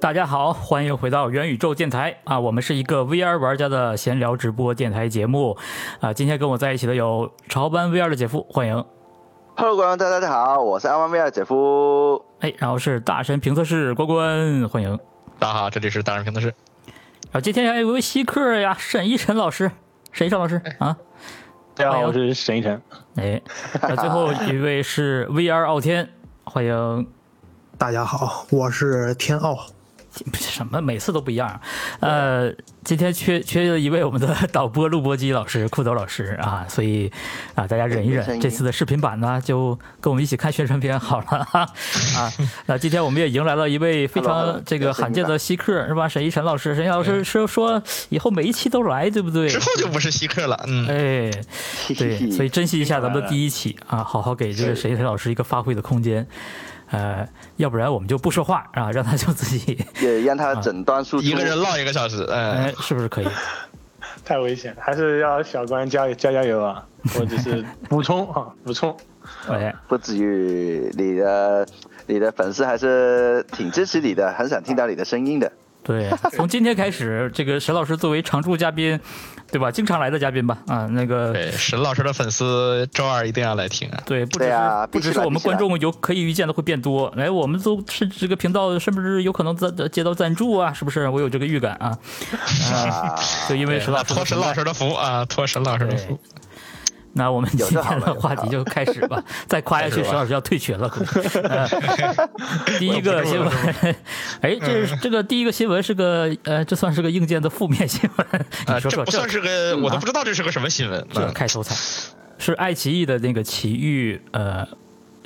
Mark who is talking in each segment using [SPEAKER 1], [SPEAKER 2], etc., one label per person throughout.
[SPEAKER 1] 大家好，欢迎回到元宇宙电台啊！我们是一个 VR 玩家的闲聊直播电台节目啊。今天跟我在一起的有潮班 VR 的姐夫，欢迎。
[SPEAKER 2] Hello，观众大家好，我是阿万 VR 姐夫。
[SPEAKER 1] 哎，然后是大神评测室关关，欢迎。
[SPEAKER 3] 大家好，这里是大人评测室。
[SPEAKER 1] 啊，今天还有一位稀客呀，沈一晨老师，沈一晨老师啊。
[SPEAKER 4] 大家
[SPEAKER 1] 欢迎
[SPEAKER 4] 好，我是沈一晨。
[SPEAKER 1] 哎，那最后一位是 VR 傲天，欢迎。
[SPEAKER 5] 大家好，我是天傲。
[SPEAKER 1] 什么每次都不一样啊，呃，今天缺缺了一位我们的导播录播机老师酷豆老师啊，所以啊，大家忍一
[SPEAKER 2] 没声
[SPEAKER 1] 忍，
[SPEAKER 2] 音
[SPEAKER 1] 这次的视频版呢，就跟我们一起看宣传片好了哈啊。那今天我们也迎来了一位非
[SPEAKER 2] Hello，
[SPEAKER 1] 常这个罕见的稀客是吧？沈一晨老师，沈一晨老师是说以后每一期都来，对不对？
[SPEAKER 3] 之后就不是稀客了，嗯，
[SPEAKER 1] 哎， 对，所以珍惜一下咱们的第一期啊，好好给这个
[SPEAKER 2] 是
[SPEAKER 1] 沈一晨老师一个发挥的空间，呃，要不然我们就不说话啊，让他就自己。
[SPEAKER 2] 也让他诊断输出。
[SPEAKER 3] 啊一个人唠一个小时，
[SPEAKER 1] 哎
[SPEAKER 3] 哎，，
[SPEAKER 1] 是不是可以？
[SPEAKER 4] 太危险，还是要小关加加加油 啊！我只是补充啊，补充。
[SPEAKER 1] 哎，
[SPEAKER 2] 不至于，你的你的粉丝还是挺支持你的，很想听到你的声音的。
[SPEAKER 1] 对，从今天开始，这个沈老师作为常驻嘉宾，对吧？经常来的嘉宾吧，啊，那个
[SPEAKER 3] 对，沈老师的粉丝周二一定要来听啊。
[SPEAKER 1] 对，不只
[SPEAKER 2] 对
[SPEAKER 1] 是、
[SPEAKER 2] 啊
[SPEAKER 1] 不只
[SPEAKER 2] 必须
[SPEAKER 1] 是
[SPEAKER 2] 来
[SPEAKER 1] 我们观众有可以预见的会变多，哎，我们都是这个频道，甚至有可能赞接到赞助啊，是不是？我有这个预感啊，
[SPEAKER 2] 啊，
[SPEAKER 1] 就因为
[SPEAKER 3] 对
[SPEAKER 1] 沈老
[SPEAKER 3] 那
[SPEAKER 1] 师
[SPEAKER 3] 托沈老师的福啊，托沈老师的
[SPEAKER 1] 对
[SPEAKER 3] 福。。
[SPEAKER 1] 那我们今
[SPEAKER 2] 有就好
[SPEAKER 1] 天
[SPEAKER 2] 了
[SPEAKER 1] 的
[SPEAKER 2] 有就
[SPEAKER 1] 话题就开始吧，再夸下去，
[SPEAKER 3] 开始吧
[SPEAKER 1] 沈老师要退群了。可 能呃第一个新闻，哎，这是这个第一个新闻是个呃，这算是个硬件的负面新闻。
[SPEAKER 3] 啊，
[SPEAKER 1] 你说嗯啊
[SPEAKER 3] 这
[SPEAKER 1] 说，
[SPEAKER 3] 不算是个，我都不知道这是个什么新闻。
[SPEAKER 1] 这
[SPEAKER 3] 嗯
[SPEAKER 1] 开头彩，是爱奇艺的那个奇遇呃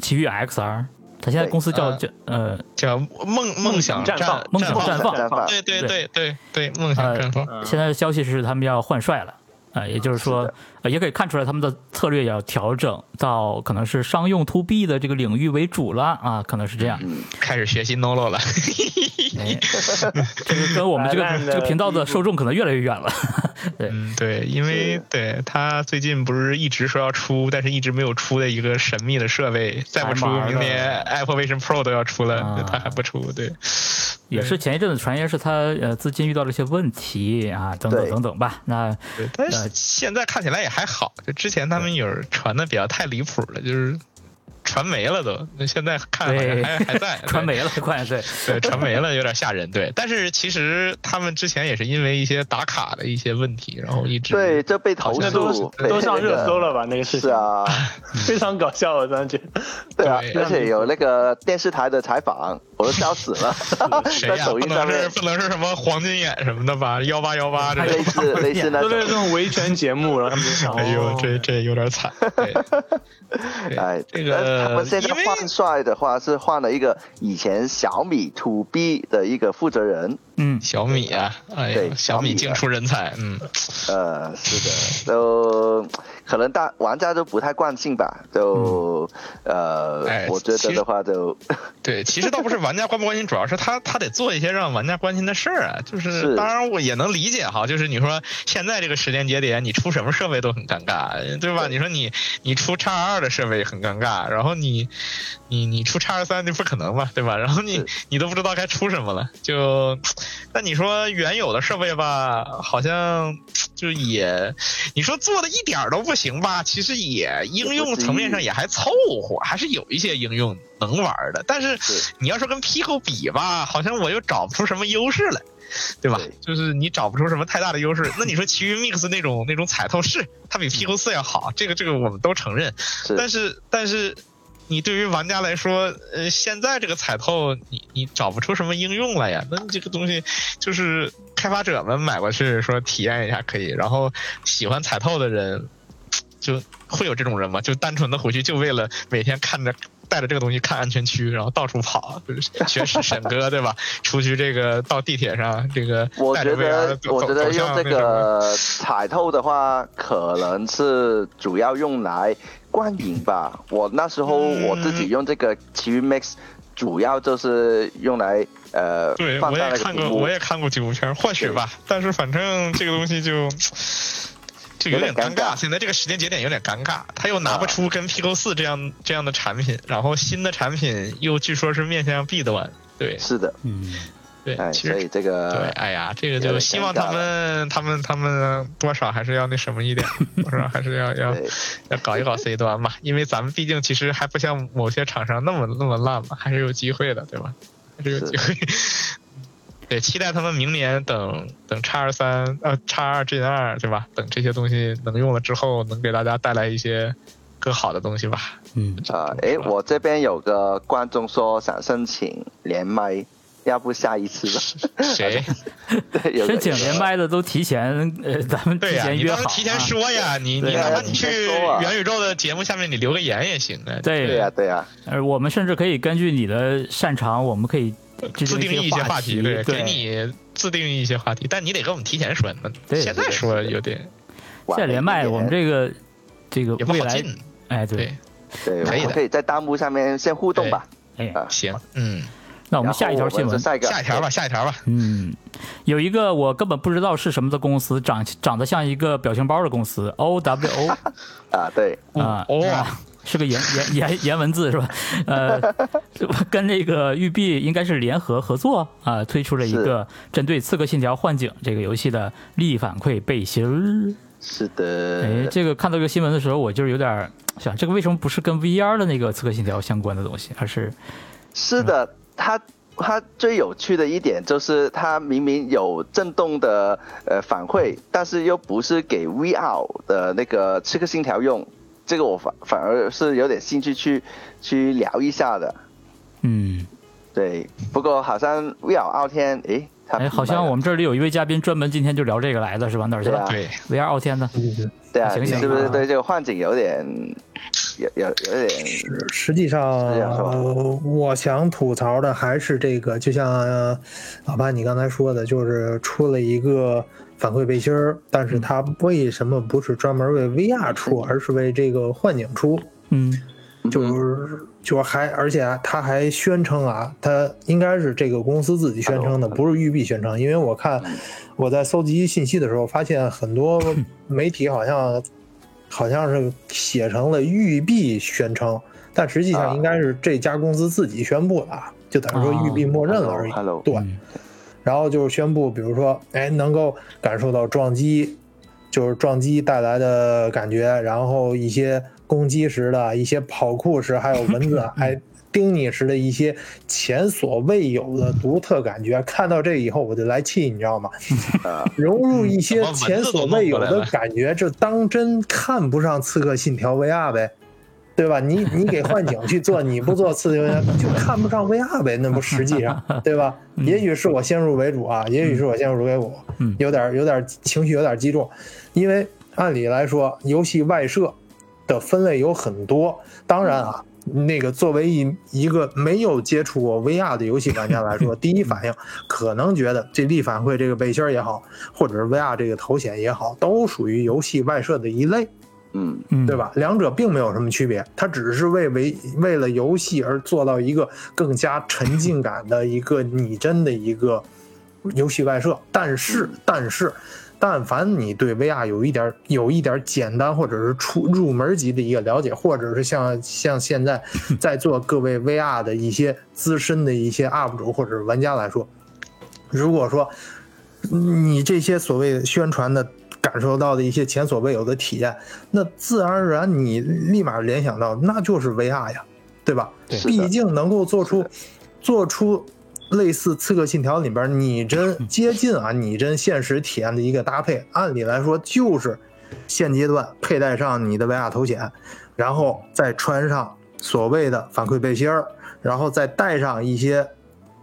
[SPEAKER 1] 奇遇 XR，它现在
[SPEAKER 2] 对
[SPEAKER 1] 公司叫
[SPEAKER 3] 呃
[SPEAKER 1] 叫呃
[SPEAKER 3] 叫梦梦想
[SPEAKER 4] 绽放
[SPEAKER 3] 绽
[SPEAKER 1] 梦想绽
[SPEAKER 3] 绽
[SPEAKER 1] 放
[SPEAKER 2] 绽放
[SPEAKER 3] 对对对对对，梦想
[SPEAKER 1] 呃
[SPEAKER 3] 绽放。
[SPEAKER 4] 嗯
[SPEAKER 1] 现在的消息是他们要换帅了，呃，也就是说
[SPEAKER 2] 是的
[SPEAKER 1] 呃也可以看出来他们的策略也要调整到可能是商用 to B 的这个领域为主了啊，可能是这样。
[SPEAKER 3] 开始学习 Nolo 了，
[SPEAKER 1] 哎，这个跟我们这 个
[SPEAKER 4] 摆烂的
[SPEAKER 1] 这个频道的受众可能越来越远了。
[SPEAKER 3] 嗯，对，因为
[SPEAKER 2] 是
[SPEAKER 3] 对他最近不是一直说要出，但是一直没有出的一个神秘的设备，再不出，
[SPEAKER 1] MR
[SPEAKER 3] 明年 Apple Vision Pro 都要出
[SPEAKER 1] 啊
[SPEAKER 3] 了，他还不出，对，
[SPEAKER 1] 也是前一阵子传言是他呃资金遇到了一些问题啊，等等
[SPEAKER 2] 对
[SPEAKER 1] 等等吧。那
[SPEAKER 3] 对，但
[SPEAKER 1] 呃
[SPEAKER 3] 是现在看起来也还好。就之前他们有传的比较太离谱了，就是传没了都。那现在哎看好像
[SPEAKER 1] 对
[SPEAKER 3] 还还 在
[SPEAKER 1] 哎传，媒了，快对，
[SPEAKER 3] 对对传没了有点吓人。对，但是其实他们之前也是因为一些打卡的一些问题，然后一直
[SPEAKER 2] 对，这被投
[SPEAKER 3] 好
[SPEAKER 4] 那
[SPEAKER 3] 像
[SPEAKER 4] 都
[SPEAKER 2] 诉，被
[SPEAKER 4] 都上
[SPEAKER 2] 那个
[SPEAKER 4] 热搜了吧？那个 事
[SPEAKER 2] 是
[SPEAKER 4] 情
[SPEAKER 2] 啊，
[SPEAKER 4] 非常搞笑，我啊当 时觉得。
[SPEAKER 2] 对啊
[SPEAKER 3] 对，
[SPEAKER 2] 而且有那个电视台的采访，我都笑死了，
[SPEAKER 3] 谁
[SPEAKER 2] 在
[SPEAKER 3] 呀、
[SPEAKER 2] 抖
[SPEAKER 3] 不
[SPEAKER 2] 音上
[SPEAKER 3] 能是
[SPEAKER 2] 面
[SPEAKER 3] 不能是什么黄金眼什么的吧？幺八幺八这种
[SPEAKER 2] 类。似类似那
[SPEAKER 4] 都是
[SPEAKER 2] 种
[SPEAKER 4] 这，种维权节目，然后他们就想，哦
[SPEAKER 3] 哎呦，这这有点惨。对，对
[SPEAKER 2] 哎，
[SPEAKER 3] 这
[SPEAKER 2] 但他
[SPEAKER 3] 个
[SPEAKER 2] 们现在
[SPEAKER 3] 因为
[SPEAKER 2] 换帅的话是换了一个以前小米 to B 的一个负责人，
[SPEAKER 1] 嗯，
[SPEAKER 3] 小米啊，哎
[SPEAKER 2] 对
[SPEAKER 3] 呦，
[SPEAKER 2] 小
[SPEAKER 3] 小米
[SPEAKER 2] 米啊
[SPEAKER 3] 净出人才，嗯，
[SPEAKER 2] 呃，是的，都可能大玩家都不太惯性吧，就、
[SPEAKER 3] 哎
[SPEAKER 2] 呃，我觉得的话就
[SPEAKER 3] 对，其实倒不是玩家关不关心，主要是他他得做一些让玩家关心的事儿啊。就是
[SPEAKER 2] 是
[SPEAKER 3] 当然我也能理解哈，就是你说现在这个时间节点，你出什么设备都很尴尬，对吧？你说你你出叉二的设备很尴尬，然后你你你出叉二三那不可能嘛，对吧？然后你
[SPEAKER 2] 是
[SPEAKER 3] 你都不知道该出什么了，就那你说原有的设备吧，好像就也你说做的一点儿都不行吧，其实也应用层面上也还凑合，还是有一些应用能玩儿的。但是
[SPEAKER 2] 是
[SPEAKER 3] 你要说跟 Pico 比吧，好像我又找不出什么优势来，对吧
[SPEAKER 2] 对？
[SPEAKER 3] 就是你找不出什么太大的优势。那你说奇遇 Mix 那种那种彩透是它比 Pico 四要好，这个这个我们都承认。
[SPEAKER 2] 是
[SPEAKER 3] 但是但是你对于玩家来说，呃，现在这个彩透你你找不出什么应用来呀。那这个东西就是开发者们买过去说体验一下可以，然后喜欢彩透的人就会有这种人吗？就单纯的回去就为了每天看着。带着这个东西看安全区，然后到处跑，就是学识 沈哥对吧？出去这个到地铁上，这个
[SPEAKER 2] 我
[SPEAKER 3] 带
[SPEAKER 2] 觉
[SPEAKER 3] 着 VR
[SPEAKER 2] 得
[SPEAKER 3] 走
[SPEAKER 2] 我觉得
[SPEAKER 3] 走
[SPEAKER 2] 用
[SPEAKER 3] 向
[SPEAKER 2] 这
[SPEAKER 3] 那什么
[SPEAKER 2] 个彩透的话，可能是主要用来观影吧。我那时候
[SPEAKER 3] 嗯
[SPEAKER 2] 我自己用这个奇遇 Max，主要就是用来呃
[SPEAKER 3] 对，
[SPEAKER 2] 放
[SPEAKER 3] 我
[SPEAKER 2] 大
[SPEAKER 3] 也
[SPEAKER 2] 那个
[SPEAKER 3] 看过，
[SPEAKER 2] 屏
[SPEAKER 3] 我
[SPEAKER 2] 幕，
[SPEAKER 3] 也看过纪录片，或许吧。但是反正这个东西就就有点
[SPEAKER 2] 有
[SPEAKER 3] 尴
[SPEAKER 2] 点尴
[SPEAKER 3] 尬，
[SPEAKER 2] 尬啊
[SPEAKER 3] 现在这个时间节点有点尴尬，他又拿不出跟 Pico 四这样这样的产品，然后新的产品又据说是面向 B 端，对
[SPEAKER 2] 是的，
[SPEAKER 1] 嗯，
[SPEAKER 3] 对，
[SPEAKER 2] 哎，
[SPEAKER 3] 其
[SPEAKER 2] 所
[SPEAKER 3] 实
[SPEAKER 2] 以这
[SPEAKER 3] 对，
[SPEAKER 2] 个
[SPEAKER 3] 哎呀，这个
[SPEAKER 2] 有
[SPEAKER 3] 就
[SPEAKER 2] 点
[SPEAKER 3] 希望
[SPEAKER 2] 尴尬
[SPEAKER 3] 他们他们他们多少还是要那什么一 点，多少哎还是要要
[SPEAKER 2] 对
[SPEAKER 3] 要搞一搞 C 端嘛，因为咱们毕竟其实还不像某些厂商那么那么烂嘛，还是有机会的，对吧？还是有机会。 对，期待他们明年等等叉二三呃叉二 G 二对吧？等这些东西能用了之后，能给大家带来一些更好的东西吧。
[SPEAKER 1] 嗯，
[SPEAKER 2] 啊，诶，我这边有个观众说想申请连麦，要不下一次 吧？
[SPEAKER 3] 谁？
[SPEAKER 2] 对，有个
[SPEAKER 1] 申请连。麦的都提前，呃，咱们提
[SPEAKER 3] 对呀、
[SPEAKER 1] 前
[SPEAKER 3] 你
[SPEAKER 1] 约
[SPEAKER 3] 当
[SPEAKER 1] 好、
[SPEAKER 3] 时
[SPEAKER 1] 啊，
[SPEAKER 3] 提前说呀，你你
[SPEAKER 1] 对呀
[SPEAKER 3] 哪怕你去
[SPEAKER 2] 提前说啊
[SPEAKER 3] 元宇宙的节目下面你留个言也行的。
[SPEAKER 1] 对
[SPEAKER 2] 对呀、对呀、啊
[SPEAKER 1] 呃，我们甚至可以根据你的擅长，我们可以制
[SPEAKER 3] 呃自定义
[SPEAKER 1] 一
[SPEAKER 3] 一些
[SPEAKER 1] 话
[SPEAKER 3] 话题，
[SPEAKER 1] 对，
[SPEAKER 3] 给你自定义一些话题，但你得跟我们提前说，那
[SPEAKER 1] 对
[SPEAKER 3] 现在说有点
[SPEAKER 2] 晚
[SPEAKER 1] 现在连麦，
[SPEAKER 2] 一点
[SPEAKER 1] 我们这个这个
[SPEAKER 3] 也不
[SPEAKER 1] 未
[SPEAKER 3] 好
[SPEAKER 1] 来，
[SPEAKER 3] 进。
[SPEAKER 1] 哎，
[SPEAKER 3] 对，，
[SPEAKER 2] 对，我
[SPEAKER 3] 可以的
[SPEAKER 2] 们可以在弹幕上面先互动吧。
[SPEAKER 1] 哎，
[SPEAKER 2] 啊
[SPEAKER 3] 行，嗯，
[SPEAKER 1] 那我们
[SPEAKER 2] 然后
[SPEAKER 1] 下一条新
[SPEAKER 2] 我们
[SPEAKER 1] 闻
[SPEAKER 2] 就，下一个，
[SPEAKER 3] 下一条吧，下一条吧。
[SPEAKER 1] 嗯，有一个我根本不知道是什么的公司，长长得像一个表情包的公司，O W O
[SPEAKER 2] 啊，对，
[SPEAKER 1] 啊，
[SPEAKER 3] 哦，
[SPEAKER 1] 是个颜颜颜颜文字是 吧？呃，这不跟这个育碧应该是联合合作啊、推出了一
[SPEAKER 2] 是
[SPEAKER 1] 个针对《刺客信条：幻景》这个游戏的力反馈背心儿。
[SPEAKER 2] 是
[SPEAKER 1] 哎，
[SPEAKER 2] 的，
[SPEAKER 1] 这个看到这个新闻的时候，我就是有点儿想，这个为什么不是跟 VR 的那个《刺客信条》相关的东西，而是
[SPEAKER 2] 是的，它它最有趣的一点就是它明明有震动的呃反馈，但是又不是给 VR 的那个刺客信条用，这个我反反而是有点兴趣去去聊一下的。
[SPEAKER 1] 嗯，
[SPEAKER 2] 对，不过好像 VR 傲天，诶，他
[SPEAKER 1] 哎，好像我们这里有一位嘉宾专门今天就聊这个来的是吧？哪儿去
[SPEAKER 2] 对
[SPEAKER 1] 了、
[SPEAKER 2] 啊，
[SPEAKER 3] 对，
[SPEAKER 1] v r 傲天呢？
[SPEAKER 2] 对啊，
[SPEAKER 1] 行
[SPEAKER 2] 你
[SPEAKER 1] 行
[SPEAKER 2] 是不是
[SPEAKER 1] 啊
[SPEAKER 2] 对这个幻景有点有有有点
[SPEAKER 5] 实际上
[SPEAKER 2] 这样是吧，
[SPEAKER 5] 我想吐槽的还是这个，就像呃老潘你刚才说的，就是出了一个反馈背心儿，但是它为什么不是专门为 VR 出，而是为这个幻景出？
[SPEAKER 1] 嗯
[SPEAKER 5] 就是就是还，而且啊他还宣称啊，他应该是这个公司自己宣称的，不是育碧宣称。因为我看我在搜集信息的时候，发现很多媒体好像好像是写成了育碧宣称，但实际
[SPEAKER 2] 啊
[SPEAKER 5] 上应该是这家公司自己宣布的，啊、就等于说育碧默认了而已。
[SPEAKER 2] Hello，Hello
[SPEAKER 5] 对，
[SPEAKER 1] 嗯
[SPEAKER 5] 然后就是宣布，比如说，哎，能够感受到撞击，就是撞击带来的感觉，然后一些攻击时的一些跑酷时，还有蚊子哎叮你时的一些前所未有的独特感觉。看到这以后，我就来气，你知道吗？
[SPEAKER 2] 啊，
[SPEAKER 5] 融入一些
[SPEAKER 3] 嗯把蚊子
[SPEAKER 5] 前所未有
[SPEAKER 3] 都弄过
[SPEAKER 5] 的
[SPEAKER 3] 来了
[SPEAKER 5] 感觉，这当真看不上《刺客信条》VR 呗，对吧？你你给幻景去做，你不做《刺客信条》就看不上 VR 呗，那不实际上对吧？
[SPEAKER 3] 嗯
[SPEAKER 5] 也许是我先入为主啊，也许是我先入为主
[SPEAKER 1] 嗯，
[SPEAKER 5] 有点有点情绪有点激动，因为按理来说，游戏外设的分类有很多，当然啊。那个作为一一个没有接触过 VR 的游戏玩家 来说，第一反应可能觉得这力反馈这个背心儿也好，或者是 VR 这个头显也好，都属于游戏外设的一类，
[SPEAKER 2] 嗯，
[SPEAKER 1] 嗯，
[SPEAKER 5] 对？吧？两者并没有什么区别，它只是为为为了游戏而做到一个更加沉浸感的一个拟真的一个游戏外设。但是，但是，但凡你对 VR 有一点有一点简单或者是出入门级的一个了解，或者是像像现在在座各位 VR 的一些资深的一些 UP 主或者是玩家来说，如果说你这些所谓宣传的感受到的一些前所未有的体验，那自然而然你立马联想到那就是 VR 呀，对吧？
[SPEAKER 2] 是的
[SPEAKER 5] 毕竟能够做出做出类似《刺客信条》里边拟真接近啊拟真现实体验的一个搭配，按理来说就是现阶段佩戴上你的 VR 头显，然后再穿上所谓的反馈背心儿，然后再戴上一些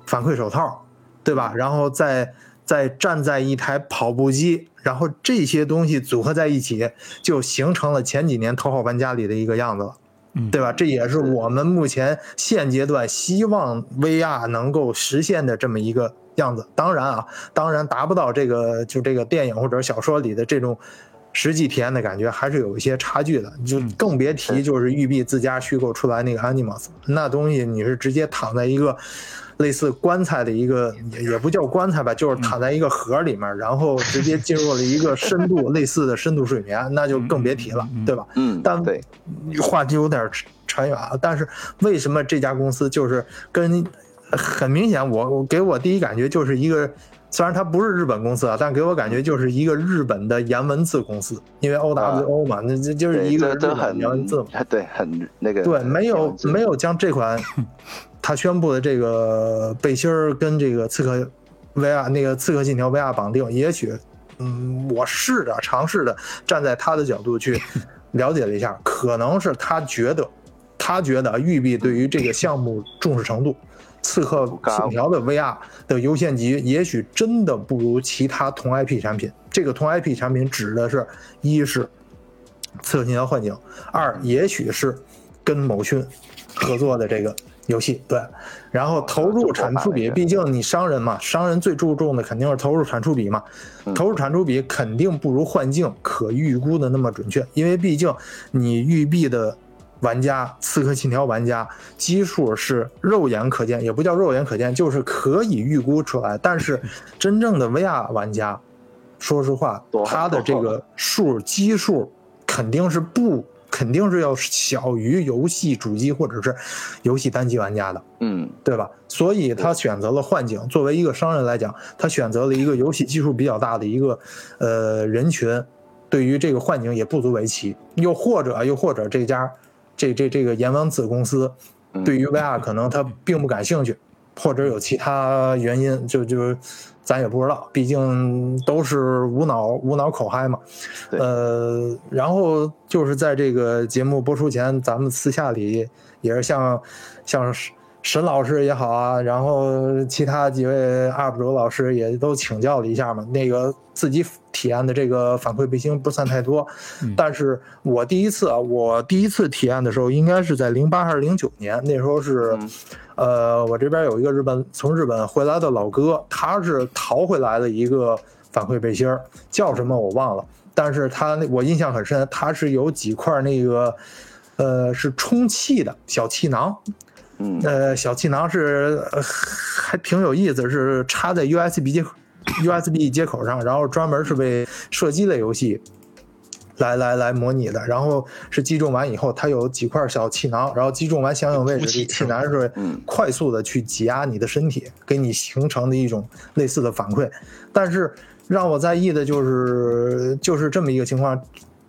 [SPEAKER 5] 反馈手套，对吧？然后再再站在一台跑步机，然后这些东西组合在一起，就形成了前几年头号玩家里的一个样子了
[SPEAKER 1] 嗯。
[SPEAKER 5] 对吧？这也是我们目前现阶段希望 VR 能够实现的这么一个样子。当然啊，当然达不到这个就这个电影或者小说里的这种实际体验的感觉，还是有一些差距的。就
[SPEAKER 2] 嗯
[SPEAKER 5] 更别提就是育碧自家虚构出来那个 Animus 那东西，你是直接躺在一个类似棺材的一个，也也不叫棺材吧，
[SPEAKER 2] 嗯
[SPEAKER 5] 就是躺在一个盒里面，然后直接进入了一个深 度类似的深度睡眠，那就更别提了，对吧？
[SPEAKER 2] 嗯，
[SPEAKER 5] 但
[SPEAKER 2] 对，
[SPEAKER 5] 话题有点儿扯扯远啊。但是为什么这家公司就是跟很明显我，我给我第一感觉就是一个，虽然它不是日本公司啊，但给我感觉就是一个日本的颜文字公司，因为 O W O 嘛，那这就是一
[SPEAKER 2] 啊对
[SPEAKER 5] 个
[SPEAKER 2] 这
[SPEAKER 5] 日
[SPEAKER 2] 这
[SPEAKER 5] 本
[SPEAKER 2] 很
[SPEAKER 5] 颜文字嘛。
[SPEAKER 2] 对，很那个
[SPEAKER 5] 对，没
[SPEAKER 2] 颜
[SPEAKER 5] 有
[SPEAKER 2] 文字
[SPEAKER 5] 没有将这款他宣布的这个背心儿跟这个刺客维亚那个刺客信条维亚绑定。也许，嗯，我试着尝试着站在他的角度去了解了一下，可能是他觉得他觉得育碧对于这个项目重视程度。刺客信条的 VR 的优先级，也许真的不如其他同 IP 产品。这个同 IP 产品指的是，一是《刺客信条：幻境》，二也许是跟某讯合作的这个游戏，对。然后投入产出比，毕竟你商人嘛，商人最注重的肯定是投入产出比嘛，投入产出比肯定不如幻境可预估的那么准确，因为毕竟你育碧的玩家、刺客信条玩家基数是肉眼可见，也不叫肉眼可见，就是可以预估出来。但是真正的 VR 玩家，说实话
[SPEAKER 2] 多，
[SPEAKER 5] 他的这个数基数肯定是不肯定是要小于游戏主机或者是游戏单机玩家的。
[SPEAKER 2] 嗯
[SPEAKER 5] 对吧？所以他选择了幻景。作为一个商人来讲，他选择了一个游戏基数比较大的一个呃人群，对于这个幻景也不足为奇。又或者，又或者这家这这这个炎王子公司
[SPEAKER 2] 嗯
[SPEAKER 5] 对于 VR 可能他并不感兴趣，或者有其他原因，就就咱也不知道。毕竟都是无脑无脑口嗨嘛。
[SPEAKER 2] 对
[SPEAKER 5] 呃，然后就是在这个节目播出前，咱们私下里也是像像沈老师也好啊，然后其他几位 UP 主老师也都请教了一下嘛。那个自己体验的这个反馈背心不算太多，
[SPEAKER 1] 嗯
[SPEAKER 5] 但是我第一次啊，我第一次体验的时候应该是在零八还是零九年，那时候是、
[SPEAKER 2] 嗯
[SPEAKER 5] 呃，我这边有一个日本从日本回来的老哥，他是淘回来的一个反馈背心儿，叫什么我忘了，但是他那我印象很深，他是有几块那个呃是充气的小气囊，
[SPEAKER 2] 嗯，
[SPEAKER 5] 呃小气囊是、呃还挺有意思，是插在 USB 接口 USB 接口上，然后专门是为射击类游戏来来来模拟的，然后是击中完以后，它有几块小气囊，然后击中完相应位置，
[SPEAKER 3] 凸起
[SPEAKER 5] 这气囊是
[SPEAKER 2] 嗯
[SPEAKER 5] 快速的去挤压你的身体，给你形成的一种类似的反馈。但是让我在意的就是就是这么一个情况，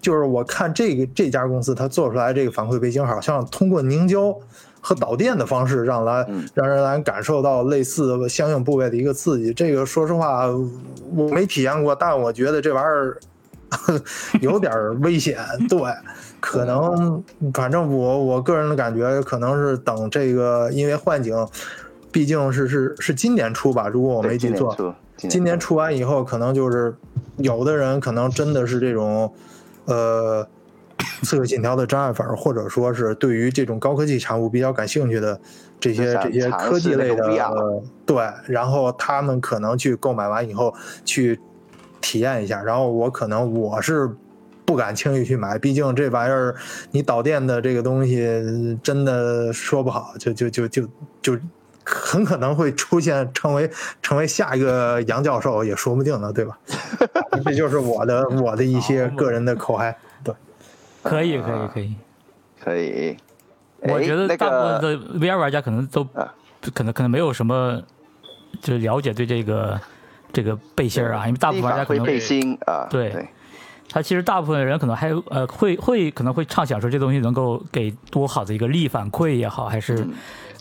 [SPEAKER 5] 就是我看这个这家公司它做出来这个反馈背心，好像通过凝胶和导电的方式让来
[SPEAKER 2] 嗯
[SPEAKER 5] 让人来感受到类似的相应部位的一个刺激。这个说实话我没体验过，但我觉得这玩意儿 有点儿危 险，对。可能，反正我我个人的感觉，可能是等这个，因为幻景，毕竟是是是今年出吧，如果我
[SPEAKER 2] 对
[SPEAKER 5] 没记
[SPEAKER 2] 今年
[SPEAKER 5] 错，
[SPEAKER 2] 出今
[SPEAKER 5] 今年出完以后，可能就是有的人可能真的是这种，呃，刺客信条的真爱粉儿，或者说是对于这种高科技产物比较感兴趣的这
[SPEAKER 2] 就
[SPEAKER 5] 些
[SPEAKER 2] 想
[SPEAKER 5] 这些
[SPEAKER 2] 尝
[SPEAKER 5] 科技
[SPEAKER 2] 试那
[SPEAKER 5] 类的
[SPEAKER 2] 种 VR
[SPEAKER 5] 对，然后他们可能去购买完以后去体验一下，然后我可能我是。不敢轻易去买，毕竟这玩意儿，你导电的这个东西真的说不好，就就就就就很可能会出现成为成为下一个杨教授也说不定呢，对吧？ 这就是我的我的一些个人的口嗨。对，
[SPEAKER 1] 可以，可
[SPEAKER 2] 啊
[SPEAKER 1] 以，可以。
[SPEAKER 2] 可以。
[SPEAKER 1] 我觉得
[SPEAKER 2] 哎那
[SPEAKER 1] 大部分
[SPEAKER 2] 个
[SPEAKER 1] 的 VR 玩家可能都
[SPEAKER 2] 啊
[SPEAKER 1] 可能可能没有什么就是了解对这个这个背心儿啊，因为大部分玩家可
[SPEAKER 2] 会
[SPEAKER 1] 能
[SPEAKER 2] 背心啊，
[SPEAKER 1] 对
[SPEAKER 2] 对
[SPEAKER 1] 他其实大部分人可能还呃会会可能会畅想说这东西能够给多好的一个力反馈也好，还是、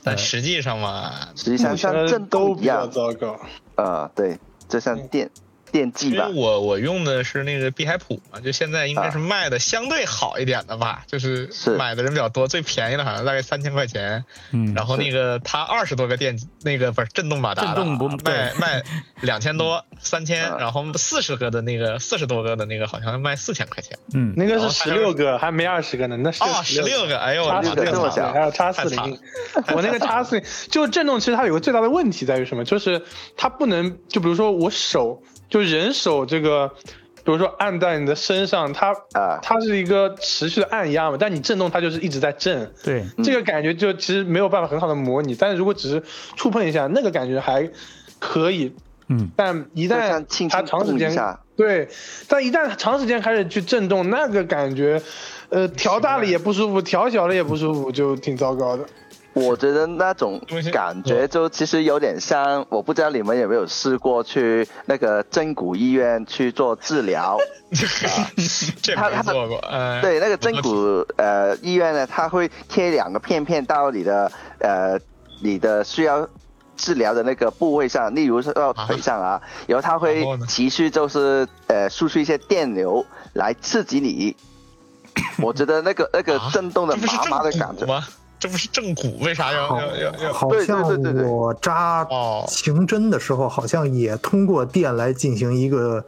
[SPEAKER 3] 但实际上嘛，
[SPEAKER 2] 实际上像震
[SPEAKER 4] 都
[SPEAKER 2] 动
[SPEAKER 4] 比
[SPEAKER 2] 一
[SPEAKER 4] 较
[SPEAKER 2] 样，
[SPEAKER 4] 糟糕。
[SPEAKER 2] 呃，对，就像电电
[SPEAKER 3] 嗯因
[SPEAKER 2] 击吧
[SPEAKER 3] 为，我我用的是那个碧海普嘛，就现在应该是卖的相对好一点的吧，就是
[SPEAKER 2] 啊是
[SPEAKER 3] 买的人比较多，最便宜的好像大概三千块钱，
[SPEAKER 1] 嗯，
[SPEAKER 3] 然后那个它二十多个电那个不是震动马达的啊，
[SPEAKER 1] 震动不
[SPEAKER 3] 卖卖两千多三千，
[SPEAKER 2] 嗯
[SPEAKER 3] 然后四十个的那个四十多个的那个好像卖四千块钱，
[SPEAKER 1] 嗯，
[SPEAKER 4] 那个是十六个，还没二十个呢，那是
[SPEAKER 3] 哦，十六个，哎啊呦，
[SPEAKER 4] 叉
[SPEAKER 2] 16个
[SPEAKER 3] 我操
[SPEAKER 4] 四零
[SPEAKER 3] 这
[SPEAKER 2] 这
[SPEAKER 3] 么
[SPEAKER 2] 么
[SPEAKER 3] 小
[SPEAKER 2] 小啊
[SPEAKER 4] 还有叉四
[SPEAKER 3] 太惨
[SPEAKER 4] 零，我那个叉四零就震动，其实它有个最大的问题在于什么？就是它不能，就比如说我手，就人手这个，比如说按在你的身上，它
[SPEAKER 2] 啊
[SPEAKER 4] 它是一个持续的按压嘛，但你震动它就是一直在震，
[SPEAKER 1] 对，
[SPEAKER 4] 这个感觉就其实没有办法很好的模拟。但是如果只是触碰一下，那个感觉还可以，
[SPEAKER 1] 嗯，
[SPEAKER 4] 但一
[SPEAKER 2] 就
[SPEAKER 4] 旦
[SPEAKER 2] 像轻
[SPEAKER 4] 它
[SPEAKER 2] 轻
[SPEAKER 4] 长时
[SPEAKER 2] 动一
[SPEAKER 4] 间
[SPEAKER 2] 下，
[SPEAKER 4] 对，但一旦长时间开始去震动，那个感觉，呃，调大了也不舒服，调小了也不舒服，就挺糟糕的。
[SPEAKER 2] 我觉得那种感
[SPEAKER 3] 嗯
[SPEAKER 2] 觉就其实有点像，我不知道你们有没有试过去那个真骨医院去做治疗。
[SPEAKER 3] 这
[SPEAKER 2] 他
[SPEAKER 3] 没
[SPEAKER 2] 他
[SPEAKER 3] 做过，呃，
[SPEAKER 2] 对，那个
[SPEAKER 3] 不
[SPEAKER 2] 针
[SPEAKER 3] 过
[SPEAKER 2] 骨呃医院呢，它会贴两个片片到你的呃你的需要治疗的那个部位上，例如是到
[SPEAKER 3] 啊
[SPEAKER 2] 腿上啊，然后它会
[SPEAKER 3] 然后呢
[SPEAKER 2] 持续就是呃输出一些电流来刺激你。我觉得那个那个
[SPEAKER 3] 啊
[SPEAKER 2] 震动的
[SPEAKER 3] 这不是
[SPEAKER 2] 麻麻的
[SPEAKER 3] 正
[SPEAKER 2] 感
[SPEAKER 3] 骨
[SPEAKER 2] 觉，
[SPEAKER 3] 吗？这不是正骨，为啥要
[SPEAKER 5] 好
[SPEAKER 3] 要要要？
[SPEAKER 5] 好像
[SPEAKER 2] 对对对对对
[SPEAKER 5] 我扎
[SPEAKER 3] 哦
[SPEAKER 5] 情针的时候，好像也通过电来进行一个，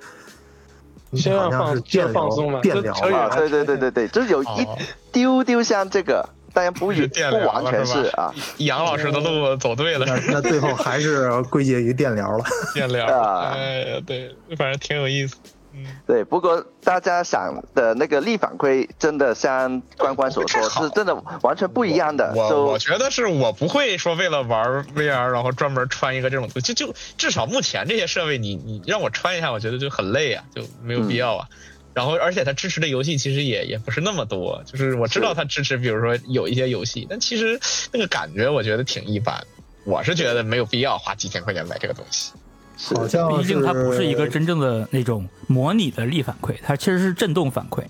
[SPEAKER 4] 先
[SPEAKER 5] 好
[SPEAKER 4] 让
[SPEAKER 5] 像是
[SPEAKER 4] 放
[SPEAKER 5] 电
[SPEAKER 4] 先放松
[SPEAKER 5] 疗
[SPEAKER 4] 嘛
[SPEAKER 5] 电
[SPEAKER 4] 这
[SPEAKER 5] 疗
[SPEAKER 4] 扯远
[SPEAKER 5] 吧
[SPEAKER 2] 啊，对
[SPEAKER 4] 了
[SPEAKER 2] 对对对对，就是有一
[SPEAKER 3] 哦
[SPEAKER 2] 丢丢像这个，当然不
[SPEAKER 3] 是
[SPEAKER 2] 与
[SPEAKER 3] 电
[SPEAKER 2] 不
[SPEAKER 3] 疗
[SPEAKER 2] 完
[SPEAKER 3] 了
[SPEAKER 2] 全
[SPEAKER 3] 是吧
[SPEAKER 2] 是啊，
[SPEAKER 3] 杨老师的路走对了，
[SPEAKER 5] 那那最后还是归结于电疗了。
[SPEAKER 3] 电疗。
[SPEAKER 2] 啊
[SPEAKER 3] 哎呀，对，反正挺有意思。嗯，
[SPEAKER 2] 对。不过大家想的那个力反馈，真的像关关所说，
[SPEAKER 3] 这好
[SPEAKER 2] 是真的完全不一样 的。
[SPEAKER 3] 我
[SPEAKER 2] 就
[SPEAKER 3] 我觉得是我不会说为了玩 VR 然后专门穿一个这种，就就至少目前这些设备你，你让我穿一下，我觉得就很累啊，就没有必
[SPEAKER 2] 嗯
[SPEAKER 3] 要啊。然后，而且它支持的游戏其实也也不是那么多，就是我知道它支持，比如说有一些游戏，但其实那个感觉我觉得挺一般。我是觉得没有必要花几千块钱买这个东西。
[SPEAKER 2] 是
[SPEAKER 5] 好像
[SPEAKER 1] 毕竟它不是一个真正的那种模拟的力反馈，它其实是震动反馈。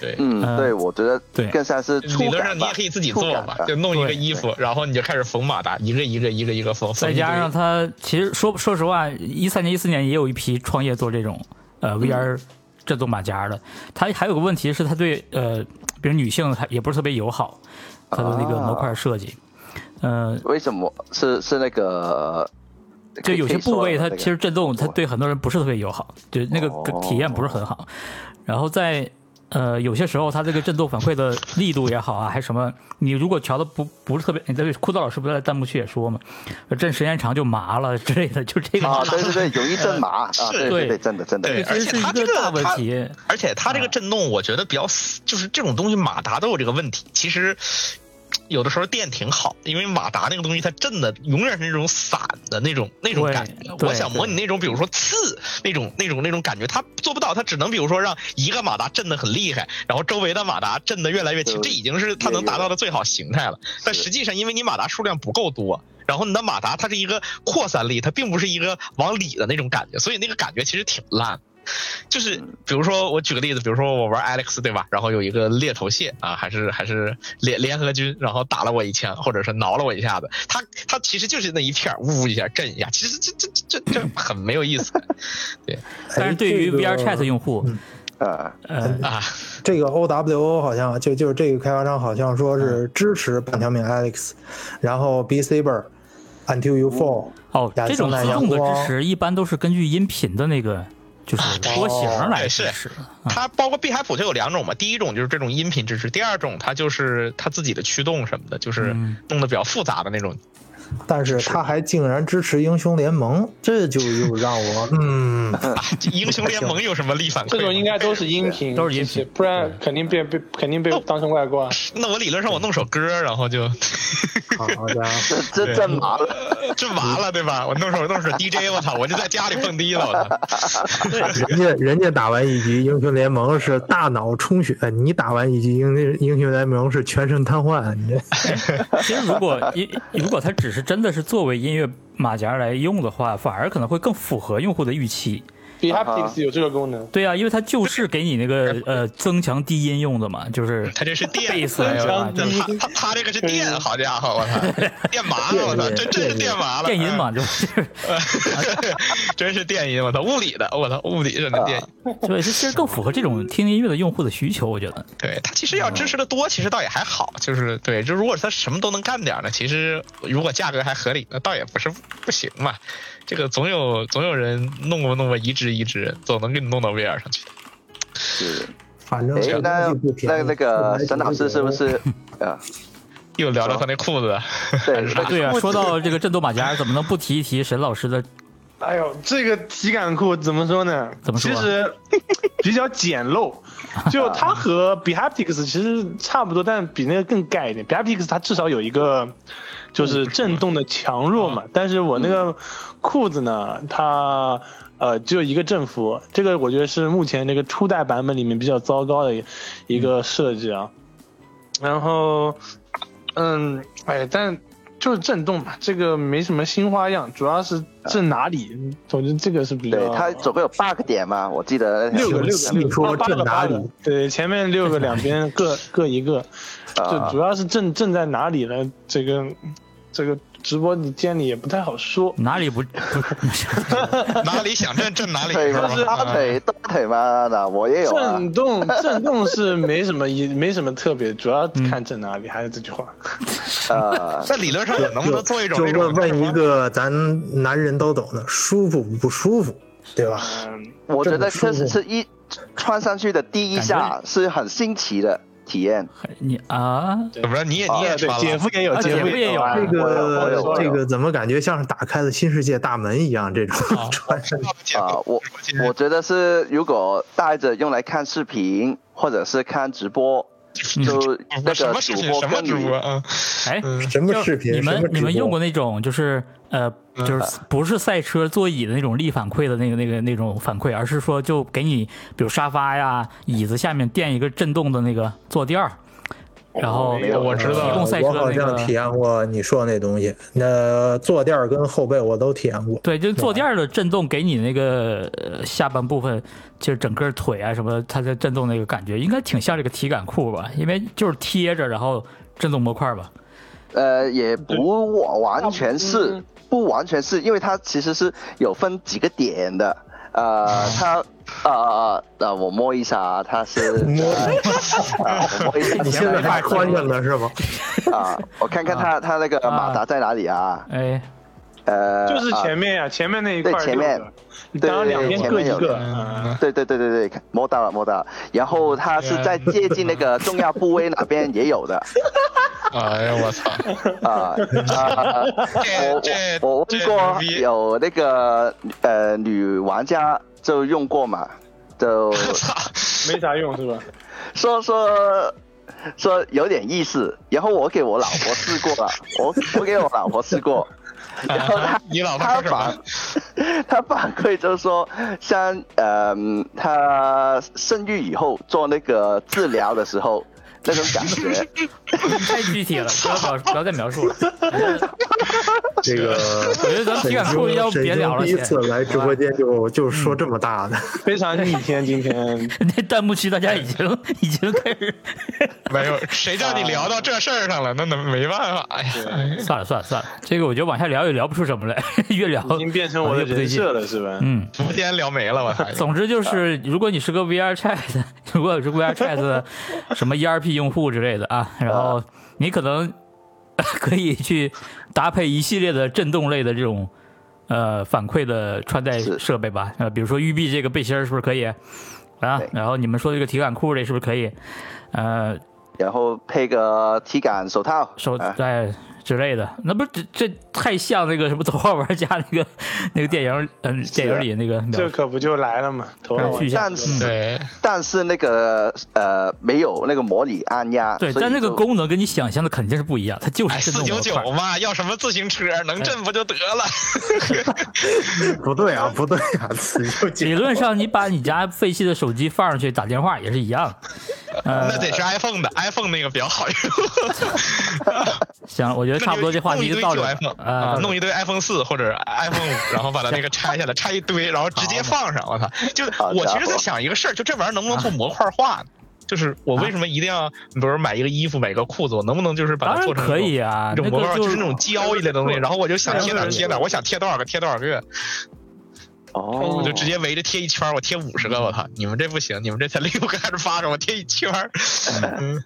[SPEAKER 3] 对，
[SPEAKER 2] 嗯，
[SPEAKER 1] 呃
[SPEAKER 2] 对，我觉得
[SPEAKER 1] 对
[SPEAKER 2] 更像是触
[SPEAKER 3] 理论
[SPEAKER 2] 感
[SPEAKER 3] 上你也
[SPEAKER 2] 吧
[SPEAKER 3] 可以自己
[SPEAKER 2] 触
[SPEAKER 3] 做
[SPEAKER 2] 感
[SPEAKER 3] 嘛，
[SPEAKER 2] 吧
[SPEAKER 3] 就弄一个
[SPEAKER 1] 对
[SPEAKER 3] 衣服，然后你就开始缝马达，一个一个一个一个缝，缝
[SPEAKER 1] 再
[SPEAKER 3] 一堆
[SPEAKER 1] 加上它其实说说实话，一三年、一四年也有一批创业做这种呃 VR 震动马甲的。它还有个问题是，它对呃，比如女性还也不是特别友好，它的那个模块设计，呃，
[SPEAKER 2] 为什么是是那个？
[SPEAKER 1] 就有些部位它其
[SPEAKER 2] 实
[SPEAKER 1] 实震动，它对很多人不是特别友好，就那个
[SPEAKER 2] 哦
[SPEAKER 1] 体验不是很好。然后在呃有些时候，它这个震动反馈的力度也好啊，还什么，你如果调的不不是特别，你对酷道老师不是在弹幕区也说嘛，震时间长就麻了之类的，就这个
[SPEAKER 2] 啊，对对对，容易震麻啊，
[SPEAKER 1] 对
[SPEAKER 2] 对对对，真的真的，
[SPEAKER 3] 对
[SPEAKER 1] 这其实是
[SPEAKER 3] 而且它
[SPEAKER 1] 一
[SPEAKER 3] 这
[SPEAKER 1] 个
[SPEAKER 3] 个
[SPEAKER 1] 大问
[SPEAKER 3] 它
[SPEAKER 1] 题。
[SPEAKER 3] 而且它
[SPEAKER 1] 啊
[SPEAKER 3] 这个震动，我觉得比较死，就是这种东西马达都有这个问题。其实有的时候电挺好，因为马达那个东西它震的永远是那种散的那种那种
[SPEAKER 1] 对
[SPEAKER 3] 感觉。
[SPEAKER 1] 对
[SPEAKER 3] 我想模拟那种，比如说刺那种那种那种感觉，它做不到，它只能比如说让一个马达震的很厉害，然后周围的马达震的越来越轻，
[SPEAKER 2] 对
[SPEAKER 3] 这已经是它能达到的最好形态了。但实际上，因为你马达数量不够多。然后你的马达它是一个扩散力，它并不是一个往里的那种感觉，所以那个感觉其实挺烂的。就是比如说，我举个例子，比如说我玩 Alex 对吧？然后有一个猎头蟹啊，还是还是联联合军，然后打了我一枪，或者是挠了我一下子，他他其实就是那一片儿呜一下震一下，其实这这这这这很没有意思
[SPEAKER 1] 但是对于
[SPEAKER 5] 哎这个嗯
[SPEAKER 1] VR Chat 用户，
[SPEAKER 2] 啊，
[SPEAKER 1] 呃，
[SPEAKER 3] 啊。
[SPEAKER 5] 这个 OWO 好像就就是这个开发商好像说是支持半条命 Alex，然后 B Saber。Until you fall，
[SPEAKER 1] 哦，
[SPEAKER 5] 亚
[SPEAKER 1] 这种
[SPEAKER 5] 森纳
[SPEAKER 1] 自
[SPEAKER 5] 阳
[SPEAKER 1] 动的支
[SPEAKER 5] 光
[SPEAKER 1] 持一般都是根据音频的那个就是波形儿来
[SPEAKER 3] 啊
[SPEAKER 1] 支
[SPEAKER 3] 对是
[SPEAKER 1] 持的。
[SPEAKER 3] 它包括碧海普就有两种嘛，第一种就是这种音频支持，第二种它就是它自己的驱动什么的，就是
[SPEAKER 1] 嗯
[SPEAKER 3] 弄得比较复杂的那种。
[SPEAKER 5] 但是他还竟然支持英雄联盟，这就又让 我嗯，
[SPEAKER 3] 这英雄联盟有什么力反馈吗？
[SPEAKER 4] 这种应该都是音频，
[SPEAKER 1] 都是音频
[SPEAKER 4] 其实不然肯定被被肯定被当成外挂。
[SPEAKER 3] 那我理论上我弄首歌，然后就。
[SPEAKER 5] 好家伙！
[SPEAKER 2] 这这震麻了。
[SPEAKER 3] 这完了对吧？我弄手弄手 DJ，我操，我就在家里蹦迪了，我操！
[SPEAKER 5] 人家人家打完一局英雄联盟是大脑充血，你打完一局英英雄联盟是全身瘫痪。你 这
[SPEAKER 1] 其实如果 音，如果它只是真的是作为音乐马甲来用的话，反而可能会更符合用户的预期。
[SPEAKER 4] b e h a
[SPEAKER 2] 啊
[SPEAKER 4] p t i c
[SPEAKER 2] 哈
[SPEAKER 4] s 有这个功能，
[SPEAKER 1] 对啊，因为它就是给你那个呃增强低音用的嘛，就是
[SPEAKER 3] 他这是电，
[SPEAKER 1] 贝斯
[SPEAKER 3] 哎呦
[SPEAKER 1] 啊
[SPEAKER 3] 这他他他这个是电，好家伙，我操， 电麻了，我操，这真是电麻了，嗯
[SPEAKER 1] 电音嘛， 就是
[SPEAKER 3] 哎， 真是电音，我操，物理的，我操，物理真的电音。
[SPEAKER 1] 对，这其实更符合这种听音乐的用户的需求，我觉得。
[SPEAKER 3] 对他其实要支持的多，其实倒也还好，就是对，就如果他什么都能干点儿呢，其实如果价格还合理，那倒也不是不行嘛。这个总有总有人弄过弄过移植移植，总能给你弄到 VR 上去。
[SPEAKER 2] 是，
[SPEAKER 5] 反正
[SPEAKER 2] 哎
[SPEAKER 5] 这，
[SPEAKER 2] 那
[SPEAKER 5] 东西不便宜
[SPEAKER 2] 那那个沈老师是不？是啊？
[SPEAKER 3] 又聊到他那裤子，
[SPEAKER 2] 对， 那个
[SPEAKER 1] 对啊，
[SPEAKER 2] 裤子
[SPEAKER 1] 说到这个震动马甲，怎么能不提一提沈老师的？
[SPEAKER 4] 哎呦，这个体感裤怎么说呢？
[SPEAKER 1] 怎么说啊
[SPEAKER 4] 其实比较简陋，就它和 Behaptics 其实差不多，但比那个更盖一点。Behaptics 它至少有一个
[SPEAKER 1] 嗯
[SPEAKER 4] 就是震动的强弱嘛，但是我那个裤子呢，它呃，只有一个振幅，这个我觉得是目前这个初代版本里面比较糟糕的一一个设计啊。然后，嗯，哎，但就是震动嘛，这个没什么新花样，主要是震哪里，总之这个是比较
[SPEAKER 2] 对，它总共有八个点嘛，我记得
[SPEAKER 4] 六个
[SPEAKER 5] 行
[SPEAKER 4] 六个
[SPEAKER 5] 你说
[SPEAKER 4] 哦八
[SPEAKER 5] 震
[SPEAKER 4] 个
[SPEAKER 5] 哪
[SPEAKER 4] 八个
[SPEAKER 5] 里？
[SPEAKER 4] 对，前面六个两边各各一个，就
[SPEAKER 2] 啊
[SPEAKER 4] 主要是震震在哪里呢？这个这个直播间里也不太好说。
[SPEAKER 1] 哪里不不
[SPEAKER 3] 哪里想震震 哪里，啊
[SPEAKER 2] 腿
[SPEAKER 3] 是吧
[SPEAKER 2] 嘛，大腿大腿嘛，那我也有啊。
[SPEAKER 4] 震动震动是没什么一没什么特别，主要看震哪里，还是这句话。
[SPEAKER 2] 呃，
[SPEAKER 3] 在理论上能不能做一种
[SPEAKER 5] 就
[SPEAKER 3] 那种
[SPEAKER 5] 问
[SPEAKER 3] 叫
[SPEAKER 5] 问一
[SPEAKER 3] 什么
[SPEAKER 5] 个咱男人都懂的，舒服不舒服，对吧？
[SPEAKER 4] 嗯，
[SPEAKER 2] 我觉得
[SPEAKER 5] 这么舒
[SPEAKER 2] 这
[SPEAKER 5] 服
[SPEAKER 2] 是是一穿上去的第一下是很新奇的体验。
[SPEAKER 1] 你啊？
[SPEAKER 3] 怎么着？你也你
[SPEAKER 4] 对
[SPEAKER 3] 也
[SPEAKER 4] 对，
[SPEAKER 3] 穿
[SPEAKER 4] 姐
[SPEAKER 3] 了，
[SPEAKER 4] 夫也有，
[SPEAKER 1] 啊姐
[SPEAKER 4] 夫
[SPEAKER 1] 夫也有
[SPEAKER 4] 啊
[SPEAKER 5] 这
[SPEAKER 2] 哎我有
[SPEAKER 5] 个
[SPEAKER 2] 我有
[SPEAKER 5] 这个怎么感觉像是打开了新世界大门一样？这种
[SPEAKER 1] 哦
[SPEAKER 5] 穿上
[SPEAKER 3] 姐
[SPEAKER 2] 啊
[SPEAKER 3] 夫，
[SPEAKER 2] 我我觉得是，如果带着用来看视频或者是看直播，就那个
[SPEAKER 3] 什么视
[SPEAKER 2] 主
[SPEAKER 3] 频
[SPEAKER 2] 播
[SPEAKER 3] 什么
[SPEAKER 2] 跟
[SPEAKER 3] 直播
[SPEAKER 2] 你
[SPEAKER 3] 啊？
[SPEAKER 1] 哎，
[SPEAKER 5] 嗯什么
[SPEAKER 1] 就
[SPEAKER 5] 视频？
[SPEAKER 1] 你
[SPEAKER 5] 什么
[SPEAKER 1] 们
[SPEAKER 5] 直
[SPEAKER 1] 你们
[SPEAKER 5] 播嗯
[SPEAKER 1] 用过那种就是呃，就是不是赛车座椅的那种力反馈的那个那个那种反馈，而是说就给你比如沙发呀、椅子下面垫一个震动的那个坐垫儿，然后
[SPEAKER 4] 哦没有啊
[SPEAKER 3] 我知道
[SPEAKER 1] 提供呃赛车
[SPEAKER 5] 我好
[SPEAKER 1] 的那
[SPEAKER 5] 像体
[SPEAKER 1] 个。
[SPEAKER 5] 验过你说的那东西，那坐垫儿跟后背我都体验过。
[SPEAKER 1] 对，就是坐垫儿的震动给你那个呃下半部分，就是整个腿啊什么，它的震动那个感觉，应该挺像这个体感裤吧，因为就是贴着，然后震动模块吧。
[SPEAKER 2] 呃，也不完全是
[SPEAKER 4] 嗯，
[SPEAKER 2] 不完全是，因为它其实是有分几个点的。呃，它呃呃，我摸一下啊，它是
[SPEAKER 5] 摸
[SPEAKER 2] 啊，我摸一下，
[SPEAKER 5] 你现 在还穿着呢是吗？
[SPEAKER 2] 啊，我看看它它那个马达在哪里啊？
[SPEAKER 1] 哎，
[SPEAKER 2] 呃，
[SPEAKER 4] 就是
[SPEAKER 2] 啊
[SPEAKER 4] 前面呀，前面那一块
[SPEAKER 2] 对前面
[SPEAKER 4] 六个，当然两边各一
[SPEAKER 2] 对对对
[SPEAKER 4] 个。
[SPEAKER 2] 前
[SPEAKER 4] 嗯
[SPEAKER 2] 啊对对对对对，看摸到了摸到了，然后它是在接近那 个重要部位那边也有的
[SPEAKER 3] 哎呀，我操！
[SPEAKER 2] 啊啊！我
[SPEAKER 3] 这
[SPEAKER 2] 我我
[SPEAKER 3] 这
[SPEAKER 2] 问
[SPEAKER 3] 这
[SPEAKER 2] 过
[SPEAKER 3] 牛逼
[SPEAKER 2] 有那个呃女玩家就用过嘛， 就
[SPEAKER 4] 没啥用是吧？
[SPEAKER 2] 说说说有点意思，然后我给我老婆试过了，我我给我老婆试过，然后她
[SPEAKER 3] 你老婆
[SPEAKER 2] 他
[SPEAKER 3] 说什
[SPEAKER 2] 反
[SPEAKER 3] 么？
[SPEAKER 2] 他反馈就是说，像呃，他生育以后做那个治疗的时 候，那种感觉，
[SPEAKER 1] 太具体了，不要表不要再描述了。
[SPEAKER 5] 这个
[SPEAKER 1] 我觉得咱们体感裤要不
[SPEAKER 5] 沈
[SPEAKER 1] 别聊
[SPEAKER 5] 兄
[SPEAKER 1] 了，嗯
[SPEAKER 5] 第一
[SPEAKER 1] 先。
[SPEAKER 5] 次来直播间就就说这么大的，
[SPEAKER 4] 非常逆天，今天
[SPEAKER 1] 那弹幕区大家已经已经开始，
[SPEAKER 3] 没有， 谁叫你聊到这事儿上了？那那没办法哎呀。
[SPEAKER 1] 算了算了算了，这个我觉得往下聊也聊不出什么来，越聊
[SPEAKER 4] 已经变成我
[SPEAKER 1] 越
[SPEAKER 4] 的
[SPEAKER 1] 不对
[SPEAKER 4] 人
[SPEAKER 1] 劲。
[SPEAKER 4] 设了是吧？
[SPEAKER 1] 嗯，
[SPEAKER 3] 直播间聊没了，我操！
[SPEAKER 1] 总之就是，如果你是个 VR Chat，如果是 VR Chat 的什么 ERP 用户之类的啊，然
[SPEAKER 4] 嗯
[SPEAKER 1] 后你可能 可以去搭配一系列的震动类的这种呃反馈的穿戴
[SPEAKER 2] 是
[SPEAKER 1] 设备吧，呃，比如说育碧这个背心儿是不是可以啊
[SPEAKER 2] 对？
[SPEAKER 1] 然后你们说这个体感裤这是不是可以？呃，
[SPEAKER 2] 然后配个体感手套，
[SPEAKER 1] 手
[SPEAKER 2] 啊
[SPEAKER 1] 哎之类的，那不这这太像那个什么《头号玩家》那个那个电影，嗯，电影里那
[SPEAKER 3] 啊
[SPEAKER 1] 个描
[SPEAKER 4] 这可不就来了嘛？头脑
[SPEAKER 1] 去一下
[SPEAKER 2] 但。
[SPEAKER 1] 嗯
[SPEAKER 2] 是
[SPEAKER 3] 对，
[SPEAKER 2] 但是那个呃没有那个模拟按压，
[SPEAKER 1] 对，
[SPEAKER 2] 所以
[SPEAKER 1] 但那个
[SPEAKER 2] 就
[SPEAKER 1] 功能跟你想象的肯定是不一样，它就
[SPEAKER 3] 哎，
[SPEAKER 1] 是
[SPEAKER 3] 四
[SPEAKER 1] 震
[SPEAKER 3] 九
[SPEAKER 1] 动模块
[SPEAKER 3] 九。嘛，要什么自行车？能震不就得 了？
[SPEAKER 5] 不对啊，不对 啊，此就
[SPEAKER 1] 理论上，你把你家废弃的手机放上去打电话也是一样。 呃
[SPEAKER 3] 那得是 iPhone 的，iPhone 那个比 较好用。
[SPEAKER 1] 行，我觉得差不多，这话
[SPEAKER 3] 弄
[SPEAKER 1] 题
[SPEAKER 3] 一
[SPEAKER 1] 就
[SPEAKER 3] 堆
[SPEAKER 1] 到
[SPEAKER 3] 旧
[SPEAKER 1] 这儿
[SPEAKER 3] iPhone
[SPEAKER 1] 啊，
[SPEAKER 3] 弄一堆 iPhone 四或者 iPhone 五，然后把它那个拆下来，拆一堆，然后直接放上。我操！就是
[SPEAKER 2] 好
[SPEAKER 3] 我其
[SPEAKER 2] 家
[SPEAKER 3] 实
[SPEAKER 2] 伙
[SPEAKER 3] 在想一个事儿，就这玩意儿能不能
[SPEAKER 1] 啊
[SPEAKER 3] 不模块化呢？就是我为什么一定要，比如买一个衣服、买个裤子，我能不能就是把
[SPEAKER 1] 当
[SPEAKER 3] 它
[SPEAKER 1] 然
[SPEAKER 3] 做成
[SPEAKER 1] 可
[SPEAKER 3] 一种
[SPEAKER 1] 以啊
[SPEAKER 3] 一，种
[SPEAKER 1] 那
[SPEAKER 3] 模块
[SPEAKER 1] 个
[SPEAKER 3] 化，
[SPEAKER 1] 就
[SPEAKER 3] 就是是那种胶一类的东西，然后我就想贴哪儿贴哪儿，我想贴多少个贴多少个，
[SPEAKER 2] 哦，
[SPEAKER 3] 我就直接围着贴一圈儿，我贴五十个，我操！你们这不行，你们这才六个还是八个，我贴一圈儿。嗯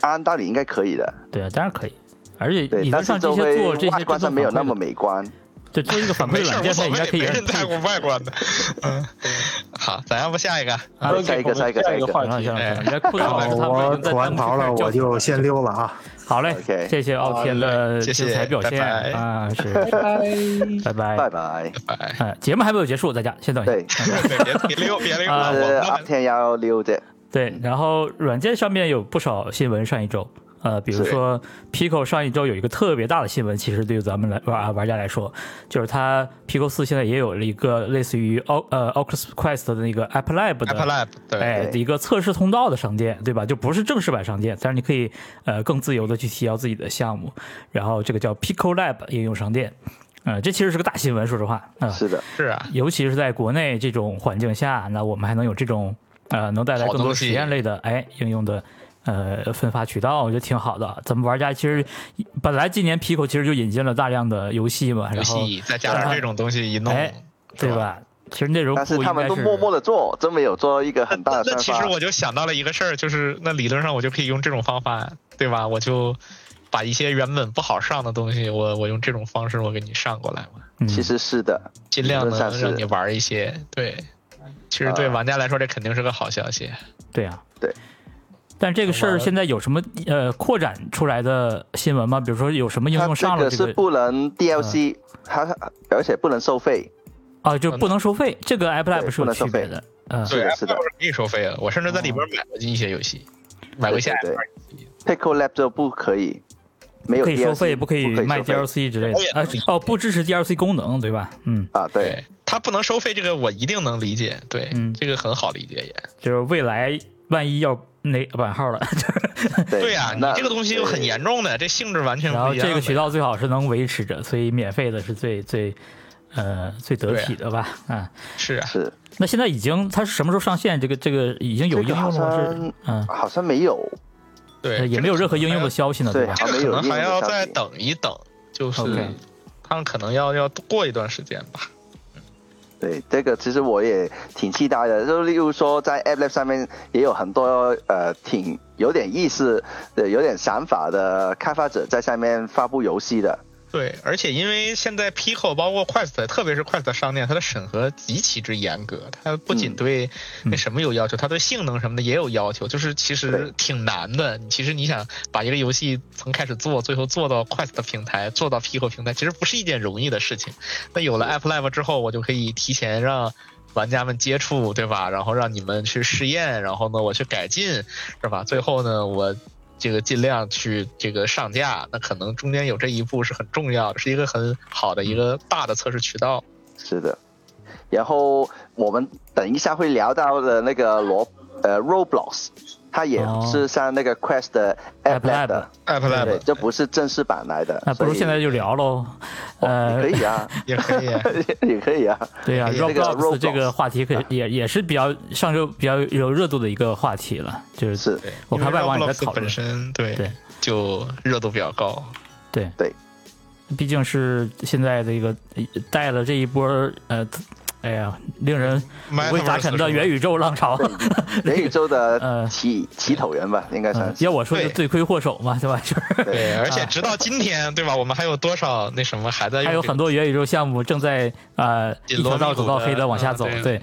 [SPEAKER 2] 按道理应该可以的，
[SPEAKER 1] 对啊，当然可以。而且
[SPEAKER 2] 对，
[SPEAKER 1] 理
[SPEAKER 2] 但
[SPEAKER 1] 论
[SPEAKER 2] 是
[SPEAKER 1] 上这
[SPEAKER 2] 就
[SPEAKER 1] 些
[SPEAKER 2] 会
[SPEAKER 1] 做这
[SPEAKER 2] 外
[SPEAKER 1] 些
[SPEAKER 2] 观
[SPEAKER 1] 震
[SPEAKER 2] 上
[SPEAKER 1] 动
[SPEAKER 2] 没有那
[SPEAKER 1] 反
[SPEAKER 2] 么
[SPEAKER 1] 馈的，
[SPEAKER 2] 美观。
[SPEAKER 1] 就做一个反馈
[SPEAKER 3] 没
[SPEAKER 1] 的
[SPEAKER 3] 事儿，
[SPEAKER 1] 软
[SPEAKER 3] 无
[SPEAKER 1] 件，
[SPEAKER 3] 所
[SPEAKER 1] 它应该
[SPEAKER 3] 谓，
[SPEAKER 1] 可以
[SPEAKER 3] 没
[SPEAKER 1] 让
[SPEAKER 3] 人在乎外观 的。嗯，好，咱要不下一个？
[SPEAKER 1] 啊
[SPEAKER 4] 都给
[SPEAKER 2] 下一个
[SPEAKER 4] 我们
[SPEAKER 2] 下一个
[SPEAKER 4] 下
[SPEAKER 2] 下
[SPEAKER 4] 一
[SPEAKER 2] 一
[SPEAKER 4] 个
[SPEAKER 2] 个
[SPEAKER 4] 话
[SPEAKER 1] 行了
[SPEAKER 4] 题
[SPEAKER 1] 行。
[SPEAKER 3] 哎
[SPEAKER 1] 了，你在裤子老师他们已
[SPEAKER 5] 我
[SPEAKER 1] 经在
[SPEAKER 5] 吐完槽了，我就先溜了啊。
[SPEAKER 1] 好嘞
[SPEAKER 2] OK，
[SPEAKER 1] 谢谢傲天的
[SPEAKER 3] 谢谢
[SPEAKER 1] 精彩表现
[SPEAKER 3] 拜拜
[SPEAKER 1] 啊，是，是拜拜
[SPEAKER 2] 拜。拜。
[SPEAKER 3] 哎，
[SPEAKER 1] 呃，节目还没有结束，大家先等一下。
[SPEAKER 2] 对，
[SPEAKER 3] 别别溜，别溜
[SPEAKER 1] 啊
[SPEAKER 3] 了，
[SPEAKER 2] 是
[SPEAKER 3] 我
[SPEAKER 2] 阿天幺六的，
[SPEAKER 1] 对，然后软件上面有不少新闻，上一周呃，比如说 Pico 上一周有一个特别大的新闻，其实对于咱们来呃玩玩家来说，就是它 Pico 四现在也有了一个类似于 O 呃 Oculus Quest 的那个 App Lab 的
[SPEAKER 3] Apple Lab 对，
[SPEAKER 1] 哎
[SPEAKER 2] 对
[SPEAKER 1] 一个测试通道的商店，对吧？就不是正式版商店，但是你可以呃更自由的去提交自己的项目，然后这个叫 Pico Lab 应用商店，呃，这其实是个大新闻，说实话啊、呃
[SPEAKER 2] 是的，
[SPEAKER 3] 是啊，
[SPEAKER 1] 尤其是在国内这种环境下，那我们还能有这种呃能带来更
[SPEAKER 3] 好
[SPEAKER 1] 多
[SPEAKER 3] 东西
[SPEAKER 1] 实验类的哎应用的呃分发渠道，我觉得挺好的。咱们玩家其实本来今年 Pico 其实就引进了大量的游戏嘛，
[SPEAKER 3] 游
[SPEAKER 1] 然后
[SPEAKER 3] 戏再加上这种东西一弄，
[SPEAKER 1] 哎对
[SPEAKER 3] 是吧
[SPEAKER 1] 吧？其实内容
[SPEAKER 2] 但是
[SPEAKER 1] 库
[SPEAKER 2] 他
[SPEAKER 1] 应
[SPEAKER 2] 们
[SPEAKER 1] 该
[SPEAKER 2] 都默默
[SPEAKER 1] 的
[SPEAKER 2] 的做，真没有做一个很大
[SPEAKER 3] 那
[SPEAKER 2] 的
[SPEAKER 3] 那其
[SPEAKER 2] 宣
[SPEAKER 3] 实
[SPEAKER 2] 发。
[SPEAKER 3] 我就想到了一个事儿，就是那理论上我就可以用这种方法，对吧？我就把一些原本不好上的东西，我我用这种方式我给你上过来嘛，
[SPEAKER 1] 嗯、
[SPEAKER 2] 其实是的，
[SPEAKER 3] 尽量
[SPEAKER 2] 理论上
[SPEAKER 3] 能
[SPEAKER 2] 是
[SPEAKER 3] 让你玩一些。对，其实对
[SPEAKER 2] 啊
[SPEAKER 3] 玩家来说这肯定是个好消息。
[SPEAKER 1] 对啊，
[SPEAKER 2] 对。
[SPEAKER 1] 但这个事
[SPEAKER 3] 好
[SPEAKER 1] 儿
[SPEAKER 3] 玩
[SPEAKER 1] 现在有什么呃扩展出来的新闻吗？比如说有什么应
[SPEAKER 2] 它
[SPEAKER 1] 用上
[SPEAKER 2] 这
[SPEAKER 1] 了
[SPEAKER 2] 个
[SPEAKER 1] 这
[SPEAKER 2] 是
[SPEAKER 1] 个嗯
[SPEAKER 2] 不能 DLC，它而且不能收费。
[SPEAKER 1] 啊，就不能收费，这个 App Lab
[SPEAKER 2] 对
[SPEAKER 1] 是有
[SPEAKER 2] 不能
[SPEAKER 1] 区
[SPEAKER 2] 收
[SPEAKER 1] 别
[SPEAKER 2] 费
[SPEAKER 1] 的，嗯，
[SPEAKER 2] 是的
[SPEAKER 3] 对
[SPEAKER 2] 是的
[SPEAKER 3] Apple 是可以收费的，我甚至在里边买过一些游戏，买过一些
[SPEAKER 2] 对对
[SPEAKER 3] Apple，
[SPEAKER 2] Pico Lab 就不可以，没有
[SPEAKER 1] 可以收
[SPEAKER 2] DLC
[SPEAKER 1] 费，不可以卖
[SPEAKER 2] 收费
[SPEAKER 1] DLC 之类的
[SPEAKER 3] 我也，
[SPEAKER 1] 啊
[SPEAKER 3] 能理解
[SPEAKER 1] 哦，不支持 DLC 功能，对吧？嗯，
[SPEAKER 2] 啊，对，
[SPEAKER 3] 对它不能收费，这个我一定能理解。对，
[SPEAKER 1] 嗯
[SPEAKER 3] 这个很好理解也。
[SPEAKER 1] 就是未来万一要那版 号了，
[SPEAKER 3] 对呀、
[SPEAKER 2] 那
[SPEAKER 3] 你这个东西又很严重的，这性质完全
[SPEAKER 1] 然
[SPEAKER 3] 不
[SPEAKER 1] 后
[SPEAKER 3] 一样的。
[SPEAKER 1] 这个渠道最好是能维持着，所以免费的是最最呃最得体的吧？啊，
[SPEAKER 3] 是啊，
[SPEAKER 2] 是
[SPEAKER 1] 那现在已经它是什么时候上线？这个这个已经有应
[SPEAKER 2] 这个好
[SPEAKER 1] 用了吗？是
[SPEAKER 2] 像
[SPEAKER 1] 嗯，
[SPEAKER 2] 好像没有，
[SPEAKER 1] 呃
[SPEAKER 3] 对，
[SPEAKER 1] 也没有任何应用的
[SPEAKER 3] 这
[SPEAKER 1] 消息呢，
[SPEAKER 2] 对
[SPEAKER 1] 吧
[SPEAKER 2] 还？
[SPEAKER 3] 个
[SPEAKER 2] 没
[SPEAKER 3] 可
[SPEAKER 2] 有
[SPEAKER 3] 能
[SPEAKER 2] 应用
[SPEAKER 3] 还
[SPEAKER 2] 的
[SPEAKER 3] 要
[SPEAKER 2] 消
[SPEAKER 3] 再
[SPEAKER 2] 息
[SPEAKER 3] 等一等，就是
[SPEAKER 1] OK
[SPEAKER 3] 他们可能要要过一段时间吧。
[SPEAKER 2] 对，这个其实我也挺期待的。就例如说，在 App Lab 上面也有很多呃挺有点意思的、有点想法的开发者在上面发布游戏的。
[SPEAKER 3] 对，而且因为现在 Pico 包括 Quest，特别是 Quest 商店，它的审核极其之严格。它不仅
[SPEAKER 2] 嗯
[SPEAKER 3] 对那什么有要求，它对性能什么的也有要求，就是其实
[SPEAKER 2] 对
[SPEAKER 3] 挺难的。你其实你想把一个游戏从开始做，最后做到 Quest 平台，做到 Pico 平台，其实不是一件容易的事情。那有了 App Lab 之后，我就可以提前让。玩家们接触，对吧？然后让你们去试验，然后呢，我去改进，是吧？最后呢，我这个尽量去这个上架，那可能中间有这一步是很重要的，是一个很好的一个大的测试渠道。
[SPEAKER 2] 是的，然后我们等一下会聊到的那个罗呃 Roblox，它也
[SPEAKER 1] 哦
[SPEAKER 2] 是上那个 Quest 的 App
[SPEAKER 1] App Lab
[SPEAKER 2] Lab 的，
[SPEAKER 3] App
[SPEAKER 2] 对，这不是正式版来的。
[SPEAKER 1] 那不如
[SPEAKER 2] 所以
[SPEAKER 1] 现在就聊喽，
[SPEAKER 2] 哦
[SPEAKER 1] 呃
[SPEAKER 2] 也，可以啊，
[SPEAKER 3] 也 可以，
[SPEAKER 2] 也可以啊，
[SPEAKER 1] 对呀、
[SPEAKER 3] 可
[SPEAKER 1] r
[SPEAKER 3] 以
[SPEAKER 1] o
[SPEAKER 2] 这
[SPEAKER 1] b
[SPEAKER 2] 个
[SPEAKER 1] l o x
[SPEAKER 2] Roblox
[SPEAKER 1] 这个话题可也也是比较上周比较有热度的一个话题了，就是
[SPEAKER 2] 是
[SPEAKER 3] 对
[SPEAKER 1] 我看
[SPEAKER 3] 因为
[SPEAKER 1] 外网也在
[SPEAKER 3] Roblox
[SPEAKER 1] 讨论
[SPEAKER 3] 本身对
[SPEAKER 1] 对
[SPEAKER 3] 就热度比较高，
[SPEAKER 1] 对
[SPEAKER 2] 对，
[SPEAKER 1] 毕竟是现在这个呃带了这一波呃，哎呀，令人五味杂陈的元
[SPEAKER 3] 宇
[SPEAKER 1] 宇宙浪潮。
[SPEAKER 2] 元宇宙
[SPEAKER 1] 呃
[SPEAKER 2] 的起起头人吧，应该
[SPEAKER 1] 嗯
[SPEAKER 2] 算，是
[SPEAKER 1] 要。我说是罪魁祸首嘛，对吧？就是
[SPEAKER 3] 对，啊而且直到今天，对吧？我们还有多少那什么还在用
[SPEAKER 1] 还有
[SPEAKER 3] 这个
[SPEAKER 1] 很多元宇宙项目正在呃
[SPEAKER 3] 紧
[SPEAKER 1] 一
[SPEAKER 3] 锣
[SPEAKER 1] 条道
[SPEAKER 3] 密鼓
[SPEAKER 1] 走到
[SPEAKER 3] 的
[SPEAKER 1] 黑的往下走，
[SPEAKER 3] 嗯对
[SPEAKER 1] 对，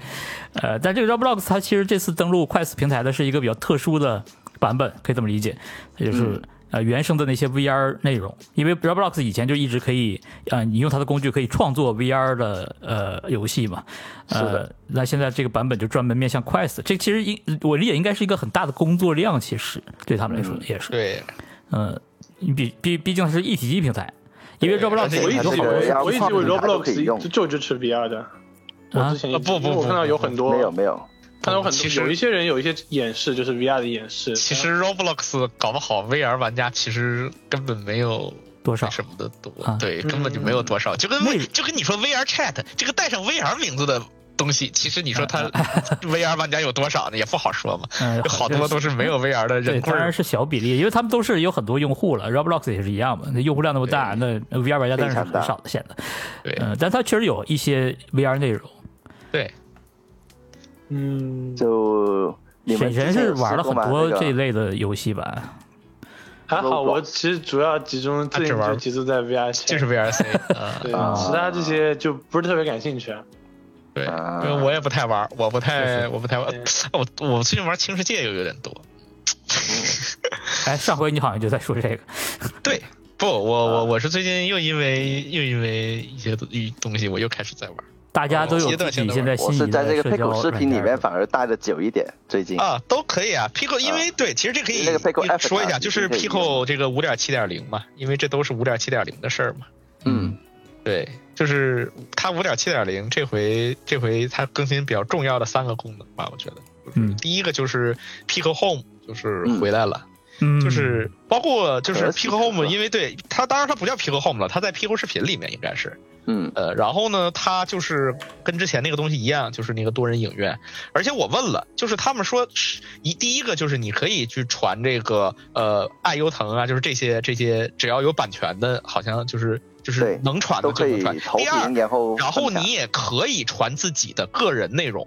[SPEAKER 1] 呃，但这个 Roblox 它其实这次登陆快速平台的是一个比较特殊的版本，可以这么理解，它就是。
[SPEAKER 3] 嗯
[SPEAKER 1] 呃，原生的那些 VR 内容，因为 Roblox 以前就一直可以，呃，你用它的工具可以创作 VR 的呃游戏嘛，
[SPEAKER 2] 是
[SPEAKER 1] 呃
[SPEAKER 2] 的，
[SPEAKER 1] 那现在这个版本就专门面向 Quest，这其实应我理解应该是一个很大的工作量，其实对他们来说也是，
[SPEAKER 3] 对
[SPEAKER 1] 嗯，你毕毕毕竟它是一体机平台，因为
[SPEAKER 3] 对
[SPEAKER 1] Roblox
[SPEAKER 3] 而且
[SPEAKER 4] 我一
[SPEAKER 1] 有
[SPEAKER 4] 直
[SPEAKER 1] 好
[SPEAKER 4] 以
[SPEAKER 1] 多
[SPEAKER 2] 它这个
[SPEAKER 4] 为我一直以为
[SPEAKER 2] 要跨平台都可以
[SPEAKER 4] Roblox
[SPEAKER 2] 用
[SPEAKER 4] 就就支持 VR 的，我
[SPEAKER 1] 啊
[SPEAKER 4] 之前
[SPEAKER 3] 啊不不
[SPEAKER 4] 因为我
[SPEAKER 3] 不
[SPEAKER 4] 看到有
[SPEAKER 3] 不
[SPEAKER 4] 很多
[SPEAKER 2] 没有没有，
[SPEAKER 4] 看到有很多
[SPEAKER 3] 其实
[SPEAKER 4] 有一些人有一些演示，就是 VR 的演示。
[SPEAKER 3] 其实 Roblox 搞不好 VR 玩家其实根本没有
[SPEAKER 1] 多少
[SPEAKER 3] 那什么的多
[SPEAKER 1] 啊，
[SPEAKER 3] 对，根本就没有多少，就跟
[SPEAKER 1] 那
[SPEAKER 3] 就跟你说 VR Chat 这个带上 VR 名字的。东西其实你说它
[SPEAKER 1] 啊
[SPEAKER 3] VR 玩家有多少呢，也不好说嘛。
[SPEAKER 1] 嗯
[SPEAKER 3] 有好多都是没有 VR
[SPEAKER 1] 对，
[SPEAKER 3] 的人
[SPEAKER 1] 当
[SPEAKER 3] 棍
[SPEAKER 1] 然
[SPEAKER 3] 儿，
[SPEAKER 1] 是小比例，因为他们都是有很多用户了，Roblox 也是一样嘛，那用户量那么大，那 VR 玩家当然是
[SPEAKER 2] 非常大
[SPEAKER 1] 很少的现在，
[SPEAKER 3] 对
[SPEAKER 1] 嗯，但它确实有一些 VR 内容，
[SPEAKER 3] 对，
[SPEAKER 4] 嗯，
[SPEAKER 2] 就你
[SPEAKER 1] 沈
[SPEAKER 2] 们
[SPEAKER 1] 神
[SPEAKER 2] 之前
[SPEAKER 1] 是
[SPEAKER 2] 有试
[SPEAKER 1] 玩了
[SPEAKER 2] 过
[SPEAKER 1] 很
[SPEAKER 2] 吗
[SPEAKER 1] 多
[SPEAKER 2] 那个
[SPEAKER 1] 这一类的游戏吧？
[SPEAKER 4] 还
[SPEAKER 2] Roblox
[SPEAKER 4] 好，我其实主要集中自
[SPEAKER 3] 啊只
[SPEAKER 4] 己
[SPEAKER 3] 玩
[SPEAKER 4] 就集中在
[SPEAKER 3] 就
[SPEAKER 4] VR 前，
[SPEAKER 3] 是 VRC 啊，
[SPEAKER 4] 对，
[SPEAKER 2] 啊
[SPEAKER 4] 其他这些就不是特别感兴趣。
[SPEAKER 3] 对，
[SPEAKER 2] 啊
[SPEAKER 3] 因为我也不太玩儿，我不
[SPEAKER 1] 是
[SPEAKER 3] 太，我不太玩儿
[SPEAKER 4] 对，
[SPEAKER 3] 我我最近玩《轻世界》又有点多，
[SPEAKER 1] 哎，上回你好像就在说这个，
[SPEAKER 3] 对，不，我我我是最近又因为又因为一些东西，我又开始在玩儿，
[SPEAKER 1] 大家都有
[SPEAKER 3] 哦阶段
[SPEAKER 1] 自
[SPEAKER 3] 性
[SPEAKER 1] 己
[SPEAKER 3] 的
[SPEAKER 1] 现在新
[SPEAKER 2] 我是
[SPEAKER 1] 颖
[SPEAKER 2] 在这
[SPEAKER 1] 的
[SPEAKER 2] 个
[SPEAKER 1] 社交
[SPEAKER 2] Pico 视频里面反而待的久一点，最近。
[SPEAKER 3] 啊，都可以啊。Pico，因为对，其实这可以
[SPEAKER 2] 那个 Pico F
[SPEAKER 3] 说一下，
[SPEAKER 2] 啊
[SPEAKER 3] 就是
[SPEAKER 2] 你可以
[SPEAKER 3] Pico 这个五点七点零嘛，因为这都是五点七点零的事儿嘛。
[SPEAKER 2] 嗯，
[SPEAKER 3] 对，就是它五点七点零这回这回它更新比较重要的三个功能吧，我觉得。
[SPEAKER 1] 嗯
[SPEAKER 3] 第一个就是 Pico Home，就是回来了，
[SPEAKER 1] 嗯，
[SPEAKER 3] 就是包括就是
[SPEAKER 2] 可喜
[SPEAKER 3] Pico
[SPEAKER 2] 可贺
[SPEAKER 3] Home，因为对它当然它不叫 Pico Home 了，它在 Pico 视频里面应该是。
[SPEAKER 2] 嗯
[SPEAKER 3] 呃，然后呢，它就是跟之前那个东西一样，就是那个多人影院。而且我问了，就是他们说是一第一个就是你可以去传这个呃爱优腾啊，就是这些这些只要有版权的，好像就是就是
[SPEAKER 2] 对
[SPEAKER 3] 能传的
[SPEAKER 2] 都
[SPEAKER 3] 啊就
[SPEAKER 2] 可
[SPEAKER 3] 能
[SPEAKER 2] 以
[SPEAKER 3] 传。
[SPEAKER 2] 投
[SPEAKER 3] 第二
[SPEAKER 2] 屏，，然后
[SPEAKER 3] 然后
[SPEAKER 2] 分享
[SPEAKER 3] 你也可以传自己的个人内容。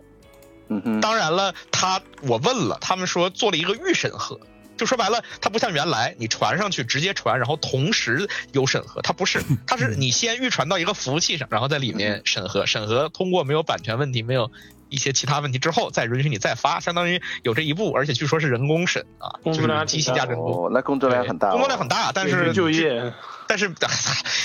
[SPEAKER 2] 嗯哼，
[SPEAKER 3] 当然了，他我问了，他们说做了一个预审核，就说白了，它不像原来你传上去直接传，然后同时有审核，它不是，它是你先预传到一个服务器上，然后在里面审核，审核通过没有版权问题，没有一些其他问题之后，再允许你再发，相当于有这一步，而且据说是人工审啊，
[SPEAKER 4] 工
[SPEAKER 3] 就
[SPEAKER 4] 作量
[SPEAKER 3] 是
[SPEAKER 4] 挺
[SPEAKER 3] 机器
[SPEAKER 4] 大
[SPEAKER 3] 加人工。
[SPEAKER 2] 哦，那工作量很大、哦，
[SPEAKER 3] 工作量很大，啊但
[SPEAKER 4] 也
[SPEAKER 3] 是
[SPEAKER 4] 就业，
[SPEAKER 3] 但是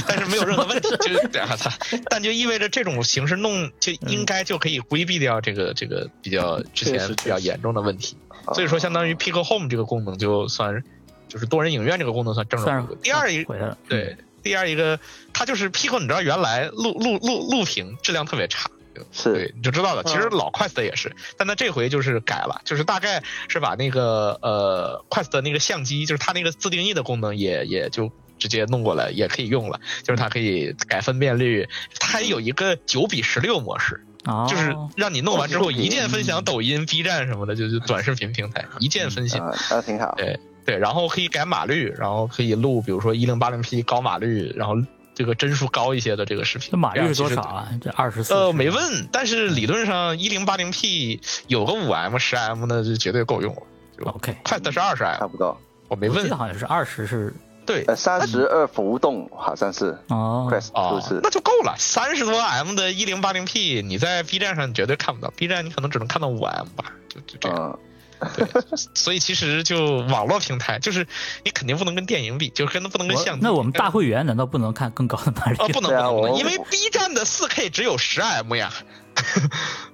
[SPEAKER 3] 但是没有任何问 题，就是对啊操，但就意味着这种形式弄就应该就可以规避掉这个这个比较之
[SPEAKER 4] 确
[SPEAKER 3] 前
[SPEAKER 4] 实啊
[SPEAKER 3] 比较
[SPEAKER 4] 确实
[SPEAKER 3] 严重的问题，
[SPEAKER 2] 哦
[SPEAKER 3] 所以说相当于 Pico Home 这个功能就算是就是多人影院这个功能算正
[SPEAKER 1] 算
[SPEAKER 3] 常
[SPEAKER 1] 是。
[SPEAKER 3] 第二一
[SPEAKER 1] 回来了，
[SPEAKER 3] 对第二一个，它就是 Pico，你知道原来录录录录屏质量特别差，
[SPEAKER 2] 是
[SPEAKER 3] 对，你就知道了。其
[SPEAKER 1] 嗯
[SPEAKER 3] 实老 Quest 也是，但它这回就是改了，就是大概是把那个呃 Quest 的那个相机，就是它那个自定义的功能也也就直接弄过来，也可以用了。就是它可以改分辨率，它还有一个九比十六模式，
[SPEAKER 1] 啊，
[SPEAKER 3] 就是让你弄完之后
[SPEAKER 2] 哦
[SPEAKER 3] 一键分
[SPEAKER 1] 嗯
[SPEAKER 3] 享抖音、B 站什么的，就是短视频平台一键分
[SPEAKER 1] 嗯
[SPEAKER 3] 享。
[SPEAKER 2] 啊，那挺好。
[SPEAKER 3] 对对，然后可以改码率，然后可以录，比如说一零八零 P 高码率，然后这个帧数高一些的这个视频。
[SPEAKER 1] 这码
[SPEAKER 3] 这
[SPEAKER 1] 率是
[SPEAKER 3] 样其
[SPEAKER 1] 多
[SPEAKER 3] 实
[SPEAKER 1] 少啊？这二十四
[SPEAKER 3] 呃，没问，但是理论上一零八零 P
[SPEAKER 2] 嗯
[SPEAKER 3] 有个五 M、十 M 的就绝对够用了。
[SPEAKER 1] ，OK，
[SPEAKER 3] 快的是二十
[SPEAKER 2] 嗯差
[SPEAKER 3] M，
[SPEAKER 2] 不多，
[SPEAKER 3] 我没
[SPEAKER 1] 我记
[SPEAKER 3] 问
[SPEAKER 1] 得。好像是二十是
[SPEAKER 3] 啊对，
[SPEAKER 2] 呃，三十二浮动好像是
[SPEAKER 1] 哦，
[SPEAKER 2] Quest
[SPEAKER 3] 哦
[SPEAKER 2] 都是，
[SPEAKER 3] 那就够了。三十多 M 的一零八零 P，你在 B 站上你绝对看不到，B 站你可能只能看到五 M 吧，就就这样。
[SPEAKER 2] 嗯，
[SPEAKER 3] 所以其实就网络平台，就是你肯定不能跟电影比，就跟不能跟
[SPEAKER 1] 我
[SPEAKER 3] 相机比。
[SPEAKER 1] 那我们大会员难道不能看更高的码率
[SPEAKER 3] 啊、？不能不
[SPEAKER 2] 对啊
[SPEAKER 3] 能不能，
[SPEAKER 2] 我
[SPEAKER 3] 因为 B 站的四 K 只有十 M 呀，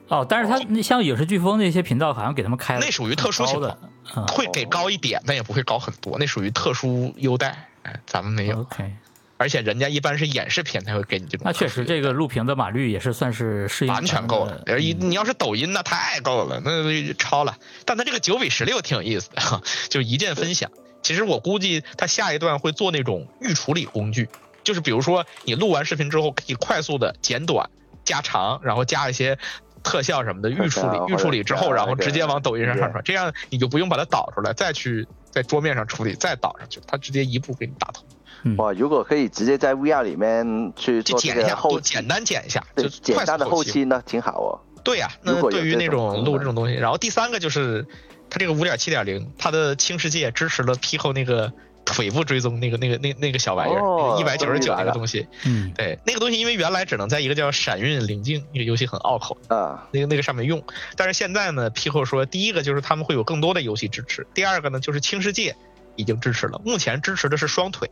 [SPEAKER 1] 哦，但是他那像影视飓风那些频道，好像给他们开了
[SPEAKER 3] 那属于特殊
[SPEAKER 1] 高
[SPEAKER 3] 情
[SPEAKER 1] 的
[SPEAKER 3] 况，
[SPEAKER 2] 啊
[SPEAKER 3] 会
[SPEAKER 2] 哦
[SPEAKER 3] 给高一点，但也不会高很多，那属于特殊优待。哎，咱们没有。
[SPEAKER 1] OK，
[SPEAKER 3] 而且人家一般是演示片才会给你这种特
[SPEAKER 1] 那
[SPEAKER 3] 殊。
[SPEAKER 1] 确实这个录屏的码率也是算是适应
[SPEAKER 3] 完全够了
[SPEAKER 1] 咱们。的
[SPEAKER 3] 而一你要是抖音那太够了，那就超了。但它这个九比十六挺有意思的，就一键分享。其实我估计它下一段会做那种预处理工具，就是比如说你录完视频之后，可以快速的剪短、加长，然后加一些。特效什么的预处
[SPEAKER 2] 特效
[SPEAKER 3] 理，预处理之后，
[SPEAKER 2] 或者加
[SPEAKER 3] 然后直接往抖音上
[SPEAKER 2] 对
[SPEAKER 3] 上传，这样你就不用把它导出来，再去在桌面上处理，再导上去，它直接一步给你打通，
[SPEAKER 2] 哇，如果可以直接在 VR 里面去
[SPEAKER 3] 就
[SPEAKER 2] 做这
[SPEAKER 3] 剪一
[SPEAKER 2] 个
[SPEAKER 3] 下，
[SPEAKER 2] 后
[SPEAKER 3] 多
[SPEAKER 2] 期
[SPEAKER 3] 简，单剪一下，
[SPEAKER 2] 对
[SPEAKER 3] 就
[SPEAKER 2] 简
[SPEAKER 3] 快速
[SPEAKER 2] 单的后
[SPEAKER 3] 期
[SPEAKER 2] 期呢，挺好哦。
[SPEAKER 3] 对呀、
[SPEAKER 2] 如
[SPEAKER 3] 那
[SPEAKER 2] 果有
[SPEAKER 3] 对于
[SPEAKER 2] 这
[SPEAKER 3] 那
[SPEAKER 2] 种功
[SPEAKER 3] 种录
[SPEAKER 2] 能
[SPEAKER 3] 这种东西，然后第三个就是它这个五点七点零，它的轻世界支持了 Pico 那个腿部追踪那个那个那那个小玩意
[SPEAKER 2] 哦
[SPEAKER 3] 儿，一百九十九那个东西。
[SPEAKER 1] 嗯，
[SPEAKER 3] 对，那个东西因为原来只能在一个叫《闪运灵境》那个游戏很拗口，
[SPEAKER 2] 啊，
[SPEAKER 3] 那个那个上面用，但是现在呢，Pico 说第一个就是他们会有更多的游戏支持，第二个呢就是轻世界已经支持了，目前支持的是双腿，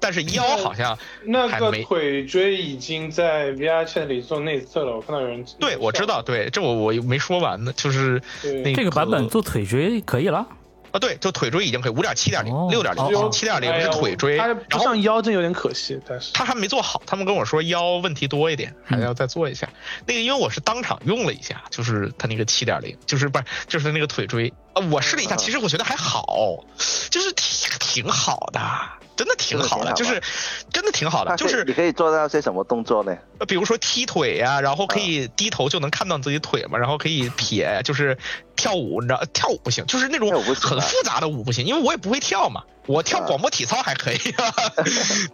[SPEAKER 3] 但是腰好像
[SPEAKER 4] 那
[SPEAKER 3] 还
[SPEAKER 4] 个
[SPEAKER 3] 没
[SPEAKER 4] 腿椎已经在 VR Chat 里做内测了，我看到有人
[SPEAKER 3] 对我知道，对这我我没说完呢，就是
[SPEAKER 4] 对
[SPEAKER 3] 那
[SPEAKER 1] 嗯这个版本做腿椎可以了。
[SPEAKER 3] 啊，对，就腿椎已经可以五点七点零
[SPEAKER 1] 哦、
[SPEAKER 3] 六点零
[SPEAKER 1] 哦、哦
[SPEAKER 3] 七点零是腿椎，
[SPEAKER 4] 哎他
[SPEAKER 3] 然
[SPEAKER 4] 不
[SPEAKER 3] 后
[SPEAKER 4] 上腰，真有点可惜。但是
[SPEAKER 3] 他还没做好，他们跟我说腰问题多一点，还
[SPEAKER 1] 嗯
[SPEAKER 3] 要再做一下。那个因为我是当场用了一下，就是他那个七点零，就是不是就是那个腿椎啊，我试了一下，
[SPEAKER 2] 嗯
[SPEAKER 3] 其实我觉得还好，就是挺挺好的。真的挺好的，就
[SPEAKER 2] 真的
[SPEAKER 3] 是真的挺好的，
[SPEAKER 2] 那
[SPEAKER 3] 就
[SPEAKER 2] 可以
[SPEAKER 3] 是
[SPEAKER 2] 你可以做到些什么动作呢？
[SPEAKER 3] 呃比如说踢腿呀、然后可
[SPEAKER 2] 啊
[SPEAKER 3] 以低头就能看到你自己腿嘛，然后可以撇，就是跳舞，你知道呃跳舞不行，就是那种
[SPEAKER 2] 跳舞不行啊
[SPEAKER 3] 很复杂的舞不行，因为我也不会跳嘛。我跳广播体操还可以、 啊，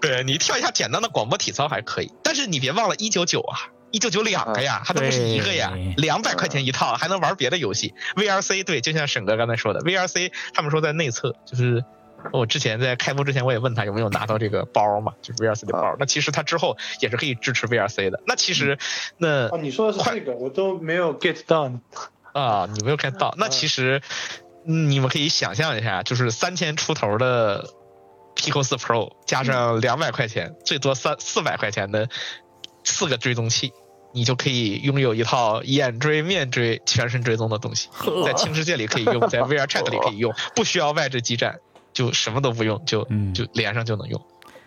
[SPEAKER 3] 对你跳一下简单的广播体操还可以，但是你别忘了一九九啊，一九九两个呀，还能不是一个呀
[SPEAKER 1] 对，
[SPEAKER 3] 两百块钱一套，还能玩别的游戏。VRC 对，就像沈哥刚才说的，VRC 他们说在内测，就是我之前在开播之前我也问他有没有拿到这个包嘛，就是 VRC 的包
[SPEAKER 2] 啊。
[SPEAKER 3] 那其实他之后也是可以支持 VRC 的。那其实那
[SPEAKER 4] 哦，你说的是这个，我都没有 get 到。
[SPEAKER 3] 啊，你没有看到，那其实嗯你们可以想象一下，就是三千出头的 Pico 四 Pro 加上两百块钱，最多三四百块钱的四个追踪器。你就可以拥有一套眼追、面追、全身追踪的东西，在轻世界里可以用， 在 VR Chat 里可以用，不需要外置基站，就什么都不用，就
[SPEAKER 1] 嗯
[SPEAKER 3] 就连上就能用，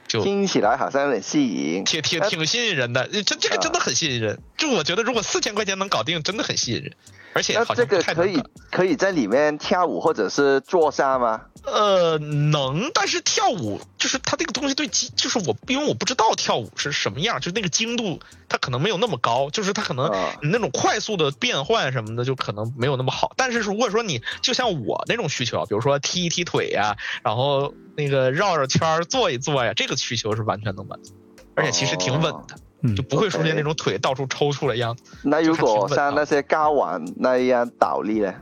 [SPEAKER 3] 就
[SPEAKER 2] 听起来好像有点吸引。
[SPEAKER 3] 挺挺
[SPEAKER 2] 哎
[SPEAKER 3] 挺吸引人的，这这个真的很吸引人。就我觉得，如果四千块钱能搞定，真的很吸引人，而且
[SPEAKER 2] 那
[SPEAKER 3] 好
[SPEAKER 2] 这
[SPEAKER 3] 像不
[SPEAKER 2] 个
[SPEAKER 3] 太
[SPEAKER 2] 可
[SPEAKER 3] 能
[SPEAKER 2] 以
[SPEAKER 3] 搞。
[SPEAKER 2] 可以在里面跳舞或者是坐沙吗？
[SPEAKER 3] 呃，能，但是跳舞就是它这个东西对肌，就是我因为我不知道跳舞是什么样，就是那个精度它可能没有那么高，嗯 就是它可能
[SPEAKER 2] 啊
[SPEAKER 3] 那种快速的变换什么的就可能没有那么好。但是如果说你就像我那种需求啊，比如说踢一踢腿呀、然后那个绕绕圈儿坐一坐呀，这个需求是完全能满足，而且其实挺稳
[SPEAKER 2] 哦
[SPEAKER 3] 的，
[SPEAKER 1] 嗯
[SPEAKER 3] 就不会出现
[SPEAKER 2] 哎
[SPEAKER 3] 那种腿到处抽搐的样子。
[SPEAKER 2] 那如
[SPEAKER 3] 就还挺
[SPEAKER 2] 果
[SPEAKER 3] 稳的
[SPEAKER 2] 像那些高玩那样倒立呢？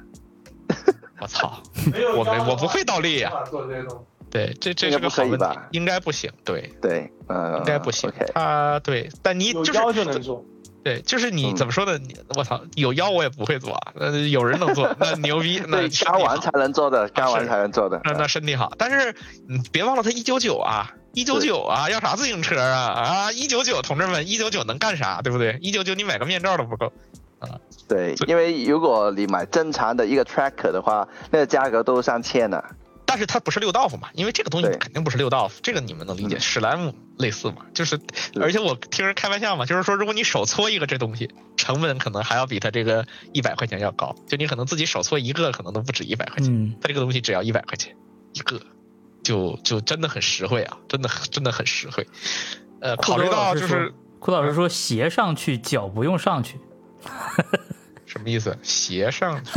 [SPEAKER 3] 我操， 我没我不会倒立呀、
[SPEAKER 4] 做这些东西。
[SPEAKER 3] 对，这这
[SPEAKER 2] 嗯应该
[SPEAKER 3] 是
[SPEAKER 2] 不
[SPEAKER 3] 个好
[SPEAKER 2] 可以
[SPEAKER 3] 问题
[SPEAKER 2] 吧，
[SPEAKER 3] 应该不行，对。
[SPEAKER 2] 对，呃，
[SPEAKER 3] 应该不行
[SPEAKER 2] OK，。
[SPEAKER 3] 他对，但你
[SPEAKER 4] 有
[SPEAKER 3] 就是
[SPEAKER 4] 腰就能做，
[SPEAKER 3] 对，就是你
[SPEAKER 2] 嗯
[SPEAKER 3] 怎么说呢？你我操，有腰我也不会做啊，呃，有人能做，那牛逼， 那
[SPEAKER 2] 对，
[SPEAKER 3] 身体
[SPEAKER 2] 高玩才
[SPEAKER 3] 好，
[SPEAKER 2] 能
[SPEAKER 4] 啊
[SPEAKER 2] 做的，高玩
[SPEAKER 3] 是
[SPEAKER 2] 才能做
[SPEAKER 4] 嗯
[SPEAKER 2] 的。
[SPEAKER 3] 那那身体好。但是你别忘了，他一九九啊，一九九啊，要啥自行车啊啊，一九九，同志们，一九九能干啥？对不对？一九九你买个面罩都不够。
[SPEAKER 2] 对
[SPEAKER 3] 所，以
[SPEAKER 2] 因为如果你买正常的一个 tracker 的话，那个价格都上千 了。
[SPEAKER 3] 但是它不是六道夫嘛，因为这个东西
[SPEAKER 2] 对
[SPEAKER 3] 肯定不是六道夫，这个你们能理解。
[SPEAKER 2] 嗯
[SPEAKER 3] 史莱姆类似嘛，就是，而且我听人开玩笑嘛，就是说，如果你手搓一个这东西，成本可能还要比它这个一百块钱要高，就你可能自己手搓一个可能都不止一百块钱，
[SPEAKER 1] 嗯
[SPEAKER 3] 它哎这个东西只要一百块钱一个，就就真的很实惠啊，真的很真的很实惠。呃，考虑到就
[SPEAKER 1] 库德老师
[SPEAKER 3] 是
[SPEAKER 1] 说库德老师说鞋上去，脚不用上去。
[SPEAKER 3] 什么意思，鞋 上去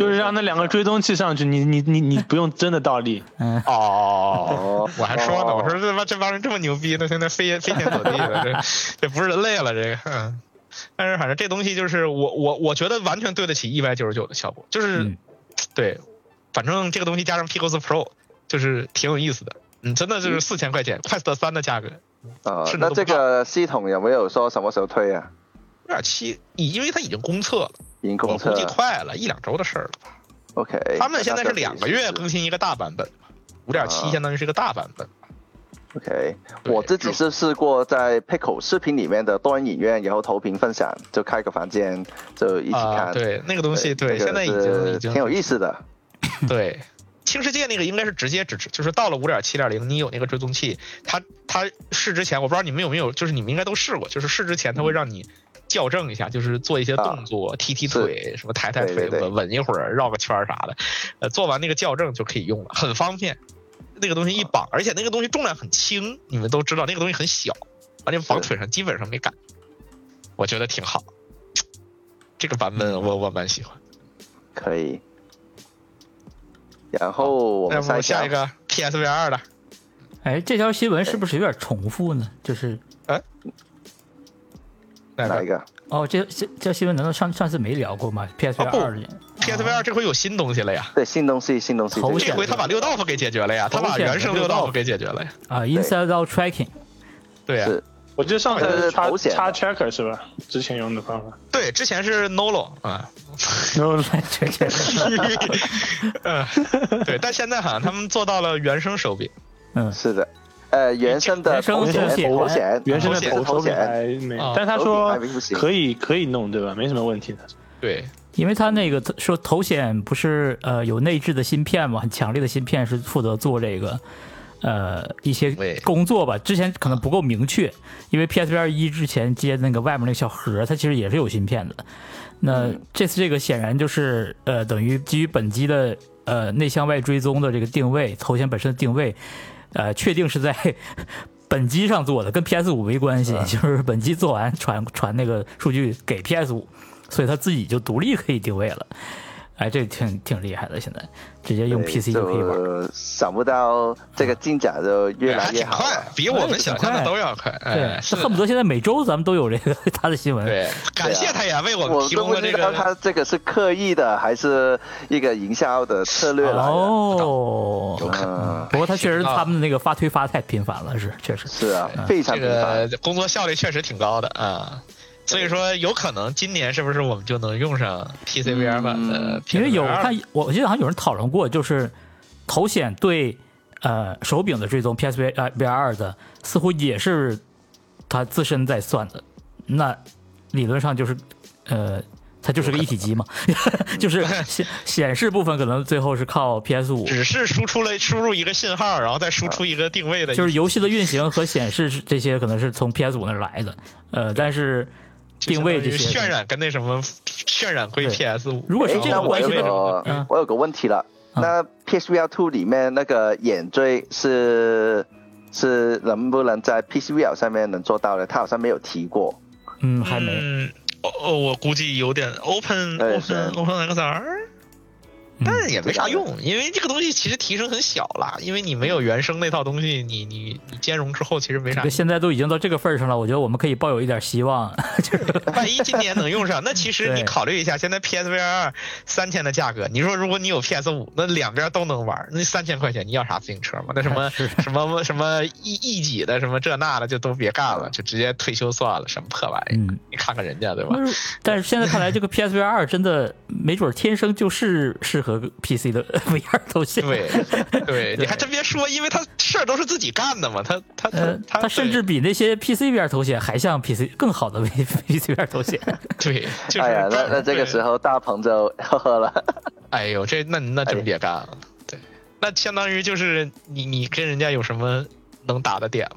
[SPEAKER 4] 就是让那两个追踪器上去，你你你你不用真的倒立，
[SPEAKER 1] 嗯，
[SPEAKER 3] 哦。
[SPEAKER 2] 哦，
[SPEAKER 3] 我还说呢，我
[SPEAKER 2] 哦
[SPEAKER 3] 说这帮这帮人这么牛逼，那现在飞也飞天走地的，这这不是人类了，这个。嗯，但是反正这东西就是我我我觉得完全对得起一百九十九的效果，就是、
[SPEAKER 1] 嗯
[SPEAKER 3] 对，反正这个东西加上 Picos Pro 就是挺有意思的。嗯，真的就是四千块钱，Quest 三的价格，
[SPEAKER 2] 呃
[SPEAKER 3] 是，
[SPEAKER 2] 那
[SPEAKER 3] 的都
[SPEAKER 2] 这
[SPEAKER 3] 不到
[SPEAKER 2] 个系统有没有说什么时候推啊？
[SPEAKER 3] 有点七，已因为它已经公测了，
[SPEAKER 2] 已经公
[SPEAKER 3] 我
[SPEAKER 2] 测
[SPEAKER 3] 估计
[SPEAKER 2] 了
[SPEAKER 3] 快了一两周的事儿了。
[SPEAKER 2] 啊，OK。
[SPEAKER 3] 他们现在
[SPEAKER 2] 那就
[SPEAKER 3] 是
[SPEAKER 2] 可以
[SPEAKER 3] 两个
[SPEAKER 2] 试
[SPEAKER 3] 月
[SPEAKER 2] 试
[SPEAKER 3] 更新一个大版本，五点七
[SPEAKER 2] 啊
[SPEAKER 3] 相当于是个大版本。
[SPEAKER 2] OK，
[SPEAKER 3] 对
[SPEAKER 2] 我自己是试过在 Pickle 视频里面的多人影院，然后投屏分享，就开个房间就一起看。
[SPEAKER 3] 啊，对那个东西，
[SPEAKER 2] 这
[SPEAKER 3] 对，
[SPEAKER 2] 个
[SPEAKER 3] 现在已经
[SPEAKER 2] 是
[SPEAKER 3] 已经
[SPEAKER 2] 挺有意思的。
[SPEAKER 3] 对，轻嗯世界那个应该是直接支持，就是到了五点七点零，你有那个追踪器，它它试之前，我不知道你们有没有，就是你们应该都试过，就是试之前它会让你校正一下，就是做一些动作，踢踢腿，什么抬抬
[SPEAKER 2] 嗯对
[SPEAKER 3] 腿，
[SPEAKER 2] 对对
[SPEAKER 3] 稳稳一会儿，绕个圈儿啥的，呃，做完那个校正就可以用了，很方便。呃那个东西一绑，而且那个东西重量很轻，你们都知道那个东西很小，而且绑
[SPEAKER 2] 是
[SPEAKER 3] 腿上基本上没感，我觉得挺好。这个版本
[SPEAKER 2] 嗯
[SPEAKER 3] 我我蛮喜欢。
[SPEAKER 2] 可以。然后我
[SPEAKER 3] 那
[SPEAKER 2] 们
[SPEAKER 3] 么
[SPEAKER 2] 再
[SPEAKER 3] 下一个 PSVR 的，
[SPEAKER 1] 哎，这条新闻是不是有点重复呢？就是
[SPEAKER 3] 那
[SPEAKER 2] 哪
[SPEAKER 3] 个
[SPEAKER 2] 一个？
[SPEAKER 1] 哦，这这这条新闻难道上上次没聊过吗？PS
[SPEAKER 3] 哦不
[SPEAKER 1] 二
[SPEAKER 2] 啊
[SPEAKER 3] PSVR 这回有新东西了呀，
[SPEAKER 2] 对，新东西，新东西。
[SPEAKER 1] 头
[SPEAKER 2] 这
[SPEAKER 3] 这
[SPEAKER 1] 显
[SPEAKER 2] 个
[SPEAKER 3] 回他把六道夫给解决了呀，他把原生六道夫给解决了呀，
[SPEAKER 1] 啊，Inside Out Tracking，
[SPEAKER 3] 对呀、
[SPEAKER 2] 是
[SPEAKER 4] 我记得上
[SPEAKER 2] 这
[SPEAKER 4] 次
[SPEAKER 2] 是
[SPEAKER 4] 插
[SPEAKER 2] 头显
[SPEAKER 4] 插 checker 是吧？之前用的方法。
[SPEAKER 3] 对，之前是 Nolo 啊、
[SPEAKER 4] No，
[SPEAKER 1] 这这
[SPEAKER 3] 嗯，对，但现在好像他们做到了原生手柄，
[SPEAKER 1] 嗯，
[SPEAKER 2] 是的，呃，原生的
[SPEAKER 1] 原生
[SPEAKER 2] 头
[SPEAKER 1] 头哎
[SPEAKER 2] 衔，
[SPEAKER 1] 显
[SPEAKER 2] 头衔，
[SPEAKER 4] 原生的
[SPEAKER 2] 不是
[SPEAKER 4] 头
[SPEAKER 2] 头
[SPEAKER 4] 手柄
[SPEAKER 2] 衔，
[SPEAKER 4] 还没
[SPEAKER 3] 啊，
[SPEAKER 4] 但是他
[SPEAKER 2] 手柄
[SPEAKER 4] 说
[SPEAKER 2] 还不行
[SPEAKER 4] 可以可以弄对吧？没什么问题的。
[SPEAKER 3] 对，
[SPEAKER 1] 因为他那个说头显不是呃有内置的芯片嘛，很强烈的芯片是负责做这个呃一些
[SPEAKER 3] 对
[SPEAKER 1] 工作吧。之前可能不够明确，因为 PSVR 一之前接那个外面那个小盒，它其实也是有芯片的。那
[SPEAKER 3] 嗯
[SPEAKER 1] 这次这个显然就是呃等于基于本机的呃内向外追踪的这个定位，头显本身的定位，呃确定是在。 本机上做的跟 PS 五没关系，
[SPEAKER 3] 嗯
[SPEAKER 1] 就是本机做完传传那个数据给 PS 五，所以它自己就独立可以定位了。哎，这挺挺厉害的，现在直接用
[SPEAKER 2] 对
[SPEAKER 1] PC 就可以玩。
[SPEAKER 2] 就想不到这个进展就越来
[SPEAKER 3] 还
[SPEAKER 2] 越
[SPEAKER 3] 挺
[SPEAKER 2] 好
[SPEAKER 3] 快
[SPEAKER 2] 了。，
[SPEAKER 3] 比我们想象的都要快，哎，
[SPEAKER 1] 对，
[SPEAKER 3] 是
[SPEAKER 1] 这
[SPEAKER 3] 的
[SPEAKER 1] 恨不得现在每周咱们都有这个他的新闻。
[SPEAKER 3] 对，感谢他呀，为我们
[SPEAKER 2] 我
[SPEAKER 3] 提
[SPEAKER 2] 都不
[SPEAKER 3] 供了这
[SPEAKER 2] 知道
[SPEAKER 3] 个。
[SPEAKER 2] 他这个是刻意的还是一个营销的策略来的。
[SPEAKER 1] 哦，
[SPEAKER 3] 有可
[SPEAKER 2] 嗯，
[SPEAKER 1] 不过他确实他们的那个发推发太频繁了，是确实。
[SPEAKER 2] 是啊，非常
[SPEAKER 3] 这
[SPEAKER 2] 频繁。
[SPEAKER 3] 个工作效率确实挺高的啊，所以说有可能今年是不是我们就能用上 PCVR 版的
[SPEAKER 2] 嗯
[SPEAKER 3] PSVR？
[SPEAKER 1] 因为有看，我记得好像有人讨论过，就是头显对呃手柄的追踪 PSV 呃 VR 的，似乎也是它自身在算的。那理论上就是，呃，它就是个一体机嘛， 就是显显示部分可能最后是靠 PS 五，
[SPEAKER 3] 只是输出了输入一个信号，然后再输出一个定位的，
[SPEAKER 1] 就是游戏的运行和显示是这些可能是从 PS 五那儿来的，呃，但是定位这
[SPEAKER 3] 就相
[SPEAKER 1] 些，
[SPEAKER 3] 当于渲染跟那什么渲染归
[SPEAKER 1] 对
[SPEAKER 3] PS 五。
[SPEAKER 1] 如果是
[SPEAKER 2] 哎
[SPEAKER 1] 这，
[SPEAKER 2] 那
[SPEAKER 1] 种
[SPEAKER 2] 我
[SPEAKER 1] 关
[SPEAKER 2] 有
[SPEAKER 1] 系
[SPEAKER 3] 那
[SPEAKER 1] 的
[SPEAKER 3] 种
[SPEAKER 2] 个
[SPEAKER 1] 嗯
[SPEAKER 2] 我有个问题了，
[SPEAKER 1] 嗯
[SPEAKER 2] 那 PSVR Two 里面那个眼追是是能不能在 PCVR 上面能做到呢？他好像没有提过。
[SPEAKER 1] 嗯，还没，
[SPEAKER 3] 嗯，哦哦，我估计有点 Open
[SPEAKER 2] 哎
[SPEAKER 3] Open
[SPEAKER 2] 是
[SPEAKER 3] Open XR，
[SPEAKER 1] 嗯
[SPEAKER 3] 但也没啥用，因为这个东西其实提升很小啦，因为你没有原生那套东西，你你你兼容之后其实没
[SPEAKER 1] 这
[SPEAKER 3] 啥
[SPEAKER 1] 个。现在都已经到这个份儿上了，我觉得我们可以抱有一点希望，
[SPEAKER 3] 万一今年能用上，那其实你
[SPEAKER 1] 对
[SPEAKER 3] 考虑一下，现在 PSVR 二三千的价格，你说如果你有 PS 五，那两边都能玩，那三千块钱你要啥自行车吗？那 什么什么什么一一己的什么这那的就都别干了，就直接退休算了，什么破玩意儿？
[SPEAKER 1] 嗯。
[SPEAKER 3] 你看看人家对吧？
[SPEAKER 1] 但是，但是现在看来，这个 PSVR 二真的没准儿天生就是适合 PC 的 VR 头像。
[SPEAKER 3] 对， 对，你还真别说，因为他事儿都是自己干的嘛，他他
[SPEAKER 1] 呃
[SPEAKER 3] 他，
[SPEAKER 1] 它甚至比那些 PC VR 头显还像 PC 更好的 PC VR 头显。
[SPEAKER 3] 对，就是
[SPEAKER 2] 哎呀，那那这个时，候大鹏就呵呵了。
[SPEAKER 3] 对哎呦，这那那真别干了，对，那相当于就是你你跟人家有什么能打的点吗？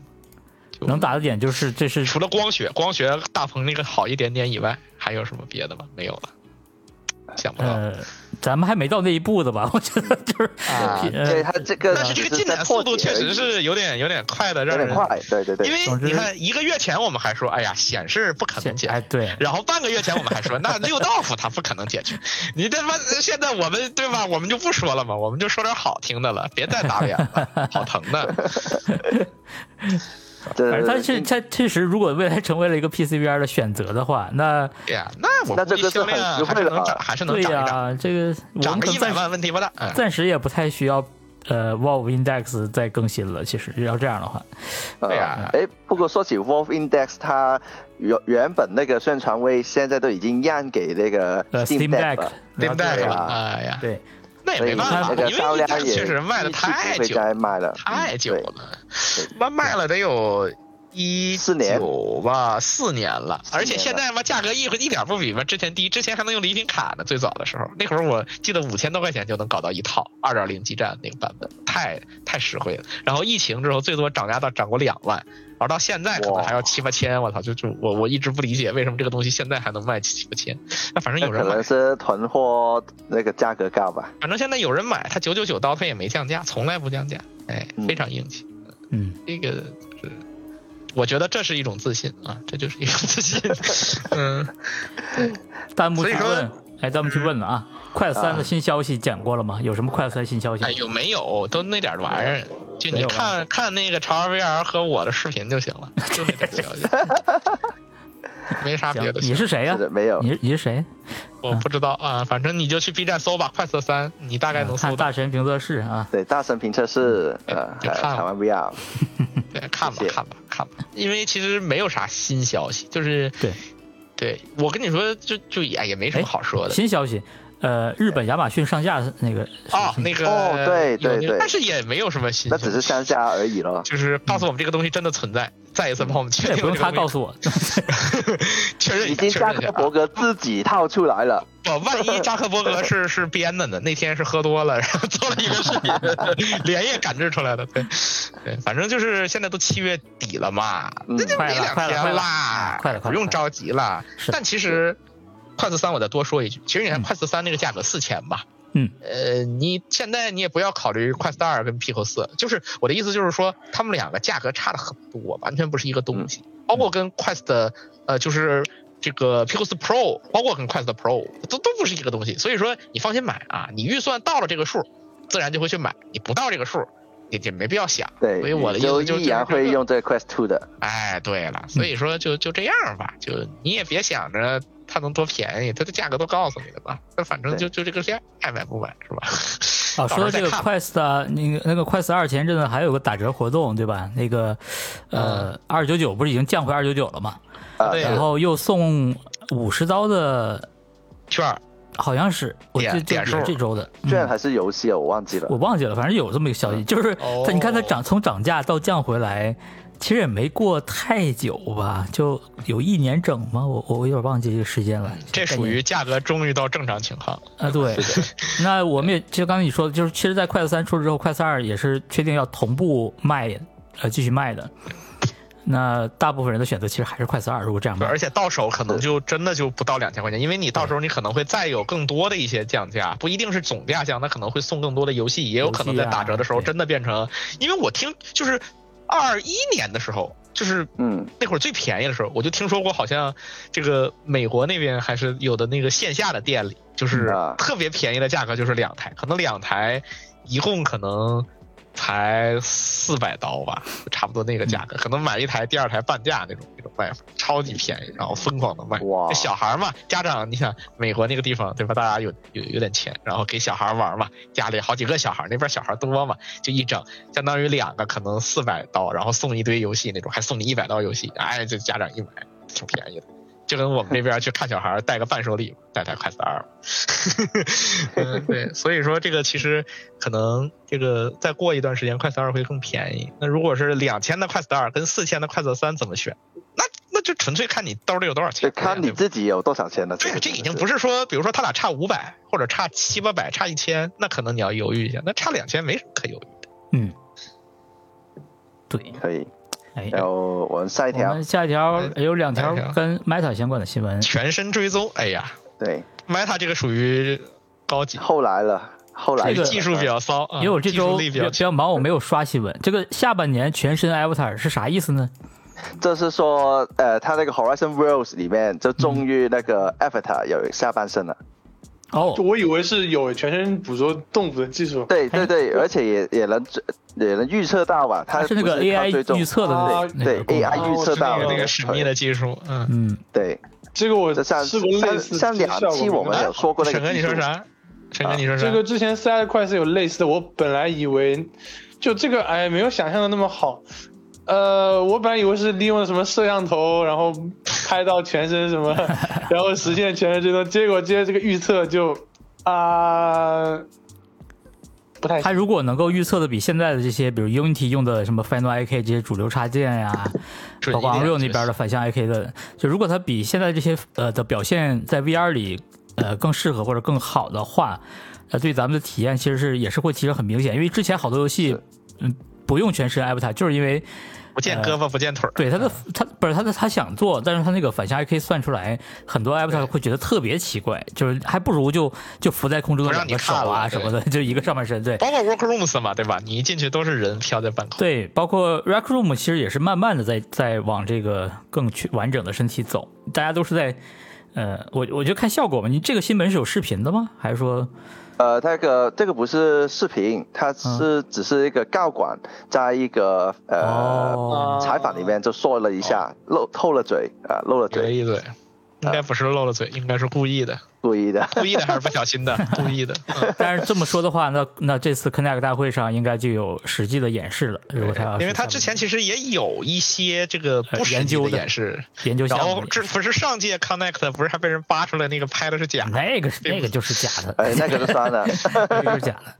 [SPEAKER 3] 就
[SPEAKER 1] 能打的点就是这是
[SPEAKER 3] 除了光学，光学大鹏那个好一点点以外，还有什么别的吗？没有了，想不到。
[SPEAKER 1] 呃，咱们还没到那一步的吧？我觉得就是
[SPEAKER 3] 啊
[SPEAKER 1] 呃
[SPEAKER 2] 对他这个，
[SPEAKER 3] 但是这个进展速度确实是有点有点快的，
[SPEAKER 2] 有
[SPEAKER 3] 让
[SPEAKER 2] 点
[SPEAKER 3] 人。
[SPEAKER 2] 快，对对对。
[SPEAKER 3] 因为
[SPEAKER 1] 总之
[SPEAKER 3] 你看，一个月前我们还说，哎呀，显示不可能解决
[SPEAKER 1] 哎，对，
[SPEAKER 3] 然后半个月前我们还说，那六道夫他不可能解决。你他妈现在我们对吧？我们就不说了嘛，我们就说点好听的了，别再打脸了，好疼的。
[SPEAKER 2] 对
[SPEAKER 1] 反
[SPEAKER 2] 对
[SPEAKER 1] 正
[SPEAKER 2] 对
[SPEAKER 1] 它是它确实，如果未来成为了一个 PC VR 的选择的话，那
[SPEAKER 3] 对哎呀，那我
[SPEAKER 2] 那
[SPEAKER 3] 估
[SPEAKER 2] 这
[SPEAKER 3] 计
[SPEAKER 2] 个是
[SPEAKER 3] 销
[SPEAKER 2] 很
[SPEAKER 3] 量
[SPEAKER 2] 实
[SPEAKER 3] 还
[SPEAKER 2] 惠
[SPEAKER 3] 是
[SPEAKER 2] 的
[SPEAKER 3] 能
[SPEAKER 2] 啊
[SPEAKER 3] 涨，还是能
[SPEAKER 1] 对
[SPEAKER 3] 涨
[SPEAKER 1] 呀、
[SPEAKER 3] 一涨，
[SPEAKER 1] 这个我
[SPEAKER 3] 涨
[SPEAKER 1] 们
[SPEAKER 3] 个
[SPEAKER 1] 可
[SPEAKER 3] 一
[SPEAKER 1] 能
[SPEAKER 3] 百
[SPEAKER 1] 暂时
[SPEAKER 3] 万问题不大。嗯，
[SPEAKER 1] 暂时也不太需要呃 Valve Index 再更新了。其实要这样的话，
[SPEAKER 3] 对啊呀
[SPEAKER 2] 哎，不过说起 Wolf Index，它原原本那个宣传位现在都已经让给那个
[SPEAKER 1] 呃
[SPEAKER 2] Steam
[SPEAKER 1] Steam
[SPEAKER 2] Deck，
[SPEAKER 1] Deck
[SPEAKER 2] 了
[SPEAKER 3] 对不对
[SPEAKER 2] 对
[SPEAKER 3] 了
[SPEAKER 2] 呀？
[SPEAKER 3] 哎呀，
[SPEAKER 1] 对，
[SPEAKER 3] 那也
[SPEAKER 2] 所
[SPEAKER 3] 没
[SPEAKER 2] 以
[SPEAKER 3] 办法，
[SPEAKER 2] 那个
[SPEAKER 3] 因
[SPEAKER 2] 销
[SPEAKER 3] 为
[SPEAKER 2] 量
[SPEAKER 3] 你
[SPEAKER 2] 也
[SPEAKER 3] 确实卖的太
[SPEAKER 2] 回
[SPEAKER 3] 久
[SPEAKER 2] 家卖了，
[SPEAKER 3] 太久
[SPEAKER 2] 嗯
[SPEAKER 3] 了，妈卖了得有一
[SPEAKER 2] 四年
[SPEAKER 3] 九吧，四年了，而
[SPEAKER 2] 四年
[SPEAKER 3] 且
[SPEAKER 2] 了
[SPEAKER 3] 现在嘛价格一一点不比嘛之前低，之前还能用礼品卡呢，最早的时候，那会儿我记得五千多块钱就能搞到一套二点零基站那个版本，太太实惠了。然后疫情之后最多涨价到涨过两万。而到现在可能
[SPEAKER 2] 哇
[SPEAKER 3] 还要七八千，我操！就就我我一直不理解为什么这个东西现在还能卖七八千，那反正
[SPEAKER 2] 那
[SPEAKER 3] 有
[SPEAKER 2] 可
[SPEAKER 3] 人买
[SPEAKER 2] 能，是囤货那个价格高吧。
[SPEAKER 3] 反正现在有人买，它九九九刀它也没降价，从来不降价，哎，
[SPEAKER 2] 嗯
[SPEAKER 3] 非常硬气。
[SPEAKER 1] 嗯，
[SPEAKER 3] 这个是，我觉得这是一种自信啊，这就是一种 自信。嗯，
[SPEAKER 1] 弹幕
[SPEAKER 3] 所
[SPEAKER 1] 提
[SPEAKER 3] 以说
[SPEAKER 1] 问，哎，弹幕去问了啊，快三的新消息讲过了吗？有什么快三新消息？
[SPEAKER 3] 哎，有没有都那点玩意儿，就
[SPEAKER 1] 没
[SPEAKER 3] 你
[SPEAKER 1] 有吧
[SPEAKER 3] 看看那个潮玩 VR 和我的视频就行了，就那 点消息，没啥
[SPEAKER 1] 行
[SPEAKER 3] 别的消息。
[SPEAKER 1] 你是哎谁呀、
[SPEAKER 2] 是的没有
[SPEAKER 1] 你是你是谁？
[SPEAKER 3] 我不知道啊，反正你就去 B 站搜吧，《快色三》，你大概能
[SPEAKER 1] 看
[SPEAKER 3] 搜到。
[SPEAKER 1] 啊大神评测室啊，
[SPEAKER 2] 对，大神评测是呃，
[SPEAKER 3] 就嗯哎看了
[SPEAKER 2] 台湾 VR，
[SPEAKER 3] 对，看吧
[SPEAKER 2] 谢，谢
[SPEAKER 3] 看吧，看吧，因为其实没有啥新消息，就是
[SPEAKER 1] 对，哎
[SPEAKER 3] 对我跟你说，就就也也没什么好说的。
[SPEAKER 1] 新消息，呃，日本亚马逊上架那个
[SPEAKER 3] 哦，那个
[SPEAKER 2] 哦对对
[SPEAKER 3] 有那个
[SPEAKER 2] 对
[SPEAKER 3] 但是也没有什么新
[SPEAKER 2] 那
[SPEAKER 3] 消息，
[SPEAKER 2] 只是商家而已咯。
[SPEAKER 3] 就是告诉我们这个东西真的存在，再一次帮我们确
[SPEAKER 1] 这
[SPEAKER 3] 定
[SPEAKER 1] 也不用
[SPEAKER 3] 这个
[SPEAKER 1] 他
[SPEAKER 3] 东
[SPEAKER 1] 告
[SPEAKER 3] 西
[SPEAKER 1] 诉我，
[SPEAKER 3] 确认
[SPEAKER 2] 已
[SPEAKER 3] 一下，
[SPEAKER 2] 经
[SPEAKER 3] 确啊
[SPEAKER 2] 扎
[SPEAKER 3] 认一
[SPEAKER 2] 克
[SPEAKER 3] 下。
[SPEAKER 2] 伯格自己套出来了，
[SPEAKER 3] 我万一扎克 伯格是是编的呢？那天是喝多了，然后做了一个视频，连夜赶制出来的。对，对，反正就是现在都七月底了嘛，
[SPEAKER 2] 嗯
[SPEAKER 3] 那就没两
[SPEAKER 1] 快了快了快
[SPEAKER 3] 天
[SPEAKER 1] 了
[SPEAKER 3] 啦，
[SPEAKER 1] 快了快了
[SPEAKER 3] 不用着急了。
[SPEAKER 1] 是
[SPEAKER 3] 但其实。快速三，我再多说一句，其实你看快速三那个价格四千吧，
[SPEAKER 1] 嗯，
[SPEAKER 3] 呃，你现在你也不要考虑快速二跟 Pico 四，就是我的意思就是说，他们两个价格差的很多，完全不是一个东西，包括跟 Quest 的呃，就是这个 Pico 四 Pro，包括跟 Quest Pro 都都不是一个东西，所以说你放心买啊，你预算到了这个数，自然就会去买，你不到这个数。也也没必要想，
[SPEAKER 2] 对，
[SPEAKER 3] 所以我的意
[SPEAKER 2] 就
[SPEAKER 3] 思就
[SPEAKER 2] 依然
[SPEAKER 3] 就是
[SPEAKER 2] 会用这个 Quest Two 的，
[SPEAKER 3] 哎，对了，所以说就就这样吧，就你也别想着它能多便宜，它的价格都告诉你了吧，那反正就就这个价，爱买不买是吧？
[SPEAKER 1] 啊，
[SPEAKER 3] 到
[SPEAKER 1] 说
[SPEAKER 3] 时候
[SPEAKER 1] 到
[SPEAKER 3] 再
[SPEAKER 1] 这个
[SPEAKER 3] 看吧
[SPEAKER 1] Quest 啊，那个那个 Quest 二前阵子还有个打折活动，对吧？那个呃，二九九不是已经降回二九九了嘛？
[SPEAKER 2] 啊，
[SPEAKER 3] 嗯对
[SPEAKER 1] 然后又送五十刀的，
[SPEAKER 3] 券儿
[SPEAKER 1] 好像是我
[SPEAKER 3] 点
[SPEAKER 1] 这这
[SPEAKER 3] 点数
[SPEAKER 1] 也是这嗯周的，
[SPEAKER 2] 居然
[SPEAKER 1] 嗯
[SPEAKER 2] 还是游戏啊，我忘记了
[SPEAKER 1] 我。忘记了，反正有这么一个消息，就是
[SPEAKER 3] 哦
[SPEAKER 1] 它你看它涨从涨价到降回来，其实也没过太久吧，就有一年整吗？我我我有点忘记这个时间了。
[SPEAKER 3] 这属于价格终于到正常情况。
[SPEAKER 1] 啊，对。 那我们也就刚才你说的，就是其实，在快速三出之后，快速二也是确定要同步卖，呃，继续卖的。那大部分人的选择其实还是快速二，如果这样卖
[SPEAKER 3] 而。且到手可能就真的就不到两千块钱，因为你到时候你可能会再有更多的一些降价，不一定是总价降，那可能会送更多的游戏，也有可能在打折的时候
[SPEAKER 1] 游戏啊
[SPEAKER 3] 真的变成，因为我听就是二一年的时候，就是
[SPEAKER 2] 嗯，
[SPEAKER 3] 那会儿最便宜的时候，我就听说过，好像这个美国那边还是有的那个线下的店里，就是
[SPEAKER 2] 嗯啊
[SPEAKER 3] 特别便宜的价格，就是两台，可能两台一共可能才四百刀吧，差不多那个价格，可能买一台，第二台半价那种那种卖法，超级便宜，然后疯狂的卖。
[SPEAKER 2] 哇
[SPEAKER 3] 这小孩儿嘛，家长你想美国那个地方对吧？大家有有有点钱，然后给小孩儿玩儿嘛，家里好几个小孩儿，那边小孩儿多嘛，就一整，相当于两个可能四百刀，然后送一堆游戏那种，还送你一百刀游戏，哎，这家长一买挺便宜的，就跟我们这边去看小孩儿带个伴手礼，带台快四二。 嗯，对，所以说这个其实可能这个再过一段时间，快四二会更便宜。那如果是两千的快四二跟四千的快四三怎么选？那那就纯粹看你兜里有多少
[SPEAKER 2] 就
[SPEAKER 3] 钱，
[SPEAKER 2] 看你
[SPEAKER 3] 对吧
[SPEAKER 2] 自己有多少钱了。
[SPEAKER 3] 对，这已经不
[SPEAKER 2] 是
[SPEAKER 3] 是说，比如说他俩差五百，或者差七八百，差一千，那可能你要犹豫一下。那差两千没什么可犹豫的。
[SPEAKER 1] 嗯，对，
[SPEAKER 2] 可以。
[SPEAKER 1] 哎，
[SPEAKER 2] 然后我们下一
[SPEAKER 1] 我
[SPEAKER 2] 条
[SPEAKER 1] 们，下一条
[SPEAKER 3] 哎
[SPEAKER 1] 有两条
[SPEAKER 3] 下一条
[SPEAKER 1] 跟 Meta 相关的新闻。
[SPEAKER 3] 全身追踪，哎呀
[SPEAKER 2] 对，
[SPEAKER 3] ，Meta 这个属于高级，
[SPEAKER 2] 后来了，后来
[SPEAKER 1] 这个
[SPEAKER 2] 了
[SPEAKER 3] 技术比较骚啊，
[SPEAKER 1] 因为我这
[SPEAKER 3] 技术
[SPEAKER 1] 周
[SPEAKER 3] 力
[SPEAKER 1] 比
[SPEAKER 3] 比
[SPEAKER 1] 较
[SPEAKER 3] 较
[SPEAKER 1] 比
[SPEAKER 3] 强。
[SPEAKER 1] 较忙，我没有刷新闻。这个下半年全身 Avatar 是啥意思呢？
[SPEAKER 2] 这是说，呃，他那个 Horizon Worlds 里面，就终于那个
[SPEAKER 3] 嗯
[SPEAKER 2] Avatar 有下半身了。
[SPEAKER 1] 哦，
[SPEAKER 4] 我以为是有全身捕捉动物的技术，
[SPEAKER 2] 对
[SPEAKER 1] 哎
[SPEAKER 2] 对对，而且也也能也能预测到吧？它
[SPEAKER 1] 它是那个
[SPEAKER 2] 不靠追
[SPEAKER 1] AI
[SPEAKER 2] 踪
[SPEAKER 1] 预测的那个
[SPEAKER 4] 啊
[SPEAKER 1] 那
[SPEAKER 2] 对
[SPEAKER 1] 个功能
[SPEAKER 2] AI 预测到
[SPEAKER 4] 哦我知道了
[SPEAKER 3] 那个神秘的技术，嗯，
[SPEAKER 1] 嗯，
[SPEAKER 2] 对，
[SPEAKER 4] 这个我
[SPEAKER 2] 这像
[SPEAKER 4] 试过类
[SPEAKER 2] 像
[SPEAKER 4] 似
[SPEAKER 2] 像两期我们
[SPEAKER 4] 的效
[SPEAKER 2] 有
[SPEAKER 4] 果
[SPEAKER 2] 说过那
[SPEAKER 3] 沈哥
[SPEAKER 2] 个
[SPEAKER 3] 你
[SPEAKER 2] 技
[SPEAKER 3] 说
[SPEAKER 2] 术，
[SPEAKER 3] 啥？沈哥你说啥？
[SPEAKER 4] 这个之前 side quest 有类似的，我本来以为就这个哎没有想象的那么好，呃，我本来以为是利用什么摄像头，然后拍到全身什么，然后实现全身追踪，结果接这个预测就啊、不太
[SPEAKER 1] 它如果能够预测的比现在的这些，比如 Unity 用的什么 Final AK 这些主流插件呀、
[SPEAKER 3] 准
[SPEAKER 1] 包
[SPEAKER 3] 一
[SPEAKER 1] 括
[SPEAKER 3] 点
[SPEAKER 1] Unreal 那
[SPEAKER 3] 确
[SPEAKER 1] 边
[SPEAKER 3] 实
[SPEAKER 1] 的反向 AK 的，就如果它比现在这些呃的表现在 VR 里呃更适合或者更好的话，呃，对咱们的体验其实是也是会提升很明显，因为之前好多游戏嗯不用全身 Avatar，就是因为
[SPEAKER 3] 不见胳膊不见腿儿，
[SPEAKER 1] 对他的他不是他的他想做，但是他那个反向 AK 算出来，很多 Avatar 会觉得特别奇怪，就是还不如就就浮在空中的
[SPEAKER 3] 不
[SPEAKER 1] 两
[SPEAKER 3] 让
[SPEAKER 1] 个
[SPEAKER 3] 你
[SPEAKER 1] 手
[SPEAKER 3] 看
[SPEAKER 1] 啊
[SPEAKER 3] 了
[SPEAKER 1] 什么的，就一个上半身对。
[SPEAKER 3] 包括 Workrooms 嘛，对吧？你一进去都是人飘在半空。
[SPEAKER 1] 对，包括 Rec Room 其实也是慢慢的在在往这个更去完整的身体走，大家都是在，呃，我我就看效果嘛。你这个新闻是有视频的吗？还是说
[SPEAKER 2] 呃，那个这个不是视频，它
[SPEAKER 3] 嗯
[SPEAKER 2] 是只是一个高管在一个呃
[SPEAKER 1] 哦，
[SPEAKER 2] 采访里面就说了一下，
[SPEAKER 3] 哦
[SPEAKER 2] 露透了嘴啊，露了
[SPEAKER 3] 嘴
[SPEAKER 2] 嘴，
[SPEAKER 3] 一嘴，应该不是漏了嘴，应该是故意的，
[SPEAKER 2] 故意的。
[SPEAKER 3] 故意的还是不小心的？故意的。嗯
[SPEAKER 1] 但是这么说的话，那那这次 Connect 大会上应该就有实际的演示了。如果他要是
[SPEAKER 3] 因为他
[SPEAKER 1] 们
[SPEAKER 3] 之前其实也有一些这个不实
[SPEAKER 1] 呃研
[SPEAKER 3] 际
[SPEAKER 1] 究的
[SPEAKER 3] 演示，
[SPEAKER 1] 研究项
[SPEAKER 3] 然
[SPEAKER 1] 目
[SPEAKER 3] 后
[SPEAKER 1] 里，
[SPEAKER 3] 这不是上届 Connect 不是还被人扒出来那个拍的是假的？
[SPEAKER 1] 那个是那个就是假 的，
[SPEAKER 2] 哎，那个就算了，
[SPEAKER 1] 那个就是假的。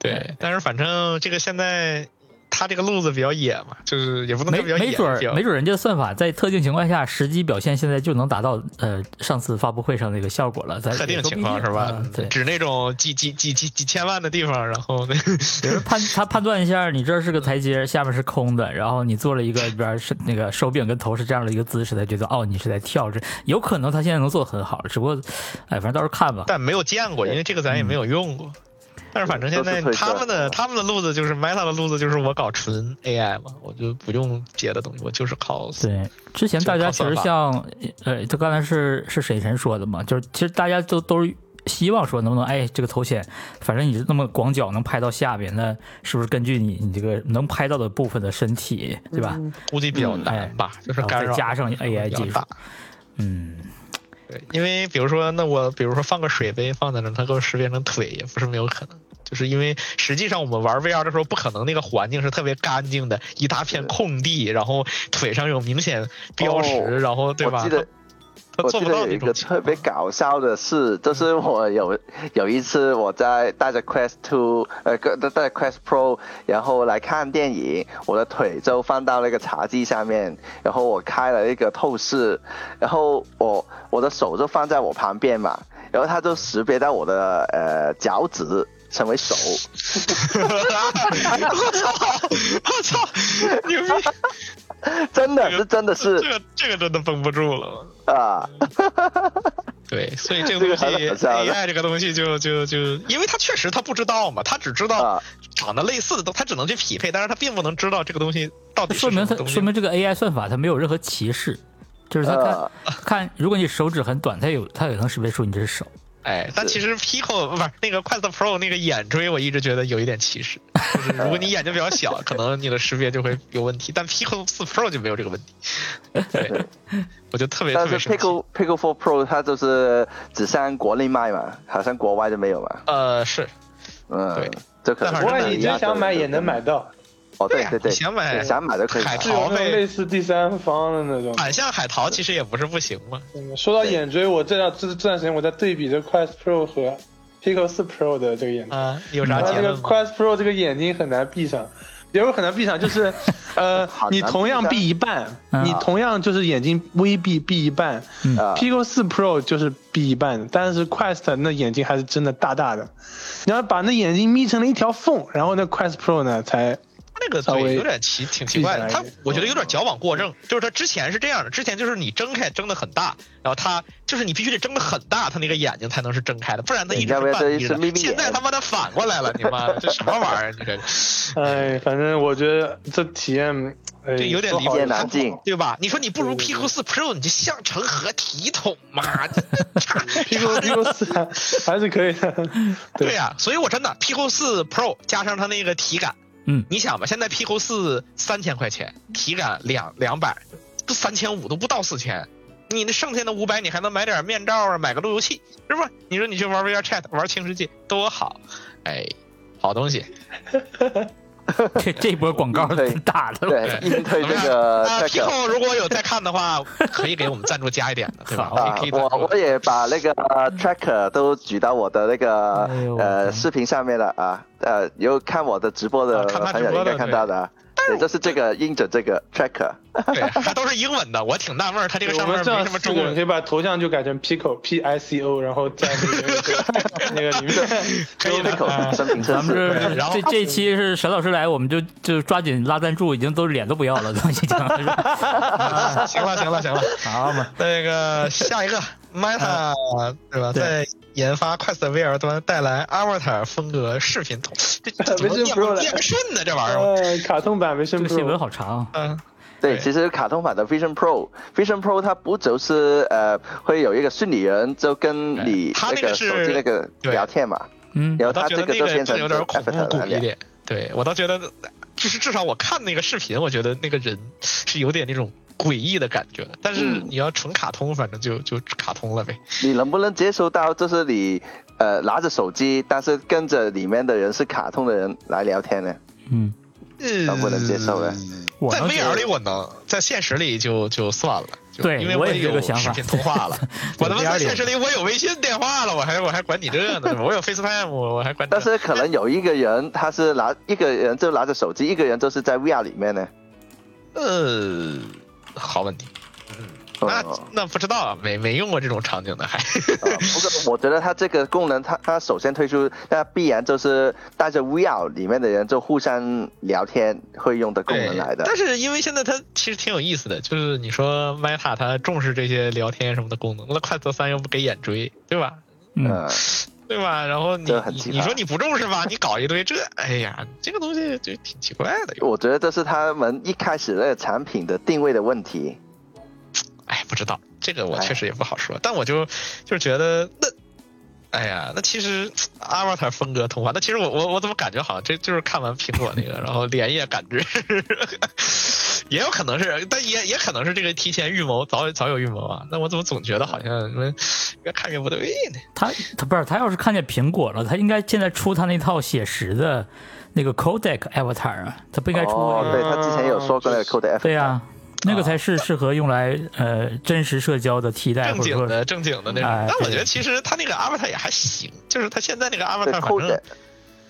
[SPEAKER 3] 对，但是反正这个现在他这个路子比较野嘛，就是也不能
[SPEAKER 1] 没
[SPEAKER 3] 说比较野，
[SPEAKER 1] 没准
[SPEAKER 3] 比较
[SPEAKER 1] 儿，没准儿人家的算法在特定情况下，实际表现现在就能达到呃上次发布会上那个效果了。咱
[SPEAKER 3] 特
[SPEAKER 1] 也
[SPEAKER 3] 定
[SPEAKER 1] 说不
[SPEAKER 3] 情
[SPEAKER 1] 一
[SPEAKER 3] 况
[SPEAKER 1] 定
[SPEAKER 3] 是吧
[SPEAKER 1] 嗯？对，
[SPEAKER 3] 指那种几几几几几千万的地方，然 后
[SPEAKER 1] 比如判他判断一下，你这儿是个台阶，下面是空的，然后你做了一个里边儿是那个手柄跟头是这样的一个姿势，才觉得哦，你是在跳。这有可能他现在能做得很好，只不过哎，反正到时候看吧。
[SPEAKER 3] 但没有见过，因为这个咱也没
[SPEAKER 1] 嗯
[SPEAKER 3] 有用过。但是反正现在
[SPEAKER 2] 都是推测
[SPEAKER 3] 他们的他们的路子就是 Meta 的路子就是我搞纯 AI 嘛，我就不用别的东西，我就是靠
[SPEAKER 1] 对，之前大家其实像呃，他刚才是是沈晨说的嘛，就是其实大家都都是希望说能不能哎这个头显，反正你是那么广角能拍到下边，那是不是根据你你这个能拍到的部分的身体，对吧？
[SPEAKER 3] 估计比较难吧，就是
[SPEAKER 1] 然后
[SPEAKER 3] 干
[SPEAKER 1] 再
[SPEAKER 3] 扰
[SPEAKER 1] 加上 AI
[SPEAKER 3] 比较
[SPEAKER 1] 技术
[SPEAKER 3] 大，
[SPEAKER 1] 嗯，
[SPEAKER 3] 对，因为比如说，那我比如说放个水杯放在那儿，它给我识别成腿也不是没有可能。就是因为实际上我们玩 VR 的时候，不可能那个环境是特别干净的，一大片空地，然后腿上有明显标识，
[SPEAKER 2] 哦
[SPEAKER 3] 然后对
[SPEAKER 2] 我
[SPEAKER 3] 吧
[SPEAKER 2] 记？得
[SPEAKER 3] 他
[SPEAKER 2] 我
[SPEAKER 3] 做
[SPEAKER 2] 记
[SPEAKER 3] 不
[SPEAKER 2] 得
[SPEAKER 3] 到
[SPEAKER 2] 有
[SPEAKER 3] 那
[SPEAKER 2] 一
[SPEAKER 3] 种
[SPEAKER 2] 个
[SPEAKER 3] 情
[SPEAKER 2] 特
[SPEAKER 3] 况。
[SPEAKER 2] 别搞笑的事，就是我有有一次我在带着 Quest Two，呃，带带着 Quest Pro，然后来看电影，我的腿就放到那个茶几下面，然后我开了一个透视，然后我我的手就放在我旁边嘛，然后它就识别到我的呃脚趾成为手，
[SPEAKER 3] 我操！ 我操！ 牛逼！
[SPEAKER 2] 真的
[SPEAKER 3] 这个
[SPEAKER 2] 是真的
[SPEAKER 3] 这
[SPEAKER 2] 是
[SPEAKER 3] 个这个真的绷不住了。
[SPEAKER 2] 啊，
[SPEAKER 3] 对，所以这
[SPEAKER 2] 这
[SPEAKER 3] 个
[SPEAKER 2] 个
[SPEAKER 3] 东
[SPEAKER 2] 很
[SPEAKER 3] 西
[SPEAKER 2] 好笑的
[SPEAKER 3] AI 这个东西就就就，因为他确实他不知道嘛，他只知道
[SPEAKER 2] 啊
[SPEAKER 3] 长得类似的东，他只能去匹配，但是他并不能知道这个东西到底是
[SPEAKER 1] 说
[SPEAKER 3] 什
[SPEAKER 1] 明
[SPEAKER 3] 么
[SPEAKER 1] 它
[SPEAKER 3] 东西。
[SPEAKER 1] 说明这个 AI 算法它没有任何歧视，就是它看、
[SPEAKER 2] 呃，
[SPEAKER 1] 看，如果你手指很短，它有它也能识别出你这是手。
[SPEAKER 3] 哎，但其实 Pico 不是那个快色 Pro 那个眼锥，我一直觉得有一点歧视， 就是如果你眼睛比较小，可能你的识别就会有问题，但 Pico 四 Pro 就没有这个问题。对，我就特别特
[SPEAKER 2] 但
[SPEAKER 3] 别
[SPEAKER 2] 是
[SPEAKER 3] 生气。
[SPEAKER 2] Pickle Pickle Four Pro 它就是只上国内卖嘛，好像国外就没有嘛。
[SPEAKER 3] 呃，是
[SPEAKER 2] 嗯，
[SPEAKER 3] 对，
[SPEAKER 2] 这可能是
[SPEAKER 3] 但反
[SPEAKER 4] 国
[SPEAKER 3] 正
[SPEAKER 4] 外你真想买也能买。到，
[SPEAKER 2] 哦，对
[SPEAKER 3] 对呀
[SPEAKER 2] 对对，
[SPEAKER 3] 你想买
[SPEAKER 2] 对想买就可以
[SPEAKER 3] 海
[SPEAKER 2] 买。
[SPEAKER 4] 是有那种类似第三方的那种。
[SPEAKER 3] 反向海淘，其实也不是不行嘛。
[SPEAKER 4] 嗯说到眼锥，我这段这这段时间我在对比这 Quest Pro 和 Pico 4 Pro 的这个眼睛，
[SPEAKER 3] 啊，有啥
[SPEAKER 2] 嗯
[SPEAKER 4] 然后
[SPEAKER 3] 结
[SPEAKER 4] 这个
[SPEAKER 3] 论吗？
[SPEAKER 4] Quest Pro 这个眼睛很难闭上，也不是很难闭上，就是呃
[SPEAKER 2] 好，难
[SPEAKER 4] 你同样闭一半，
[SPEAKER 1] 嗯
[SPEAKER 4] 你同样就是眼睛微闭闭一半
[SPEAKER 3] 嗯
[SPEAKER 2] 啊
[SPEAKER 4] ，Pico 4 Pro 就是闭一半的，但是 Quest 那眼睛还是真的大大的，你要把那眼睛眯成了一条缝，然后那 Quest Pro 呢才
[SPEAKER 3] 那个
[SPEAKER 4] 稍微
[SPEAKER 3] 对，有点奇，挺奇怪的。
[SPEAKER 4] 闭起来
[SPEAKER 3] 他
[SPEAKER 4] 一点
[SPEAKER 3] 我觉得有点矫枉过正，就是他之前是这样的，之前就是你睁开睁得很大，然后他就是你必须得睁得很大，他那个眼睛才能是睁开的，不然他一直
[SPEAKER 2] 要不
[SPEAKER 3] 是
[SPEAKER 2] 然
[SPEAKER 3] 半闭
[SPEAKER 2] 这是眯
[SPEAKER 3] 着。
[SPEAKER 2] 眯眼
[SPEAKER 3] 现在他妈的反过 来了，你妈的这什么玩意儿？你这
[SPEAKER 4] 哎，反正我觉得这体验哎
[SPEAKER 3] 这有点离
[SPEAKER 4] 不好
[SPEAKER 3] 谱
[SPEAKER 2] 一言难尽
[SPEAKER 3] 对吧？你说你不如
[SPEAKER 4] 对对
[SPEAKER 3] Pico 四 Pro，你就像成何体统 嘛？这差
[SPEAKER 4] Pico Pico 四 还是可以的，
[SPEAKER 3] 对呀、所以我真的 Pico 四 Pro 加上它那个体感，
[SPEAKER 1] 嗯
[SPEAKER 3] 你想吧，现在 Pico 四三千块钱，体感两两百，都三千五都不到四千，你那剩下的五百你还能买点面罩啊，买个路由器，是不是？你说你去玩 VR Chat 玩轻世界多好，哎，好东西。
[SPEAKER 1] 这这波广告
[SPEAKER 2] 对
[SPEAKER 1] 挺大的，
[SPEAKER 2] 对，硬推这个
[SPEAKER 3] 啊
[SPEAKER 2] 这个。
[SPEAKER 3] ，Pico 如果有在看的话，可以给我们赞助加一点的，对 吧？
[SPEAKER 1] 好
[SPEAKER 2] 啊
[SPEAKER 3] 可以，可以赞
[SPEAKER 2] 我
[SPEAKER 3] 助
[SPEAKER 2] 我。也把那个
[SPEAKER 3] 嗯
[SPEAKER 2] 呃 tracker 都举到我的那个
[SPEAKER 1] 哎呦我
[SPEAKER 2] 呃
[SPEAKER 1] 天
[SPEAKER 2] 视频上面了啊，呃，有看我的直播
[SPEAKER 3] 啊
[SPEAKER 2] 的
[SPEAKER 3] 看他直
[SPEAKER 2] 朋
[SPEAKER 3] 播
[SPEAKER 2] 友
[SPEAKER 3] 的
[SPEAKER 2] 应该看到的啊，对，就是这个应准这个 tracker，
[SPEAKER 3] 对，还都是英文的，我挺纳闷儿，它这个
[SPEAKER 4] 我
[SPEAKER 3] 上面
[SPEAKER 4] 们
[SPEAKER 3] 没
[SPEAKER 4] 这样
[SPEAKER 3] 什么
[SPEAKER 4] 四
[SPEAKER 3] 中
[SPEAKER 4] 个人
[SPEAKER 3] 文
[SPEAKER 4] 可。以把头像就改成 Pico P I C O，然后在那个那个里 面，
[SPEAKER 3] 可以啊
[SPEAKER 2] 那口
[SPEAKER 3] 的，
[SPEAKER 2] 生平测
[SPEAKER 1] 咱们
[SPEAKER 2] 试，
[SPEAKER 1] 这
[SPEAKER 3] 然后
[SPEAKER 1] 这这期是沈老师来，我们就就抓紧拉赞助，已经都脸都不要了，都 已经。
[SPEAKER 3] 啊行了，行了，行了。
[SPEAKER 1] 好嘛，
[SPEAKER 3] 那个下 一个
[SPEAKER 2] 啊
[SPEAKER 3] Meta 对
[SPEAKER 1] 对
[SPEAKER 3] 吧，在研发 Quest VR 端带来 Avatar 风格视频筒，这 这怎么
[SPEAKER 4] 微信
[SPEAKER 3] 念
[SPEAKER 4] Pro
[SPEAKER 3] 不
[SPEAKER 4] 了
[SPEAKER 3] 念不顺呢？这玩意儿，
[SPEAKER 4] 呃，卡通版没
[SPEAKER 1] 哎这
[SPEAKER 4] 声
[SPEAKER 1] 个新闻
[SPEAKER 4] Pro，
[SPEAKER 1] 好长，
[SPEAKER 3] 嗯，
[SPEAKER 2] 呃对，
[SPEAKER 3] 对
[SPEAKER 2] 其实卡通版的 Vision Pro，Vision Pro 它不就是呃会有一个虚拟人就跟你
[SPEAKER 3] 哎它那
[SPEAKER 2] 那
[SPEAKER 3] 个
[SPEAKER 2] 个手
[SPEAKER 3] 是
[SPEAKER 2] 机那个
[SPEAKER 3] 对
[SPEAKER 2] 聊天嘛，
[SPEAKER 1] 嗯，
[SPEAKER 2] 然后
[SPEAKER 3] 我倒
[SPEAKER 2] 它
[SPEAKER 3] 觉
[SPEAKER 2] 这
[SPEAKER 3] 得
[SPEAKER 2] 个
[SPEAKER 3] 那
[SPEAKER 2] 就
[SPEAKER 3] 个
[SPEAKER 2] 变
[SPEAKER 3] 真
[SPEAKER 2] 成
[SPEAKER 3] 的有点恐怖
[SPEAKER 2] avatar
[SPEAKER 3] 谷
[SPEAKER 2] 了
[SPEAKER 3] 一点，对我倒觉得，就是至少我看那个视频，我觉得那个人是有点那种。诡异的感觉，但是
[SPEAKER 2] 嗯
[SPEAKER 3] 你要纯卡通，反正就就卡通了呗。
[SPEAKER 2] 你能不能接受到，就是你呃拿着手机，但是跟着里面的人是卡通的人来聊天 呢？
[SPEAKER 1] 嗯，
[SPEAKER 2] 能
[SPEAKER 3] 嗯，
[SPEAKER 2] 不能接受呢？
[SPEAKER 1] 呃我
[SPEAKER 3] 在
[SPEAKER 1] 能
[SPEAKER 3] VR 里我能，在现实里就就算了，就
[SPEAKER 1] 对
[SPEAKER 3] 因为
[SPEAKER 1] 我也是这
[SPEAKER 3] 有
[SPEAKER 1] 个想
[SPEAKER 3] 视
[SPEAKER 1] 法
[SPEAKER 3] 频通 话了，我他妈
[SPEAKER 1] VR
[SPEAKER 3] 在
[SPEAKER 1] 里
[SPEAKER 3] 现实里我有微信电话了，我还我还管你这呢，我有 FaceTime，我我还管你这。
[SPEAKER 2] 但是可能有一个人，他是拿一个人就拿着手机，一个人就是在 VR 里面呢。
[SPEAKER 3] 呃，好问题，
[SPEAKER 2] 嗯
[SPEAKER 3] 那
[SPEAKER 2] 哦
[SPEAKER 3] 那不知道啊，没没用过这种场景的还。
[SPEAKER 2] 不过我觉得它这个功能，它它首先推出，那必然就是带着 VR 里面的人就互相聊天会用的功能来的。
[SPEAKER 3] 但是因为现在它其实挺有意思的，就是你说 Meta 它重视这些聊天什么的功能，那快则三又不给眼追，对吧？
[SPEAKER 1] 嗯，
[SPEAKER 2] 嗯，
[SPEAKER 3] 对吧？然后你
[SPEAKER 2] 这很
[SPEAKER 3] 你
[SPEAKER 2] 奇葩
[SPEAKER 3] 你说你不重视吧， 你搞一堆这，哎呀，这个东西就挺奇怪的。有
[SPEAKER 2] 我觉得这是他们一开始那个产品的定位的问题。
[SPEAKER 3] 哎，不知道这个我
[SPEAKER 2] 哎
[SPEAKER 3] 确实也不好说，但我就就是觉得那，哎呀，那其实呃 Avatar 风格通话，那其实我我我怎么感觉好像这就是看完苹果那 个，然后连夜感知，也有可能是， 但也也可能是这个提前预谋，早早有预谋啊。那我怎么总觉得好像嗯越看越不对呢？
[SPEAKER 1] 他他不是他要是看见苹果了，他应该现在出他那套写实的那个 codec avatar 啊，他不应该出那
[SPEAKER 2] 哦，
[SPEAKER 1] 个
[SPEAKER 3] 嗯
[SPEAKER 2] 对他之前有说过那个 Code F，
[SPEAKER 1] 对呀、啊那个才是适合用来呃真实社交的替代，
[SPEAKER 2] 哎
[SPEAKER 3] 正
[SPEAKER 1] 或者
[SPEAKER 3] 经
[SPEAKER 1] 说
[SPEAKER 3] 的正经的那种
[SPEAKER 1] 哎。
[SPEAKER 3] 但我
[SPEAKER 1] 对
[SPEAKER 3] 觉得其实他那个 avatar 也还行，就是他现在那个
[SPEAKER 2] 对
[SPEAKER 3] avatar 反正
[SPEAKER 2] code，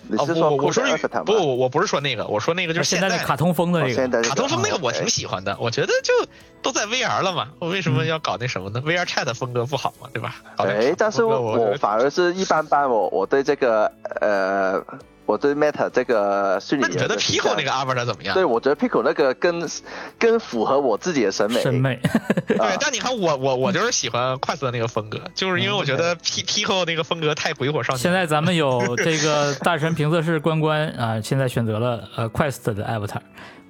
[SPEAKER 2] 你
[SPEAKER 3] 啊
[SPEAKER 2] 是
[SPEAKER 3] 不
[SPEAKER 2] 说
[SPEAKER 3] 我我
[SPEAKER 2] code
[SPEAKER 3] 说
[SPEAKER 2] a v
[SPEAKER 3] 是
[SPEAKER 2] a t
[SPEAKER 3] 不我我不是说那个，我说那个就是
[SPEAKER 1] 现
[SPEAKER 3] 在
[SPEAKER 1] 在的卡通风的这
[SPEAKER 2] 哦现
[SPEAKER 1] 个，
[SPEAKER 2] 在啊
[SPEAKER 3] 卡通风那个我挺
[SPEAKER 2] 喜
[SPEAKER 3] 喜欢的，我觉得就都在 VR 了嘛，我为什么要搞那什么呢？VR Chat 风格不好嘛，对吧？搞点
[SPEAKER 2] 嗯哎，但是
[SPEAKER 3] 风格
[SPEAKER 2] 我
[SPEAKER 3] 觉得
[SPEAKER 2] 我反而是一般般，我我对这个呃，我对 Meta 这个虚拟
[SPEAKER 3] 那
[SPEAKER 2] 人
[SPEAKER 3] 你觉得
[SPEAKER 2] 的形
[SPEAKER 3] Pico
[SPEAKER 2] 象
[SPEAKER 3] 那个 avatar 怎么样？
[SPEAKER 2] 对，我觉得 Pico 那个更更符合我自己的审美。
[SPEAKER 1] 审
[SPEAKER 3] 哦
[SPEAKER 1] 美，
[SPEAKER 2] 啊
[SPEAKER 3] 对，但你看我我我就是喜欢快速的那个风格，就是因为我觉
[SPEAKER 2] 嗯
[SPEAKER 3] 得 P Pico 那个风格太鬼火少
[SPEAKER 1] 现
[SPEAKER 3] 年。
[SPEAKER 1] 在咱们有这个大神评测室关关啊、现在选择了呃 Quest 的 Avatar，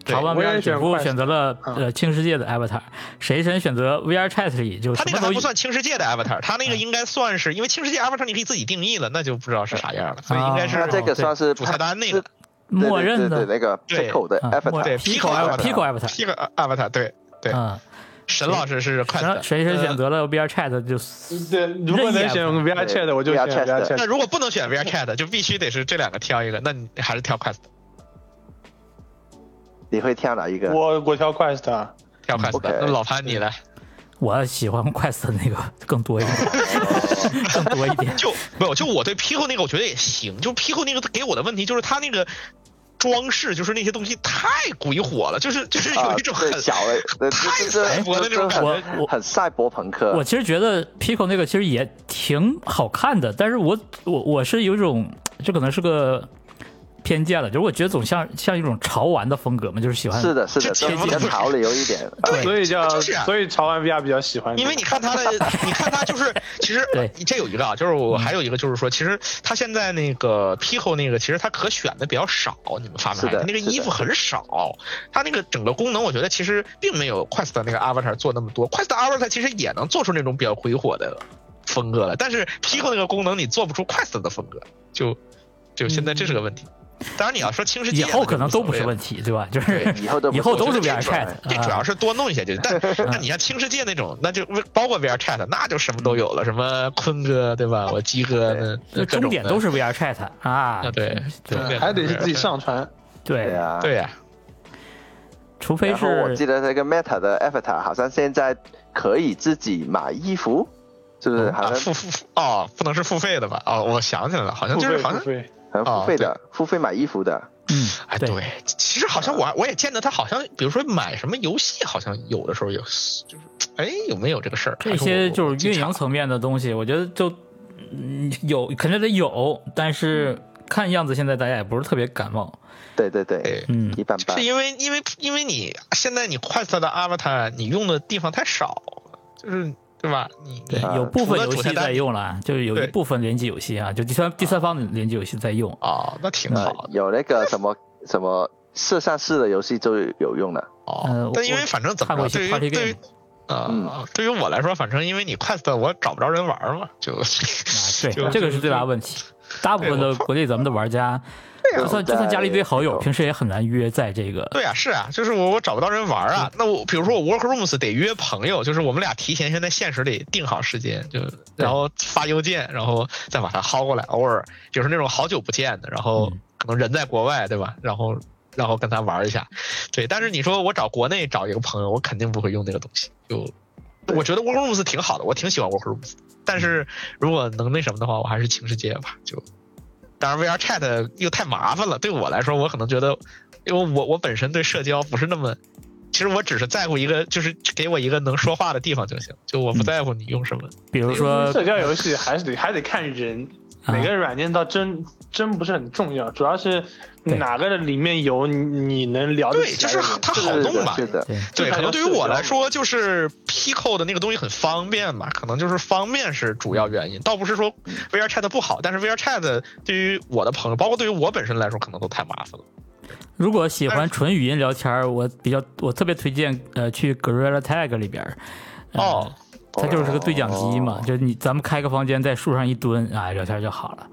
[SPEAKER 3] 对
[SPEAKER 1] 潮玩
[SPEAKER 4] 我也
[SPEAKER 1] VR
[SPEAKER 4] 选
[SPEAKER 1] 主播
[SPEAKER 4] Quest
[SPEAKER 1] 选择了
[SPEAKER 4] 嗯
[SPEAKER 1] 呃轻世界的 Avatar，谁神选择 VR Chat 里就
[SPEAKER 3] 他
[SPEAKER 1] 什
[SPEAKER 3] 那
[SPEAKER 1] 么
[SPEAKER 3] 个还
[SPEAKER 1] 都有
[SPEAKER 3] 不。算轻世界的 avatar，他
[SPEAKER 2] 嗯
[SPEAKER 3] 那个应该算是，因为轻世界 avatar 你可以自己定义了，那就不知道是啥样了，所以应该
[SPEAKER 1] 啊
[SPEAKER 2] 那
[SPEAKER 3] 是
[SPEAKER 2] 这个算是
[SPEAKER 3] 主菜单那
[SPEAKER 2] 是
[SPEAKER 3] 个
[SPEAKER 2] 对对
[SPEAKER 1] 默认
[SPEAKER 2] 对
[SPEAKER 1] 的
[SPEAKER 2] 对对那个
[SPEAKER 3] 对
[SPEAKER 2] Pico 的
[SPEAKER 1] 啊
[SPEAKER 2] Avatar，
[SPEAKER 1] 默
[SPEAKER 3] 对
[SPEAKER 1] Pico
[SPEAKER 3] Pico
[SPEAKER 1] Pico Avatar，
[SPEAKER 3] Pico 呃 avatar 对对，
[SPEAKER 1] 嗯，
[SPEAKER 3] 沈老师是快
[SPEAKER 1] 然后
[SPEAKER 3] 的。
[SPEAKER 1] 谁谁选
[SPEAKER 3] 呃
[SPEAKER 1] 择了 VR Chat 就死
[SPEAKER 4] 对，如果能选 VR Chat，我就选
[SPEAKER 2] VR
[SPEAKER 4] VR
[SPEAKER 2] chat
[SPEAKER 4] Chat。
[SPEAKER 3] 那如果不能选 VR Chat，就必须得是这两个挑一个，那你还是挑 Quest，
[SPEAKER 2] 你会挑哪一个？
[SPEAKER 4] 我我挑 Quest 啊，
[SPEAKER 3] 挑 Quest 的。
[SPEAKER 2] 嗯 OK
[SPEAKER 3] 那老潘你来，
[SPEAKER 1] 我喜欢 Quest 的那个更多一 点，更多一点。
[SPEAKER 3] 就没有，就我对 Pico 那个我觉得也行，就 Pico 那个给我的问题就是他那个装饰，就是那些东西太鬼火了，就是就是
[SPEAKER 2] 啊
[SPEAKER 3] 有一种很、
[SPEAKER 2] 对小的，对
[SPEAKER 3] 太
[SPEAKER 2] 就是
[SPEAKER 3] 赛博的那种
[SPEAKER 2] 就是
[SPEAKER 1] 感觉
[SPEAKER 2] 很
[SPEAKER 1] 哎我我
[SPEAKER 2] 很赛博朋克。
[SPEAKER 1] 我其实觉得 Pico 那个其实也挺好看的，但是我我我是有一种，这可能是个偏见了，就是我觉得总像像一种潮玩的风格嘛，就是喜欢
[SPEAKER 2] 是的，是的，就
[SPEAKER 3] 这节
[SPEAKER 2] 比
[SPEAKER 3] 目
[SPEAKER 2] 较
[SPEAKER 3] 都是
[SPEAKER 2] 潮流一点。
[SPEAKER 3] 对
[SPEAKER 4] 所以叫
[SPEAKER 3] 就是啊
[SPEAKER 4] 所以潮玩 VR 比较喜欢你。
[SPEAKER 3] 因为你看他 的，你看他就是，其实
[SPEAKER 1] 对嗯
[SPEAKER 3] 这有一个啊，就是我还有一个就是说，其实他现在那个 Pico 那个，其实他可选的比较少，你们发没发
[SPEAKER 2] 是的
[SPEAKER 3] 现？那个
[SPEAKER 2] 是的
[SPEAKER 3] 衣服很少，他那个整个功能，我觉得其实并没有 Quest 的那个 Avatar 做那么多。Quest 的 Avatar 其实也能做出那种比较鬼火的风格了，但是 Pico 那个功能你做不出 Quest 的风格，就就现在这是个问题。当然你要说轻世界
[SPEAKER 1] 嗯以
[SPEAKER 3] 那就无所谓了，
[SPEAKER 1] 后可能都不是问题，对吧？就是
[SPEAKER 3] 对
[SPEAKER 2] 以后都不
[SPEAKER 1] 以后
[SPEAKER 2] 是
[SPEAKER 1] 都是
[SPEAKER 3] 这
[SPEAKER 1] VR
[SPEAKER 3] 主要
[SPEAKER 1] Chat，
[SPEAKER 3] 这主要
[SPEAKER 1] 啊
[SPEAKER 3] 是多弄一些就。但那你像轻世界那种，那就包括 VR Chat，那就什么都有了，什么坤哥对吧？我鸡哥呢，
[SPEAKER 1] 就
[SPEAKER 3] 各种
[SPEAKER 1] 终点
[SPEAKER 3] 的
[SPEAKER 1] 都是 VR Chat 啊
[SPEAKER 3] 啊，，对
[SPEAKER 1] 对
[SPEAKER 3] 对
[SPEAKER 4] 还得是自己上传。
[SPEAKER 2] 对
[SPEAKER 1] 对，
[SPEAKER 2] 啊。
[SPEAKER 3] 对呀，
[SPEAKER 1] 除非
[SPEAKER 2] 然后我记
[SPEAKER 1] 是
[SPEAKER 2] 得那个 Meta 的 Avatar 好像现在可以自己买衣服，是不是？
[SPEAKER 3] 啊
[SPEAKER 2] 好像
[SPEAKER 3] 付付付哦，不能是付费的吧？哦，我想起来了，好像
[SPEAKER 4] 付
[SPEAKER 3] 就是
[SPEAKER 4] 费
[SPEAKER 3] 好
[SPEAKER 4] 付
[SPEAKER 3] 像。
[SPEAKER 4] 费，
[SPEAKER 2] 好
[SPEAKER 3] 啊
[SPEAKER 2] 像付费的，付费买衣服的。
[SPEAKER 1] 嗯，
[SPEAKER 3] 哎，
[SPEAKER 1] 对，
[SPEAKER 3] 对，其实好像我我也见得他好像，比如说买什么游戏，好像有的时候有，就是哎有没有这个事儿？
[SPEAKER 1] 这
[SPEAKER 3] 还我
[SPEAKER 1] 些
[SPEAKER 3] 我
[SPEAKER 1] 就是
[SPEAKER 3] 记
[SPEAKER 1] 运
[SPEAKER 3] 差
[SPEAKER 1] 营
[SPEAKER 3] 了
[SPEAKER 1] 层面的东西，我觉得就嗯有肯定得有，但是看样子现在大家也不是特别感冒，
[SPEAKER 2] 对对对
[SPEAKER 3] 对，
[SPEAKER 1] 嗯
[SPEAKER 2] 一般般
[SPEAKER 3] 哎是。因为因为因为你现在你 Quest 的 Avatar 你用的地方太少，就是对吧？你
[SPEAKER 1] 对，
[SPEAKER 2] 啊
[SPEAKER 1] 有部
[SPEAKER 3] 除
[SPEAKER 1] 分
[SPEAKER 3] 了
[SPEAKER 1] 游
[SPEAKER 3] 主
[SPEAKER 1] 戏
[SPEAKER 3] 菜单
[SPEAKER 1] 在用了，啊就是有一
[SPEAKER 3] 对
[SPEAKER 1] 部分联机游戏啊，就第三第三方的联机游戏在用。
[SPEAKER 3] 哦，那挺
[SPEAKER 2] 呃
[SPEAKER 3] 好的
[SPEAKER 2] 有那个什么什么摄像式的游戏就有用了。
[SPEAKER 1] 呃
[SPEAKER 3] 哦。但因为反正怎
[SPEAKER 1] 我看过
[SPEAKER 3] 么
[SPEAKER 1] 一
[SPEAKER 3] 着，
[SPEAKER 1] 些
[SPEAKER 3] 对
[SPEAKER 1] party
[SPEAKER 3] 于对于
[SPEAKER 1] game
[SPEAKER 3] 啊，对于我来说，反正因为你 Quest 我找不着人玩嘛，就
[SPEAKER 1] 啊，
[SPEAKER 3] 就
[SPEAKER 1] 对，这个是最大问题。大部分的国内咱们的玩家，
[SPEAKER 3] 啊
[SPEAKER 1] 就算就算加了一堆好友，平时也很难约在这个。
[SPEAKER 3] 对啊，是啊，就是我我找不到人玩啊。那我比如说我 Workrooms 得约朋友，就是我们俩提前先在现实里定好时间，就然后发邮件，然后再把它薅过来。偶尔比如说那种好久不见的，然后可能人在国外，对吧？然后然后跟他玩一下，对。但是你说我找国内找一个朋友，我肯定不会用那个东西。就我觉得 Workrooms 挺好的，我挺喜欢 Workrooms，但是如果能那什么的话，我还是轻世界吧，就。当然，VR Chat 又太麻烦了。对我来说，我可能觉得，因为我我本身对社交不是那么，其实我只是在乎一个，就是给我一个能说话的地方就行，就我不在乎你用什么。
[SPEAKER 1] 比如说，
[SPEAKER 4] 社交游戏还是得还得看人，
[SPEAKER 1] 啊
[SPEAKER 4] 哪个软件倒真真不是很重要，主要是
[SPEAKER 1] 对
[SPEAKER 4] 哪个里面有你你能聊得
[SPEAKER 3] 对，
[SPEAKER 4] 起
[SPEAKER 3] 就
[SPEAKER 4] 来
[SPEAKER 3] 是
[SPEAKER 4] 的人。
[SPEAKER 3] 它
[SPEAKER 2] 是
[SPEAKER 3] 好
[SPEAKER 2] 的
[SPEAKER 3] 弄嘛。
[SPEAKER 2] 是的，
[SPEAKER 1] 对，
[SPEAKER 3] 对，
[SPEAKER 4] 就
[SPEAKER 3] 可
[SPEAKER 4] 感觉
[SPEAKER 3] 能对于我来说，就是 Pico 的那个东西很方便嘛，可能就是方便是主要原因，倒不是说 VR Chat 不好，但是 VR Chat 对于我的朋友，包括对于我本身来说，可能都太麻烦了。
[SPEAKER 1] 如果喜欢纯语音聊天儿，我比较我特别推荐呃去 Gorilla Tag 里边儿，呃
[SPEAKER 3] 哦，
[SPEAKER 1] 它就是个对讲机嘛，
[SPEAKER 2] 哦
[SPEAKER 1] 就是你咱们开个房间在树上一蹲啊聊天就好了。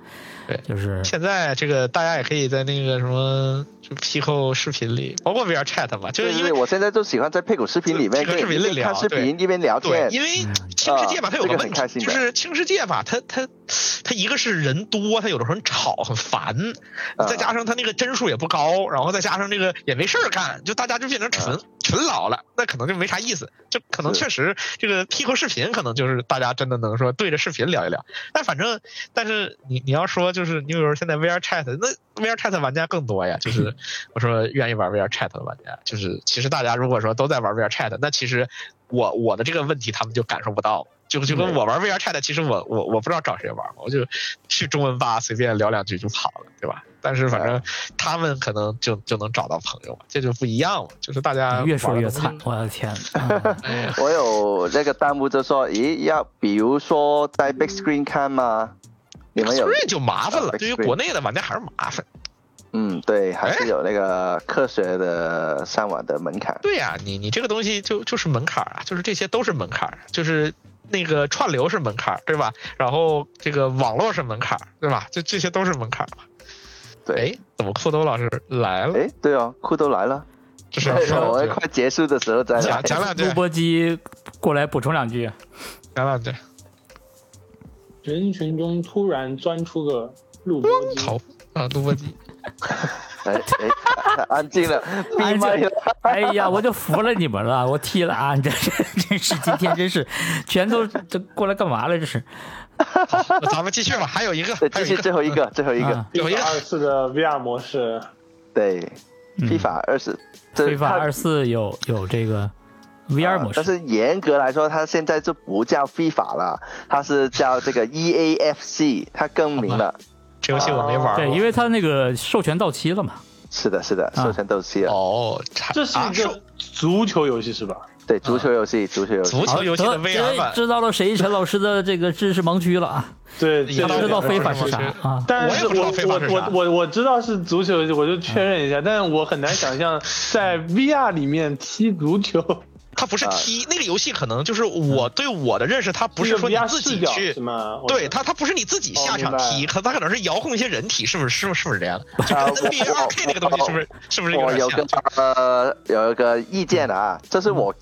[SPEAKER 3] 对
[SPEAKER 1] 就是
[SPEAKER 3] 现在这个大家也可以在那个什么就 Pico 视频里，包括 VR Chat 嘛，就是因为
[SPEAKER 2] 对我现在就喜欢在配股视频里面
[SPEAKER 3] 这个视频
[SPEAKER 2] 一边
[SPEAKER 3] 里聊
[SPEAKER 2] 看视频一边聊
[SPEAKER 3] 对
[SPEAKER 2] 天，，
[SPEAKER 3] 因为轻世界吧，
[SPEAKER 2] 啊
[SPEAKER 3] 它有
[SPEAKER 2] 这个
[SPEAKER 3] 问
[SPEAKER 2] 很开
[SPEAKER 3] 题，
[SPEAKER 2] 心
[SPEAKER 3] 就
[SPEAKER 2] 的
[SPEAKER 3] 是轻世界吧，它它它一个是人多，它有的时候很吵很烦，
[SPEAKER 2] 啊
[SPEAKER 3] 再加上它那个帧数也不高，然后再加上这个也没事儿干，就大家就变成纯纯老了，那可能就没啥意思。这可能
[SPEAKER 2] 啊是
[SPEAKER 3] 确实这个 Pico 视频，可能就是大家真的能说对着视频聊一聊。但反正，但是你你要说就是，你比如说现在 VR Chat，那 VR Chat 玩家更多呀。就是 我说愿意玩 VR Chat 的玩家，就是其实大家如果说都在玩 VR Chat，那其实我我的这个问题他们就感受不到。就
[SPEAKER 1] 嗯
[SPEAKER 3] 就跟我玩 VR Chat，其实我我我不知道找谁玩嘛，我就去中文吧随便聊两句就跑了，对吧？但是反正他们可能就就能找到朋友嘛，这就不一样嘛，就是大家
[SPEAKER 1] 越说
[SPEAKER 3] 玩的
[SPEAKER 1] 越
[SPEAKER 3] 东西
[SPEAKER 1] 惨，我的 天！嗯
[SPEAKER 3] 哎呀
[SPEAKER 2] 我有那个弹幕就说，咦，要比如说在 big screen 看吗？你们有？
[SPEAKER 3] 所以就麻烦了。
[SPEAKER 2] Big
[SPEAKER 3] 对于
[SPEAKER 2] screen
[SPEAKER 3] 国内的玩家还是麻烦。
[SPEAKER 2] 嗯，对，还
[SPEAKER 3] 哎
[SPEAKER 2] 是有那个科学的上网的门槛。
[SPEAKER 3] 对呀、你你这个东西就就是门槛儿啊，就是这些都是门槛儿，啊就是那个串流是门槛儿，对吧？然后这个网络是门槛儿，对吧？这这些都是门槛儿嘛。
[SPEAKER 2] 对，
[SPEAKER 3] 哎，怎么酷兜老师来了？
[SPEAKER 2] 哎，对哦，酷都来了，
[SPEAKER 3] 这是要
[SPEAKER 2] 哎我
[SPEAKER 3] 说
[SPEAKER 2] 们
[SPEAKER 3] 两句
[SPEAKER 2] 快结束的时候再
[SPEAKER 3] 讲
[SPEAKER 2] 来。
[SPEAKER 3] 讲两句
[SPEAKER 1] 录，播机过来补充两句，
[SPEAKER 3] 讲两句。
[SPEAKER 4] 人群中突然钻出个录播机，
[SPEAKER 3] 头啊，录播机，
[SPEAKER 2] 哎哎，安静 了，闭麦了。
[SPEAKER 1] 哎呀，我就服了你们了，我踢了啊！你这 这真是今天真是，全都这过来干嘛了？这是
[SPEAKER 3] 好，咱们继续吧，还有一个，
[SPEAKER 2] 对，
[SPEAKER 3] 还
[SPEAKER 2] 继
[SPEAKER 3] 有一
[SPEAKER 2] 续
[SPEAKER 3] 个，
[SPEAKER 2] 最后一个，最后一个
[SPEAKER 1] 啊，
[SPEAKER 4] 第
[SPEAKER 3] 有一个
[SPEAKER 4] 二次的 VR 模式，
[SPEAKER 2] 对，
[SPEAKER 1] 嗯
[SPEAKER 2] 非法二十，这
[SPEAKER 1] 非法
[SPEAKER 2] 它
[SPEAKER 1] 二四有有这个 VR
[SPEAKER 2] 啊
[SPEAKER 1] 模
[SPEAKER 2] 但
[SPEAKER 1] 式，
[SPEAKER 2] 是严格来说，它现在就不叫非法了，它是叫这个 E EAFC，它更名了。
[SPEAKER 3] 这游戏啊我没玩
[SPEAKER 1] 对，
[SPEAKER 3] 过。
[SPEAKER 1] 因为它那个授权到期了嘛。
[SPEAKER 2] 是的，是的，
[SPEAKER 1] 啊
[SPEAKER 2] 授权斗气了。
[SPEAKER 3] 哦，差
[SPEAKER 4] 这是
[SPEAKER 3] 啊
[SPEAKER 4] 一个呃足球游戏是吧？
[SPEAKER 2] 对，足球游戏，足球游戏
[SPEAKER 3] 足。球游戏的
[SPEAKER 1] 得
[SPEAKER 3] VR
[SPEAKER 1] 这
[SPEAKER 3] 版，
[SPEAKER 1] 知道了谁陈老师的这个知识盲区了啊？
[SPEAKER 4] 对，
[SPEAKER 3] 你
[SPEAKER 4] 这
[SPEAKER 3] 知
[SPEAKER 4] 个
[SPEAKER 1] 知道
[SPEAKER 3] 对
[SPEAKER 1] 非法
[SPEAKER 3] 是
[SPEAKER 1] 是啥
[SPEAKER 3] 是
[SPEAKER 1] 啊？
[SPEAKER 4] 但
[SPEAKER 3] 我也
[SPEAKER 4] 是
[SPEAKER 3] 不知道
[SPEAKER 4] 我
[SPEAKER 3] 非
[SPEAKER 4] 我
[SPEAKER 3] 法是啥嗯
[SPEAKER 4] 我我我知道是足球，我就确认一下，但是我很难想象在 VR 里面踢足球，
[SPEAKER 3] 它不是
[SPEAKER 2] 啊
[SPEAKER 3] 踢那个游戏，可能就是我对我的认识，它 不
[SPEAKER 4] 这
[SPEAKER 3] 是
[SPEAKER 4] 个
[SPEAKER 3] 说你
[SPEAKER 4] VR
[SPEAKER 3] 自己
[SPEAKER 4] 视角
[SPEAKER 3] 去
[SPEAKER 4] 是，吗？我
[SPEAKER 3] 对，它，它不是你自己下场
[SPEAKER 4] 哦明
[SPEAKER 3] 踢，
[SPEAKER 4] 白
[SPEAKER 3] 可它可能是遥控一些人体，是不是？是不是？是不是这样的？
[SPEAKER 2] 啊
[SPEAKER 3] 就跟 B R K 那个东西是不是？是不是有
[SPEAKER 2] 我有
[SPEAKER 3] 点
[SPEAKER 2] 个
[SPEAKER 3] 像？啊
[SPEAKER 2] 呃有一个意见啊，这是我。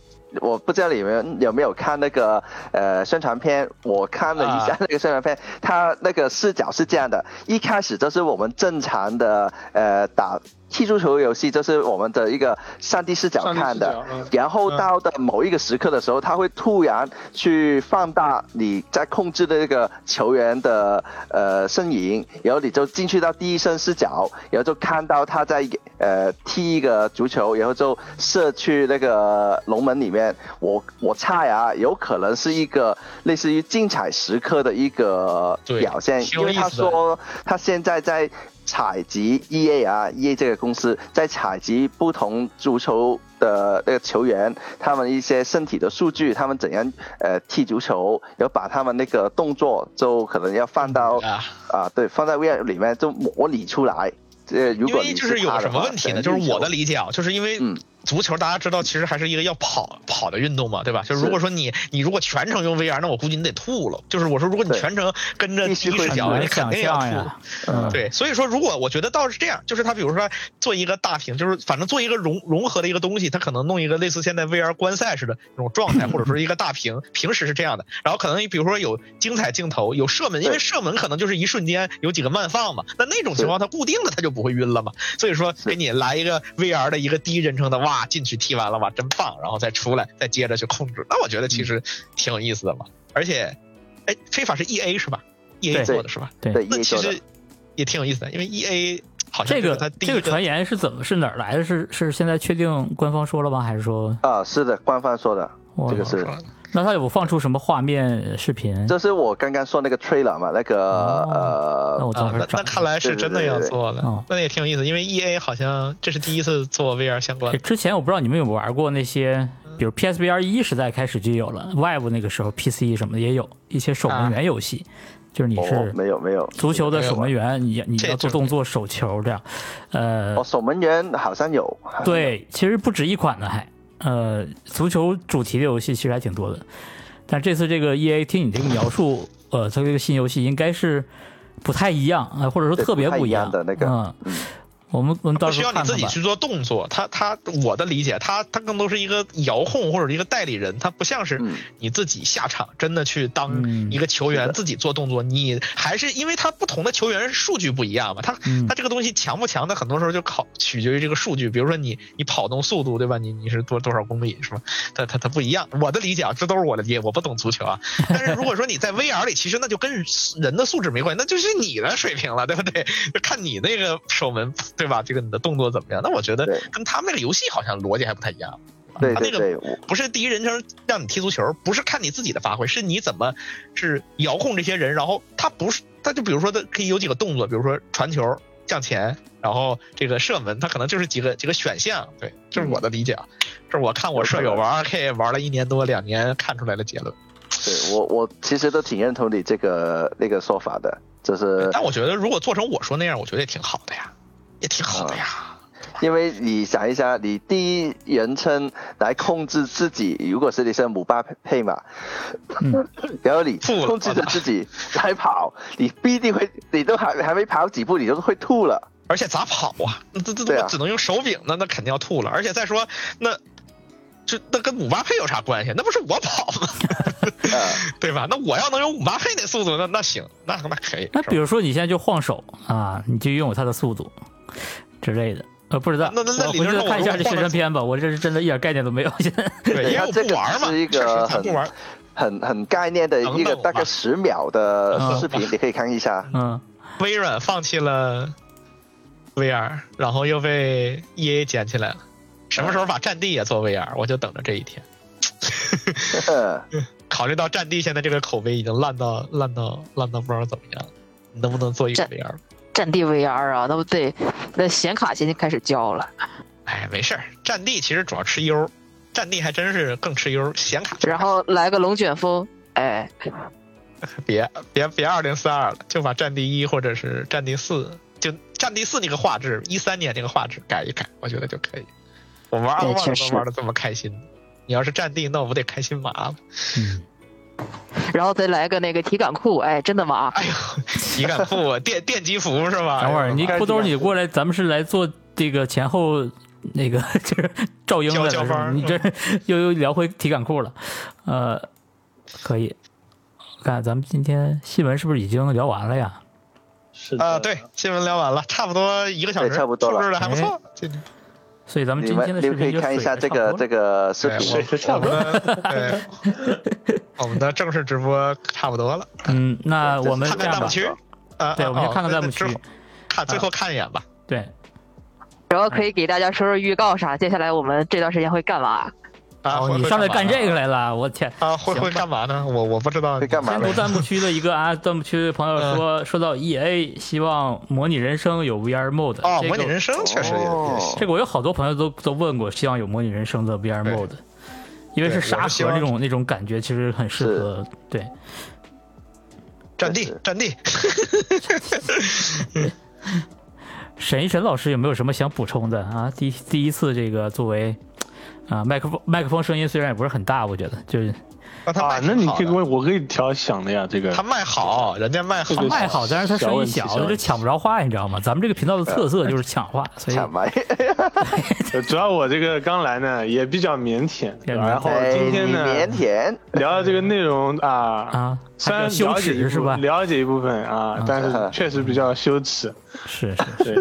[SPEAKER 2] 我不知道你们有没有看那个呃宣传片，我看了一下
[SPEAKER 3] 啊
[SPEAKER 2] 那个宣传片，它那个视角是这样的：一开始就是我们正常的呃打踢足球游戏，就是我们的一个上帝视角
[SPEAKER 4] 上帝视
[SPEAKER 2] 看的，
[SPEAKER 4] 角嗯
[SPEAKER 2] 然后到的某一个时刻的时候，它会突然去放大你在控制的那个球员的呃身影，然后你就进去到第一身视角，然后就看到他在呃踢一个足球，然后就射去那个龙门里面。我我猜啊，有可能是一个类似于竞彩时刻的一个
[SPEAKER 3] 对
[SPEAKER 2] 表现，
[SPEAKER 3] 挺
[SPEAKER 2] 因
[SPEAKER 3] 有
[SPEAKER 2] 为
[SPEAKER 3] 意思的
[SPEAKER 2] 他说他现在在采集 EA 啊，EA 这个公司在采集不同足球的那个球员，他们一些身体的数据，他们怎样呃踢足球，然后把他们那个动作就可能要放到
[SPEAKER 3] 啊，
[SPEAKER 2] 啊，对，放在 VR 里面就模拟出来。这如
[SPEAKER 3] 因
[SPEAKER 2] 果
[SPEAKER 3] 为
[SPEAKER 2] 你
[SPEAKER 3] 就是有
[SPEAKER 2] 他
[SPEAKER 3] 什
[SPEAKER 2] 的
[SPEAKER 3] 么
[SPEAKER 2] 话
[SPEAKER 3] 问
[SPEAKER 2] 可
[SPEAKER 3] 题呢？
[SPEAKER 2] 能
[SPEAKER 3] 就是我
[SPEAKER 2] 有
[SPEAKER 3] 的理解啊，就是因为
[SPEAKER 2] 嗯
[SPEAKER 3] 足球大家知道，其实还是一个要跑跑的运动嘛，对吧？就是如果说你你如果全程用 VR，那我估计你得吐了。就是我说，如果你
[SPEAKER 2] 对
[SPEAKER 3] 全程跟着
[SPEAKER 2] 必
[SPEAKER 3] 第
[SPEAKER 2] 须
[SPEAKER 3] 一
[SPEAKER 2] 会
[SPEAKER 3] 视
[SPEAKER 2] 吐
[SPEAKER 1] 很
[SPEAKER 3] 角，
[SPEAKER 1] 难
[SPEAKER 3] 你肯
[SPEAKER 1] 想
[SPEAKER 3] 定要
[SPEAKER 1] 象
[SPEAKER 3] 吐。
[SPEAKER 1] 呀。嗯，
[SPEAKER 3] 对，所以说，如果我觉得倒是这样，就是他比如说做一个大屏，就是反正做一个融融合的一个东西，他可能弄一个类似现在 VR 观赛似的那种状态，或者说一个 大屏，平时是这样的，然后可能比如说有精彩镜头，有射门，因为
[SPEAKER 2] 对
[SPEAKER 3] 射门可能就是一瞬间有几个慢放嘛，那那种情况它固定的它就不会晕了嘛，所以说给你来一个 VR 的一个第一人称的，哇，进去踢完了，哇，真棒，然后再出来，再接着去控制，那我觉得其实挺有意思的嘛，而且，哎，非法是 EA 是吧？EA
[SPEAKER 1] 对
[SPEAKER 3] 做的是吧？
[SPEAKER 2] 对
[SPEAKER 3] 那
[SPEAKER 2] EA
[SPEAKER 3] 其
[SPEAKER 2] 做的
[SPEAKER 3] 实也挺有意思的，因为 E A 好像
[SPEAKER 1] 这
[SPEAKER 3] 个
[SPEAKER 1] 个
[SPEAKER 3] 他第一
[SPEAKER 1] 这个传言是怎么是哪儿来的？是是现在确定官方说了吗？还是说
[SPEAKER 2] 啊，是的，官方说的。
[SPEAKER 1] 我
[SPEAKER 2] 这个是，
[SPEAKER 1] 那他有放出什么画面视频？
[SPEAKER 2] 这是我刚刚说那个 trailer 嘛，那个、
[SPEAKER 1] 那
[SPEAKER 2] 呃，
[SPEAKER 1] 我到
[SPEAKER 3] 啊
[SPEAKER 1] 时，候
[SPEAKER 3] 那
[SPEAKER 1] 找
[SPEAKER 3] 那
[SPEAKER 1] 一下。
[SPEAKER 3] 看来是真的要做
[SPEAKER 1] 对对对对
[SPEAKER 3] 了
[SPEAKER 1] 哦，
[SPEAKER 3] 那也挺有意思，因为 E A 好像这是第一次做 V R 相关
[SPEAKER 1] 哎之前我不知道你们有没有玩过那些，比如 PSVR 一时代开始就有了，Vive 那个时候 PC 什么的也有一些守门员游戏，就是你
[SPEAKER 2] 哦
[SPEAKER 1] 是，
[SPEAKER 2] 没有没有，
[SPEAKER 1] 足球的守门员，你你
[SPEAKER 3] 这
[SPEAKER 1] 要做
[SPEAKER 3] 这
[SPEAKER 1] 动作手球这样，呃
[SPEAKER 2] 哦，，守门员好像有，
[SPEAKER 1] 对，其实不止一款呢，还呃，足球主题的游戏其实还挺多的。但这次这个 E A 听你这个描述，呃，它这个新游戏应该是不太一样啊、呃或者说
[SPEAKER 2] 对
[SPEAKER 1] 特别
[SPEAKER 2] 不太
[SPEAKER 1] 一
[SPEAKER 2] 一样的那个
[SPEAKER 1] 嗯，我们我们到
[SPEAKER 3] 不
[SPEAKER 1] 时
[SPEAKER 3] 需
[SPEAKER 1] 候
[SPEAKER 3] 要
[SPEAKER 1] 看
[SPEAKER 3] 你
[SPEAKER 1] 看
[SPEAKER 3] 自己
[SPEAKER 1] 吧。
[SPEAKER 3] 去做动作。它它，我的理解，它它更多是一个遥控或者一个代理人，它不像是
[SPEAKER 2] 嗯
[SPEAKER 3] 你自己下场真的去
[SPEAKER 1] 嗯
[SPEAKER 3] 当一个球
[SPEAKER 2] 是
[SPEAKER 3] 员
[SPEAKER 2] 的
[SPEAKER 3] 自己做动作。你还是因为它不同的球员数据不一样嘛，它
[SPEAKER 1] 嗯
[SPEAKER 3] 它这个东西强不强，它很多时候就考取决于这个数据。比如说你你跑动速度对吧？你你是多多少公里是吧？它它它不一样。我的理解啊，这都是我的理解，我不懂足球啊。但是如果说你在 VR 里，其实那就跟人的素质没关系，那就是你的水平了，对不对？就看你那个守门对吧？这个你的动作怎么样？那我觉得
[SPEAKER 2] 对
[SPEAKER 3] 跟他们那个游戏好像逻辑还不太一样。啊
[SPEAKER 2] 对
[SPEAKER 3] 他
[SPEAKER 2] 对
[SPEAKER 3] 那个
[SPEAKER 2] 对，我
[SPEAKER 3] 不是第一人称让你踢足球，不是看你自己的发挥，是你怎么是遥控这些人，然后他不是他就比如说他可以有几个动作，比如说传球、向前，然后这个射门，他可能就是几个几个选项。对，这是我的理解啊，这是我看我舍友玩 RK 玩了一年多两年看出来的结论。
[SPEAKER 2] 对我我其实都挺认同你这个那个说法的，就是
[SPEAKER 3] 但我觉得如果做成我说那样，我觉得也挺好的呀，也挺好的呀。
[SPEAKER 2] 因为你想一下，你第一人称来控制自己，如果是你是姆巴佩嘛，
[SPEAKER 1] 嗯
[SPEAKER 2] 然后你
[SPEAKER 3] 吐了
[SPEAKER 2] 控制着自己来跑，你必定会，你都还还没跑几步，你都会吐了。
[SPEAKER 3] 而且咋跑啊？那这这
[SPEAKER 2] 对啊
[SPEAKER 3] 我只能用手柄，那那肯定要吐了。而且再说那。这那跟姆巴佩有啥关系？那不是我跑吗？
[SPEAKER 2] 呃，
[SPEAKER 3] 对吧？那我要能有姆巴佩那速度，那那行，那那可以。
[SPEAKER 1] 那
[SPEAKER 3] 是吧
[SPEAKER 1] 比如说你现在就晃手啊，你就拥有它的速度之类的。呃，不知道，
[SPEAKER 3] 那那那
[SPEAKER 1] 我
[SPEAKER 3] 理
[SPEAKER 1] 回
[SPEAKER 3] 论
[SPEAKER 1] 去
[SPEAKER 3] 上
[SPEAKER 1] 看一
[SPEAKER 3] 我
[SPEAKER 1] 下
[SPEAKER 3] 如
[SPEAKER 1] 这宣
[SPEAKER 3] 果换
[SPEAKER 1] 传
[SPEAKER 3] 了
[SPEAKER 1] 片吧，我这是真的一点概念都没有。现在，
[SPEAKER 3] 对，因为
[SPEAKER 2] 它
[SPEAKER 3] 我
[SPEAKER 2] 这
[SPEAKER 3] 不
[SPEAKER 2] 个
[SPEAKER 3] 玩嘛，
[SPEAKER 2] 是一
[SPEAKER 3] 确实
[SPEAKER 2] 个
[SPEAKER 3] 咱不玩。
[SPEAKER 2] 很很概念的一
[SPEAKER 3] 等
[SPEAKER 2] 个
[SPEAKER 3] 等吧
[SPEAKER 2] 大概十秒的
[SPEAKER 1] 嗯
[SPEAKER 2] 视频，你可以看一下。
[SPEAKER 1] 嗯，
[SPEAKER 3] 微软放弃了 VR，然后又被 EA 捡起来了。什么时候把《战地》也做 VR？我就等着这一天。
[SPEAKER 2] 呃
[SPEAKER 3] 考虑到《战地》现在这个口碑已经烂到烂到烂到不知道怎么样了，你能不能做一个
[SPEAKER 6] 战
[SPEAKER 3] VR？
[SPEAKER 6] 战地 VR 啊，那不得那显卡现在开始交了，
[SPEAKER 3] 哎，没事儿，《战地》其实主要吃优，《战地》还真是更吃优，显卡
[SPEAKER 6] 然后来个龙卷风，哎，
[SPEAKER 3] 别别别二零四二了，就把《战地一》或者是《战地四》，就《战地四》那个画质，一三年那个画质改一改，我觉得就可以。我玩二
[SPEAKER 6] 对
[SPEAKER 3] 万
[SPEAKER 6] 确
[SPEAKER 3] 都
[SPEAKER 6] 实
[SPEAKER 3] 玩的这么开心，你要是《战地》，那我不得开心麻了？嗯
[SPEAKER 6] 然后再来个那个体感裤，哎，真的麻，
[SPEAKER 3] 哎呦，体感裤啊，电电击服是吧？
[SPEAKER 1] 等会儿你
[SPEAKER 3] 哎呦
[SPEAKER 1] 裤兜你过来，咱们是来做这个前后那个就是照应的
[SPEAKER 3] 交交班
[SPEAKER 1] 了，
[SPEAKER 3] 儿嗯
[SPEAKER 1] 你这又又聊回体感裤了，呃，可以。看咱们今天新闻是不是已经聊完了呀？
[SPEAKER 4] 是的
[SPEAKER 3] 啊，对，新闻聊完了，差不多一个小时，
[SPEAKER 2] 对差不多了
[SPEAKER 3] 是不是还不错？
[SPEAKER 1] 哎
[SPEAKER 3] 这
[SPEAKER 1] 所以咱们
[SPEAKER 2] 你
[SPEAKER 1] 今天的
[SPEAKER 2] 们你
[SPEAKER 1] 视
[SPEAKER 2] 们可
[SPEAKER 1] 频
[SPEAKER 2] 以
[SPEAKER 1] 就
[SPEAKER 2] 看一下这
[SPEAKER 1] 水差
[SPEAKER 2] 个
[SPEAKER 1] 不多
[SPEAKER 2] 这个视
[SPEAKER 3] 对
[SPEAKER 2] 频，
[SPEAKER 4] 水是差
[SPEAKER 3] 我
[SPEAKER 4] 不
[SPEAKER 3] 们
[SPEAKER 4] 多。
[SPEAKER 3] 的对，我们的正式直播差不多了，
[SPEAKER 1] 嗯，那我们
[SPEAKER 3] 看
[SPEAKER 1] 这样
[SPEAKER 3] 看弹幕
[SPEAKER 1] 吧，
[SPEAKER 3] 区。啊，
[SPEAKER 1] 对，
[SPEAKER 3] 啊
[SPEAKER 1] 我们先
[SPEAKER 3] 哦
[SPEAKER 1] 看看弹
[SPEAKER 3] 那
[SPEAKER 1] 幕
[SPEAKER 3] 那
[SPEAKER 1] 区嗯
[SPEAKER 3] 之。后看最后看一眼吧。
[SPEAKER 1] 对，
[SPEAKER 6] 然后可以给大家说说预告啥，接下来我们这段时间会干嘛？
[SPEAKER 3] 啊，
[SPEAKER 1] 哦，
[SPEAKER 3] 会
[SPEAKER 1] 你
[SPEAKER 3] 会
[SPEAKER 1] 上来干
[SPEAKER 3] 干嘛呢
[SPEAKER 1] 这个来了，我天！
[SPEAKER 3] 啊，会
[SPEAKER 1] 行
[SPEAKER 3] 会
[SPEAKER 1] 吧
[SPEAKER 3] 干嘛呢？我我不知道。
[SPEAKER 2] 会干嘛
[SPEAKER 1] 先
[SPEAKER 2] 呢
[SPEAKER 1] 读弹幕区的一个啊，弹幕区朋友
[SPEAKER 3] 嗯
[SPEAKER 1] 说说到 E A 希望模拟人生有 V R mode
[SPEAKER 3] 哦，
[SPEAKER 1] 这
[SPEAKER 3] 模拟
[SPEAKER 1] 个
[SPEAKER 3] 人生确实也
[SPEAKER 2] 哦
[SPEAKER 3] 也行。
[SPEAKER 1] 这个我有好多朋友都都问过，希望有模拟人生的 V R
[SPEAKER 3] 对
[SPEAKER 1] mode，因为
[SPEAKER 3] 对
[SPEAKER 1] 是
[SPEAKER 3] 我
[SPEAKER 1] 沙
[SPEAKER 3] 们希
[SPEAKER 1] 盒
[SPEAKER 3] 望
[SPEAKER 1] 那种那种感觉，其实很适
[SPEAKER 2] 是
[SPEAKER 1] 合对。
[SPEAKER 3] 战地
[SPEAKER 2] 是，
[SPEAKER 3] 战地，
[SPEAKER 1] 沈一沈老师有没有什么想补充的啊？第第一次这个作为啊麦克风麦克风声音虽然也不是很大，我觉得就是
[SPEAKER 3] 那他
[SPEAKER 4] 啊
[SPEAKER 3] 卖，
[SPEAKER 4] 那你可
[SPEAKER 3] 挺
[SPEAKER 4] 以
[SPEAKER 3] 好
[SPEAKER 4] 给
[SPEAKER 3] 的
[SPEAKER 4] 我，我可以调响的呀，这个
[SPEAKER 3] 他卖好，人家卖好
[SPEAKER 4] 对，对
[SPEAKER 1] 卖好，但是他声
[SPEAKER 4] 小
[SPEAKER 1] 音
[SPEAKER 4] 问题
[SPEAKER 1] 小
[SPEAKER 4] 小，问
[SPEAKER 1] 就
[SPEAKER 4] 题呃
[SPEAKER 1] 抢不着话，你知道吗？咱们这个频道的特色就是抢话，所以
[SPEAKER 2] 抢麦，
[SPEAKER 4] 主要我这个刚来呢，也比较腼腆，对吧然
[SPEAKER 1] 哦
[SPEAKER 4] 后
[SPEAKER 2] 哎，
[SPEAKER 4] 今
[SPEAKER 2] 你
[SPEAKER 4] 天呢
[SPEAKER 2] 腼腆，
[SPEAKER 4] 聊的这个内容啊，
[SPEAKER 1] 啊，
[SPEAKER 4] 虽然
[SPEAKER 1] 还比较羞
[SPEAKER 4] 了解一部
[SPEAKER 1] 耻是吧？嗯
[SPEAKER 4] 了解一部分啊，但是确实比较 羞耻。
[SPEAKER 1] 是是，
[SPEAKER 4] 对，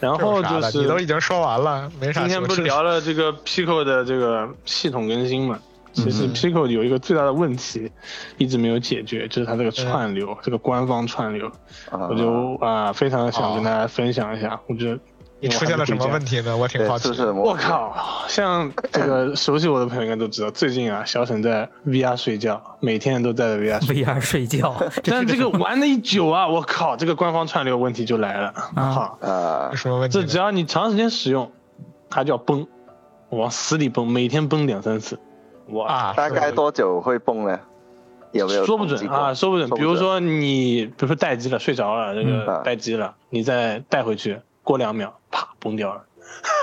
[SPEAKER 4] 然
[SPEAKER 3] 这有
[SPEAKER 4] 后
[SPEAKER 3] 啥
[SPEAKER 4] 就
[SPEAKER 3] 的
[SPEAKER 4] 是
[SPEAKER 3] 你都已经说完了，没啥羞
[SPEAKER 4] 今
[SPEAKER 3] 耻。
[SPEAKER 4] 天不是聊了这个 Pico 的这个系统更新嘛？
[SPEAKER 1] 嗯
[SPEAKER 4] 其实 Pico 有一个最大的问题，一直没有解决，就是它这个串
[SPEAKER 1] 嗯
[SPEAKER 4] 流，这个官方串流，我就啊、非常想跟大家分享一下。我觉得
[SPEAKER 3] 你出现了什么问？题呢？我挺
[SPEAKER 2] 对
[SPEAKER 3] 好，奇
[SPEAKER 2] 是。是，
[SPEAKER 4] 我靠！像这个熟悉我的朋友应该都知道，最近啊，小沈在 VR 睡觉，每天都在 VR 睡觉。
[SPEAKER 1] VR 睡 觉，这
[SPEAKER 4] 但
[SPEAKER 1] 是
[SPEAKER 4] 这个玩的一久啊， 我靠，这个官方串流问题就来了。好，
[SPEAKER 2] 啊
[SPEAKER 3] 有，什么问题
[SPEAKER 4] 这
[SPEAKER 3] 呢？
[SPEAKER 4] 只要你长时间使用，它就要崩，往死里崩，每天崩两三次。我
[SPEAKER 3] 啊，
[SPEAKER 2] 大概多久会蹦呢？有没有
[SPEAKER 4] 说不准
[SPEAKER 2] 统计过
[SPEAKER 4] 啊，说不准。
[SPEAKER 2] 说不准
[SPEAKER 4] 比如说你，比如说待机了，睡着了，这
[SPEAKER 2] 嗯
[SPEAKER 4] 个
[SPEAKER 2] 啊
[SPEAKER 4] 待机了，你再带回去，过两秒，啪，崩掉了。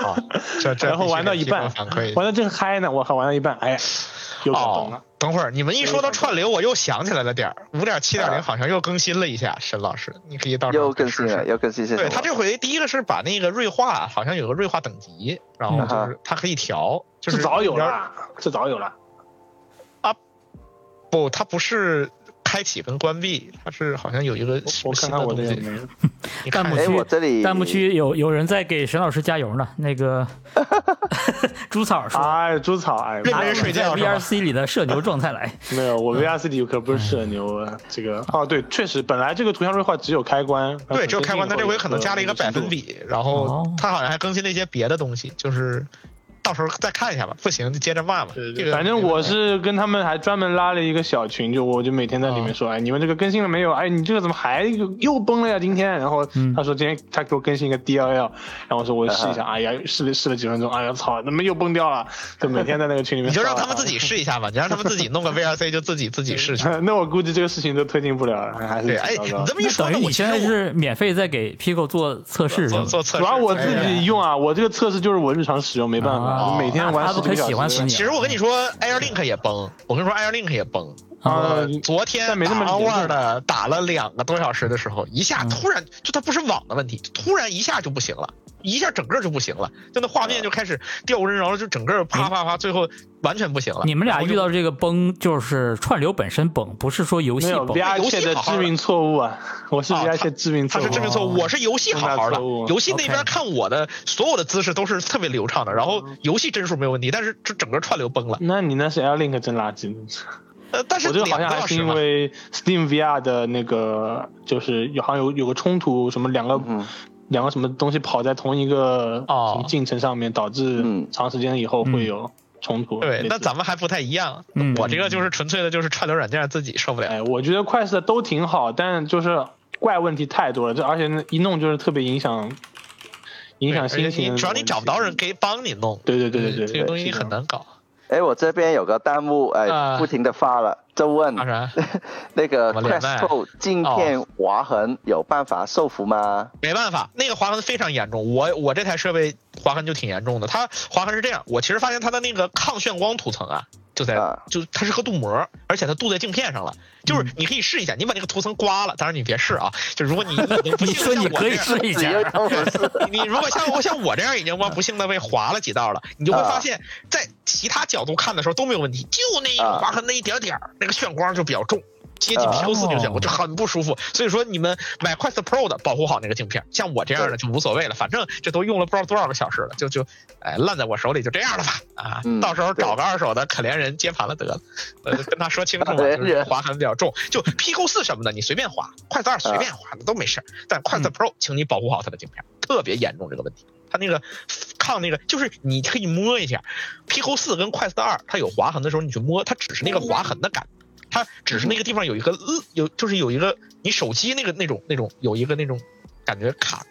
[SPEAKER 3] 好，这这
[SPEAKER 4] 然后
[SPEAKER 3] 必须
[SPEAKER 4] 玩到
[SPEAKER 3] 得
[SPEAKER 4] 一
[SPEAKER 3] 提供
[SPEAKER 4] 半
[SPEAKER 3] 反馈
[SPEAKER 4] 玩到正嗨呢，我靠，玩到一半，哎呀，有点
[SPEAKER 3] 哦
[SPEAKER 4] 懂了。
[SPEAKER 3] 等会儿你们一说到串流，我又想起来了点儿，五点七点零好像又更新了一下，沈老师，你可以到时候
[SPEAKER 2] 啊又更新
[SPEAKER 3] 试试
[SPEAKER 2] 了，又更新是什
[SPEAKER 3] 对
[SPEAKER 2] 么？
[SPEAKER 3] 他这回第一个是把那个锐化，好像有个锐化等级，然后就是它可以调，就是
[SPEAKER 4] 这早有
[SPEAKER 3] 你要
[SPEAKER 4] 了，这早有了。
[SPEAKER 3] 不，它不是开启跟关闭，它是好像有一个
[SPEAKER 4] 我看看我这
[SPEAKER 3] 这
[SPEAKER 4] 个没有，
[SPEAKER 3] 你看
[SPEAKER 1] 弹幕
[SPEAKER 3] 一下
[SPEAKER 2] 哎，我这里
[SPEAKER 1] 弹幕区有有人在给沈老师加油呢。那 个朱草说
[SPEAKER 4] 哎，猪草，哎，
[SPEAKER 3] 认真睡
[SPEAKER 1] 在
[SPEAKER 3] 啊觉是吧
[SPEAKER 1] VRC 里的社牛状态来，
[SPEAKER 4] 没有，我 VR CD 可不是社牛啊。这个哦，对，确实，本来这个图像锐化只有开关，
[SPEAKER 3] 对，只有开关，它
[SPEAKER 4] 它
[SPEAKER 3] 这回可能加了一个百分。比，然后
[SPEAKER 1] 哦
[SPEAKER 3] 它好像还更新了一些别的东西，就是到时候再看一下吧，不行就接着骂嘛。
[SPEAKER 4] 对
[SPEAKER 3] 这
[SPEAKER 4] 对
[SPEAKER 3] 个
[SPEAKER 4] 反正我是跟他们还专门拉了一个小群，就我就每天在里面说，哎，你们这个更新了没有？哎，你这个怎么还又
[SPEAKER 3] 嗯
[SPEAKER 4] 又崩了呀？今天，然后
[SPEAKER 1] 嗯
[SPEAKER 4] 他说今天他给我更新一个 DLL，然后我说我试一 下，哎呀，试了试了几分钟，哎呀操，怎么又崩掉了？就每天在那个群里面
[SPEAKER 3] 你
[SPEAKER 4] 骚
[SPEAKER 3] 就
[SPEAKER 4] 扰，
[SPEAKER 3] 让他们自己试一下吧，你让他们自己弄个 VRC 就自己自己试去。
[SPEAKER 4] 那我估计这个事情都推进不了了，还是
[SPEAKER 3] 对，哎，
[SPEAKER 4] 挺
[SPEAKER 3] 你
[SPEAKER 4] 糟糕的
[SPEAKER 3] 这么一
[SPEAKER 1] 那
[SPEAKER 3] 说
[SPEAKER 1] 等
[SPEAKER 3] 呢，
[SPEAKER 1] 于
[SPEAKER 3] 我
[SPEAKER 1] 你
[SPEAKER 3] 其
[SPEAKER 1] 现
[SPEAKER 3] 实
[SPEAKER 1] 在
[SPEAKER 3] 我
[SPEAKER 1] 是免费在给 Pico 做测试是
[SPEAKER 3] 做
[SPEAKER 1] 吗？
[SPEAKER 3] 做测
[SPEAKER 4] 主
[SPEAKER 3] 试，
[SPEAKER 4] 要我
[SPEAKER 3] 哎
[SPEAKER 4] 自己用啊，我这个测试就是我日常使用，没办
[SPEAKER 1] 啊
[SPEAKER 4] 法，每天玩
[SPEAKER 1] 他
[SPEAKER 4] 十
[SPEAKER 1] 不
[SPEAKER 4] 几个
[SPEAKER 1] 可
[SPEAKER 4] 小
[SPEAKER 1] 喜欢死
[SPEAKER 4] 时。
[SPEAKER 1] 你了。
[SPEAKER 3] 其实我跟你说，Air Link 也崩，我跟你说 Air Link 也崩。
[SPEAKER 4] 啊
[SPEAKER 3] 我，
[SPEAKER 1] 嗯
[SPEAKER 3] 昨天
[SPEAKER 4] 但没那么
[SPEAKER 3] 打
[SPEAKER 4] 严重
[SPEAKER 3] O2 的打了两个多小时的时候，一下突然、就它不是网的问题，就突然一下就不行了，一下整个就不行了，就那画面就开始掉帧，然后就整个啪
[SPEAKER 4] 嗯
[SPEAKER 3] 啪啪，最后完全不行了。
[SPEAKER 1] 你们俩
[SPEAKER 3] 然后就
[SPEAKER 1] 遇到这个崩，就是串流本身崩，不是说游戏
[SPEAKER 4] 没有
[SPEAKER 1] 崩。
[SPEAKER 4] VR
[SPEAKER 3] 游戏
[SPEAKER 4] 切的
[SPEAKER 3] 好好
[SPEAKER 4] 致
[SPEAKER 3] 的
[SPEAKER 4] 命错误啊！我是
[SPEAKER 3] 啊
[SPEAKER 4] VR
[SPEAKER 3] 他
[SPEAKER 4] 切致命
[SPEAKER 3] 他
[SPEAKER 4] 错
[SPEAKER 3] 是
[SPEAKER 4] 误
[SPEAKER 3] 致
[SPEAKER 4] 啊，
[SPEAKER 3] 命错误，我是游戏好好的
[SPEAKER 4] 重大错误，
[SPEAKER 3] 游戏那
[SPEAKER 1] OK
[SPEAKER 3] 边看我的所有的姿势都是特别流畅的，然后
[SPEAKER 4] 嗯
[SPEAKER 3] 游戏帧数没有问题，但是这整个串流崩了。
[SPEAKER 4] 那你那是 Air Link 真垃圾，
[SPEAKER 3] 呃，但是
[SPEAKER 4] 我这个好
[SPEAKER 3] 两
[SPEAKER 4] 像
[SPEAKER 3] 个
[SPEAKER 4] 还
[SPEAKER 3] 小
[SPEAKER 4] 是
[SPEAKER 3] 时
[SPEAKER 4] 因
[SPEAKER 3] 嘛，
[SPEAKER 4] 为 Steam VR 的那个，就是有好像有有个冲突，什么两个
[SPEAKER 2] 嗯
[SPEAKER 4] 两个什么东西跑在同一个
[SPEAKER 3] 哦
[SPEAKER 4] 什么进程上面，导致
[SPEAKER 2] 嗯
[SPEAKER 4] 长时间以后会有冲突。
[SPEAKER 3] 对
[SPEAKER 4] 类，似
[SPEAKER 3] 那咱们还不太一样
[SPEAKER 1] 嗯。
[SPEAKER 3] 我这个就是纯粹的，就是串流软件自己受不了。
[SPEAKER 4] 哎，我觉得快速的都挺好，但就是怪问题太多了，这而且那一弄就是特别影响影响
[SPEAKER 3] 对
[SPEAKER 4] 心
[SPEAKER 3] 而且
[SPEAKER 4] 情。
[SPEAKER 3] 你只要你找不到人，给帮你弄，
[SPEAKER 4] 对对对对
[SPEAKER 3] 这
[SPEAKER 4] 对，
[SPEAKER 3] 个东西你
[SPEAKER 4] 是的
[SPEAKER 3] 很。难搞。
[SPEAKER 2] 哎，我这边有个弹幕，哎、
[SPEAKER 3] 啊
[SPEAKER 2] 不停的发了，就
[SPEAKER 4] 嗯
[SPEAKER 2] 问
[SPEAKER 3] 当然
[SPEAKER 2] 那个
[SPEAKER 3] 怎么连
[SPEAKER 2] Quest
[SPEAKER 3] 麦
[SPEAKER 2] Pro 镜片划痕有办法修复吗？
[SPEAKER 3] 没办法，那个划痕非常严重。我我这台设备划痕就挺严重的。它划痕是这样，我其实发现它的那个抗眩光涂层啊，就在、
[SPEAKER 2] 啊
[SPEAKER 3] 就它是个镀膜，而且它镀在镜片上了。就是
[SPEAKER 4] 嗯
[SPEAKER 3] 你可以试一下，你把那个涂层刮了，当然你别试啊。就如果 你已经不
[SPEAKER 1] 你
[SPEAKER 3] 幸
[SPEAKER 1] 说
[SPEAKER 3] 像
[SPEAKER 1] 你
[SPEAKER 3] 我
[SPEAKER 1] 可
[SPEAKER 3] 这
[SPEAKER 1] 以
[SPEAKER 3] 样
[SPEAKER 1] 试一
[SPEAKER 2] 自己
[SPEAKER 1] 下
[SPEAKER 2] 又，当 回事
[SPEAKER 3] 你你如果像我像我这样已经光不幸的被划了几道了，你就会
[SPEAKER 2] 啊
[SPEAKER 3] 发现，在其他角度看的时候都没有问题，就那一个划痕那一点点儿，那个眩光就比较重。接近
[SPEAKER 2] 啊
[SPEAKER 3] P Q 四那个眩
[SPEAKER 1] 哦
[SPEAKER 3] 光就很不舒服，所以说你们买 Quest Pro 的保护好那个镜片，像我这样的就无所谓了，反正这都用了不知道多少个小时了，就就哎烂在我手里就这样了吧啊，
[SPEAKER 2] 嗯
[SPEAKER 3] 到时候找个二手的可怜人接盘了得了，呃跟他说清楚
[SPEAKER 2] 可
[SPEAKER 3] 了，
[SPEAKER 2] 怜
[SPEAKER 3] 就是
[SPEAKER 2] 人
[SPEAKER 3] 划痕比较重，就 P Q 四什么的你随便划，Quest 二随便划那都没事儿，但 Quest
[SPEAKER 2] 嗯
[SPEAKER 3] Pro 请你保护好它的镜片，特别严重这个问题。它那个抗那个，就是你可以摸一下，Pico 四跟 Quest 二，它有划痕的时候，你去摸，它只是那个划痕的感觉，它只是那个地方有一个呃，有就是有一个你手机那个那种那种有一个那种感觉卡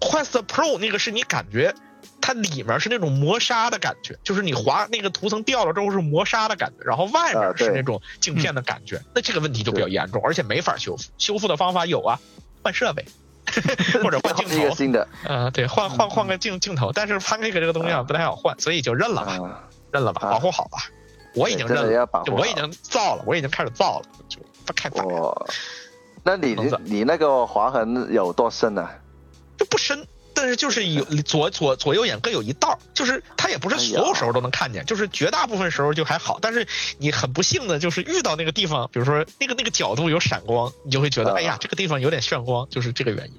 [SPEAKER 3] ，Quest Pro 那个是你感觉。它里面是那种磨砂的感觉，就是你划那个涂层掉了之后是磨砂的感觉，然后外面
[SPEAKER 2] 啊
[SPEAKER 3] 是
[SPEAKER 2] 对嗯
[SPEAKER 3] 那种镜片的感觉，那这个问题就比较严重，而且没法修复。修复的方法有啊，换设备或者换镜
[SPEAKER 2] 一个
[SPEAKER 3] 头，
[SPEAKER 2] 新的
[SPEAKER 3] 嗯，对，换换换个镜镜头，但是 Pancake 这个东西啊不太好换，所以就认了吧，
[SPEAKER 2] 啊，
[SPEAKER 3] 认了吧，
[SPEAKER 2] 啊
[SPEAKER 3] 保护好吧。我已经
[SPEAKER 2] 对真
[SPEAKER 3] 认
[SPEAKER 2] 的
[SPEAKER 3] 了
[SPEAKER 2] 要保，护
[SPEAKER 3] 就
[SPEAKER 2] 好哦
[SPEAKER 3] 我已经造了，我已经开始造了，就不开发，
[SPEAKER 2] 我。那你
[SPEAKER 3] 能的
[SPEAKER 2] 你那个划痕有多深啊？
[SPEAKER 3] 就不深。但是就是有左左左右眼各有一道儿，就是它也不是所有时候都能看见，就是绝大部分时候就还好。但是你很不幸的就是遇到那个地方，比如说那个那个角度有闪光，你就会觉得
[SPEAKER 2] 啊
[SPEAKER 3] 哎呀这个地方有点眩光，就是这个原因。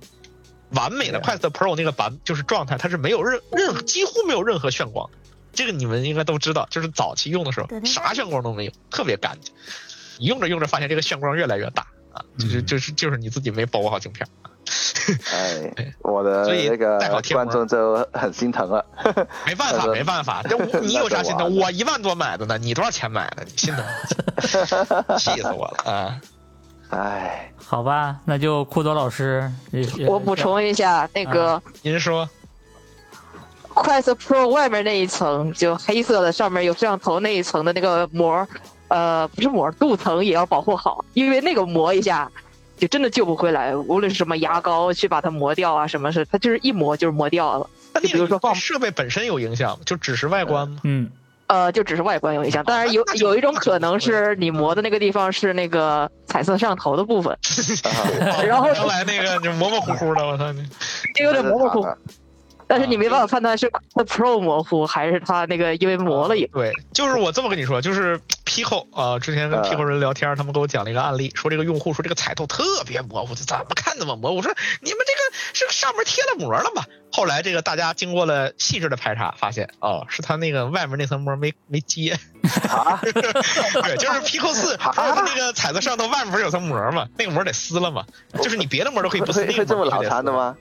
[SPEAKER 3] 完美的 Quest Pro 那个版就是状态，它是没有任任何几乎没有任何眩光，这个你们应该都知道，就是早期用的时候啥眩光都没有，特别干净。你用着用着发现这个眩光越来越大啊，就是
[SPEAKER 1] 嗯
[SPEAKER 3] 就是就是你自己没保护好镜片。
[SPEAKER 2] 哎
[SPEAKER 3] 对，
[SPEAKER 2] 我的
[SPEAKER 3] 所以
[SPEAKER 2] 那个
[SPEAKER 3] 戴好贴膜
[SPEAKER 2] 观众就很心疼啊了。
[SPEAKER 3] 没办法，
[SPEAKER 2] 那就
[SPEAKER 3] 没办 法，这我你有啥心疼？我一万多买的呢，你多少钱买的？你心疼 吗，气死我了啊！
[SPEAKER 2] 哎，
[SPEAKER 1] 好吧，那就库多老师，也
[SPEAKER 6] 我补，充一下，那个
[SPEAKER 3] 您说，
[SPEAKER 6] Quest Pro 外面那一层，就黑色的，上面有摄像头那一层的那个膜，呃，不是膜，镀层也要保护好，因为那个磨一下，就真的救不回来。无论是什么牙膏去把它磨掉啊，什么是，它就是一磨就是磨掉了。
[SPEAKER 3] 那
[SPEAKER 6] 就比如说
[SPEAKER 3] 那个
[SPEAKER 6] 放
[SPEAKER 3] 设备本身有影响吗，就只是外观吗？
[SPEAKER 1] 嗯，
[SPEAKER 6] 呃，就只是外观有影响。当然有
[SPEAKER 3] 那就
[SPEAKER 6] 有一种
[SPEAKER 3] 那就
[SPEAKER 6] 可能
[SPEAKER 3] 无所谓
[SPEAKER 6] 是你磨的那个地方是那个彩色上头的部分， 然后
[SPEAKER 3] 原来那个就模模糊糊的，我操你！
[SPEAKER 6] 就有点模模糊糊，但是你
[SPEAKER 3] 啊
[SPEAKER 6] 没办法判断是它 Pro 模糊还是它那个因为磨了以后。
[SPEAKER 3] 对，就是我这么跟你说，就是 Pico 啊、之前跟
[SPEAKER 2] 嗯
[SPEAKER 3] Pico 人聊天，他们给我讲了一个案例，说这个用户说这个彩透特别模糊，怎么看怎么模糊。我说你们这个是上面贴了膜了吗？后来这个大家经过了细致的排查，发现哦，是他那个外面那层膜没没揭。
[SPEAKER 2] 啊，
[SPEAKER 3] 对，就是 Pico 四 Pro 的那个彩色上头外面不是有层膜吗？那个膜得撕了嘛，就是你别的膜都可以不撕，
[SPEAKER 2] 会
[SPEAKER 3] 那个
[SPEAKER 2] 会这么
[SPEAKER 3] 膜
[SPEAKER 2] 脑
[SPEAKER 3] 必须得
[SPEAKER 2] 残的
[SPEAKER 3] 撕？
[SPEAKER 2] 吗？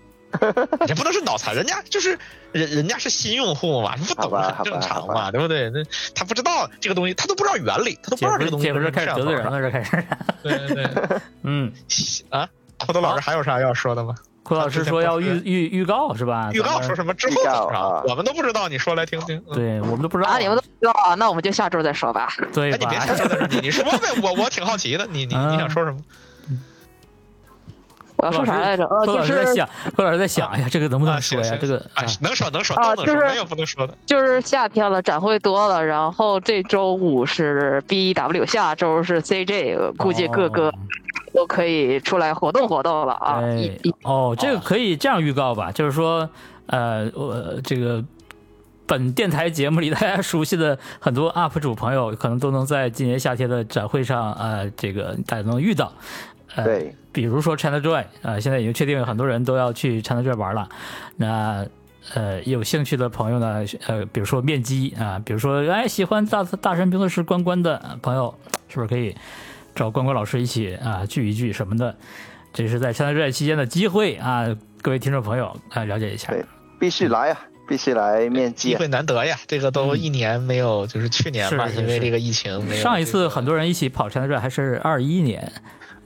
[SPEAKER 3] 也不能是脑残，人家就是人，人家是新用户嘛，不
[SPEAKER 2] 好
[SPEAKER 3] 懂
[SPEAKER 2] 吧
[SPEAKER 3] 很正
[SPEAKER 2] 好
[SPEAKER 3] 常
[SPEAKER 2] 吧好
[SPEAKER 3] 嘛，对不对？那他不知道这个东西，他都不知道原理，他都
[SPEAKER 1] 姐
[SPEAKER 3] 不知道
[SPEAKER 1] 夫
[SPEAKER 3] 这个东西
[SPEAKER 1] 姐夫
[SPEAKER 3] 为什
[SPEAKER 1] 这
[SPEAKER 3] 么
[SPEAKER 1] 开始
[SPEAKER 3] 这
[SPEAKER 1] 得
[SPEAKER 3] 样
[SPEAKER 1] 罪
[SPEAKER 3] 做
[SPEAKER 1] 人了，这开始。
[SPEAKER 3] 对对对，
[SPEAKER 1] 嗯，
[SPEAKER 3] 啊，胡德老师还有啥要说的吗？
[SPEAKER 1] 库老师说要预预预告是吧？
[SPEAKER 3] 预
[SPEAKER 1] 咱
[SPEAKER 3] 告说
[SPEAKER 1] 们
[SPEAKER 3] 什么之后
[SPEAKER 2] 预
[SPEAKER 3] 怎
[SPEAKER 2] 告
[SPEAKER 3] 么
[SPEAKER 2] 啊
[SPEAKER 3] 着？我们都不知道，你说来听听。嗯，
[SPEAKER 1] 对，我们都不知道
[SPEAKER 6] 啊，你们都不知道啊，那我们就下周再说吧。
[SPEAKER 1] 对
[SPEAKER 3] 哎，你
[SPEAKER 1] 吧啊
[SPEAKER 3] 别？说了，你你说呗，我我挺好奇的，你你你想说什么？
[SPEAKER 6] 我要
[SPEAKER 1] 老
[SPEAKER 6] 说
[SPEAKER 1] 师
[SPEAKER 6] 啥来着？呃，
[SPEAKER 1] 库
[SPEAKER 6] 就
[SPEAKER 1] 老师在
[SPEAKER 6] 是
[SPEAKER 1] 想，库老师在想，哎呀，这个能不能
[SPEAKER 3] 啊
[SPEAKER 1] 说
[SPEAKER 3] 行
[SPEAKER 1] 呀？
[SPEAKER 3] 行
[SPEAKER 1] 这个
[SPEAKER 3] 啊
[SPEAKER 1] 啊，
[SPEAKER 3] 能说能说
[SPEAKER 6] 啊
[SPEAKER 3] 都能
[SPEAKER 6] 就
[SPEAKER 3] 说，
[SPEAKER 6] 是
[SPEAKER 3] 没有不能说的。
[SPEAKER 6] 就是夏天了，展会多了，然后这周五是 BW，下周是 CJ，呃估计各个
[SPEAKER 1] 哦
[SPEAKER 6] 都可以出来活动活动了啊。一
[SPEAKER 1] 对
[SPEAKER 6] 一
[SPEAKER 1] 哦，这个可以这样预告吧，就是说，呃，我这个本电台节目里大家熟悉的很多 UP 主朋友，可能都能在今年夏天的展会上，呃，这个大家能遇到。呃，
[SPEAKER 3] 嗯
[SPEAKER 2] 对，
[SPEAKER 1] 比如说 ChinaJoy，呃，现在已经确定很多人都要去 ChinaJoy 玩了。那呃，有兴趣的朋友呢，呃，比如说面基啊、比如说哎喜欢大大神评论师关关的呃朋友，是不是可以找关关老师一起啊、聚一聚什么的？这是在 ChinaJoy 期间的机会啊，各位听众朋友啊、了解一下。
[SPEAKER 2] 对必须来啊，必须来面
[SPEAKER 3] 机
[SPEAKER 2] 基啊。
[SPEAKER 3] 会嗯难得呀，这个都一年没有，就是去年吧，
[SPEAKER 1] 是是
[SPEAKER 3] 因为
[SPEAKER 1] 是
[SPEAKER 3] 这个疫情没有这个。
[SPEAKER 1] 上一次很多人一起跑 ChinaJoy 还是二一年，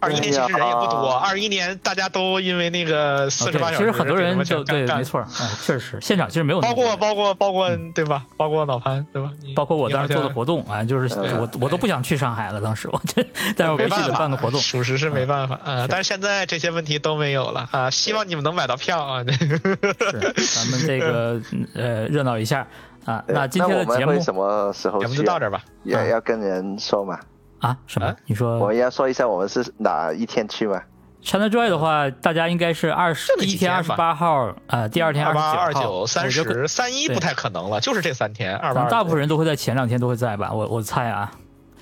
[SPEAKER 3] 二一年其实人也不多，
[SPEAKER 2] 啊
[SPEAKER 3] 二一年大家都因为那个
[SPEAKER 1] 啊
[SPEAKER 3] 四十
[SPEAKER 1] 对
[SPEAKER 3] 八小时，
[SPEAKER 1] 其实很多人就
[SPEAKER 3] 就
[SPEAKER 1] 对，没，错，啊、确实现场其实没有那
[SPEAKER 3] 包
[SPEAKER 1] 么多人，
[SPEAKER 3] 括包括包括对吧？包括老潘对吧？你
[SPEAKER 1] 包括我当时做的。
[SPEAKER 3] 你好
[SPEAKER 1] 活动啊，就是
[SPEAKER 2] 对
[SPEAKER 1] 我我都不想去上海了，当时我这， 但是我
[SPEAKER 3] 像没
[SPEAKER 1] 必须
[SPEAKER 3] 办
[SPEAKER 1] 得
[SPEAKER 3] 法，
[SPEAKER 1] 办个活动。嗯
[SPEAKER 3] 属实是没办法啊。但是现在这些问题都没有了啊，希望你们能买到票啊。
[SPEAKER 1] 是，咱们这个呃热闹一下啊。
[SPEAKER 2] 对
[SPEAKER 1] 那今天
[SPEAKER 2] 我
[SPEAKER 1] 的
[SPEAKER 2] 们
[SPEAKER 1] 节目
[SPEAKER 2] 会什么时候
[SPEAKER 3] 咱们就
[SPEAKER 2] 去
[SPEAKER 3] 到
[SPEAKER 2] 啊？
[SPEAKER 3] 这儿嗯吧。
[SPEAKER 1] 啊
[SPEAKER 2] 也要跟人说嘛，
[SPEAKER 1] 啊什么
[SPEAKER 3] 啊？
[SPEAKER 1] 你
[SPEAKER 2] 我
[SPEAKER 1] 说
[SPEAKER 2] 们要说一下我们是哪一天去嘛？
[SPEAKER 1] ChinaJoy 的话，大家应该是二十
[SPEAKER 3] 就那
[SPEAKER 1] 第
[SPEAKER 3] 几
[SPEAKER 1] 一天二
[SPEAKER 3] 天
[SPEAKER 1] 十
[SPEAKER 3] 吧
[SPEAKER 1] 八号啊，第二天
[SPEAKER 3] 二八、
[SPEAKER 1] 二
[SPEAKER 3] 二
[SPEAKER 1] 十号，
[SPEAKER 3] 九、三
[SPEAKER 1] 我觉得
[SPEAKER 3] 十、三一
[SPEAKER 1] 对
[SPEAKER 3] 不太可能了，就是这三天。二
[SPEAKER 1] 可
[SPEAKER 3] 八
[SPEAKER 1] 能，大部分人都会在前两天都会在吧，我我猜啊，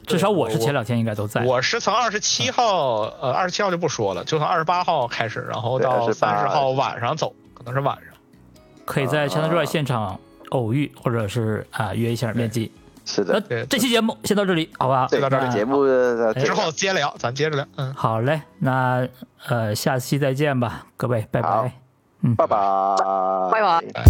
[SPEAKER 1] 至少我是前两天应该都在。
[SPEAKER 3] 我是从二十七号，呃，二十七号就不说了，就从二十八号开始，然后到
[SPEAKER 2] 对
[SPEAKER 3] 三十
[SPEAKER 2] 28
[SPEAKER 3] 号晚上走，可能是晚上。
[SPEAKER 1] 可以
[SPEAKER 3] 呃
[SPEAKER 1] 在 ChinaJoy 现场偶遇，或者是啊约一下面基。
[SPEAKER 2] 是
[SPEAKER 1] 那
[SPEAKER 2] 的，
[SPEAKER 3] 对
[SPEAKER 1] 这期节目先到这里，好不好？
[SPEAKER 2] 对，
[SPEAKER 3] 到这啊
[SPEAKER 2] 个
[SPEAKER 3] 里
[SPEAKER 2] 节目呃
[SPEAKER 1] 哎
[SPEAKER 2] 这
[SPEAKER 3] 之后接聊，咱接着聊。嗯，
[SPEAKER 1] 好嘞，那呃，下期再见吧，各位，拜
[SPEAKER 2] 好
[SPEAKER 1] 拜。
[SPEAKER 2] 拜拜，
[SPEAKER 6] 拜拜。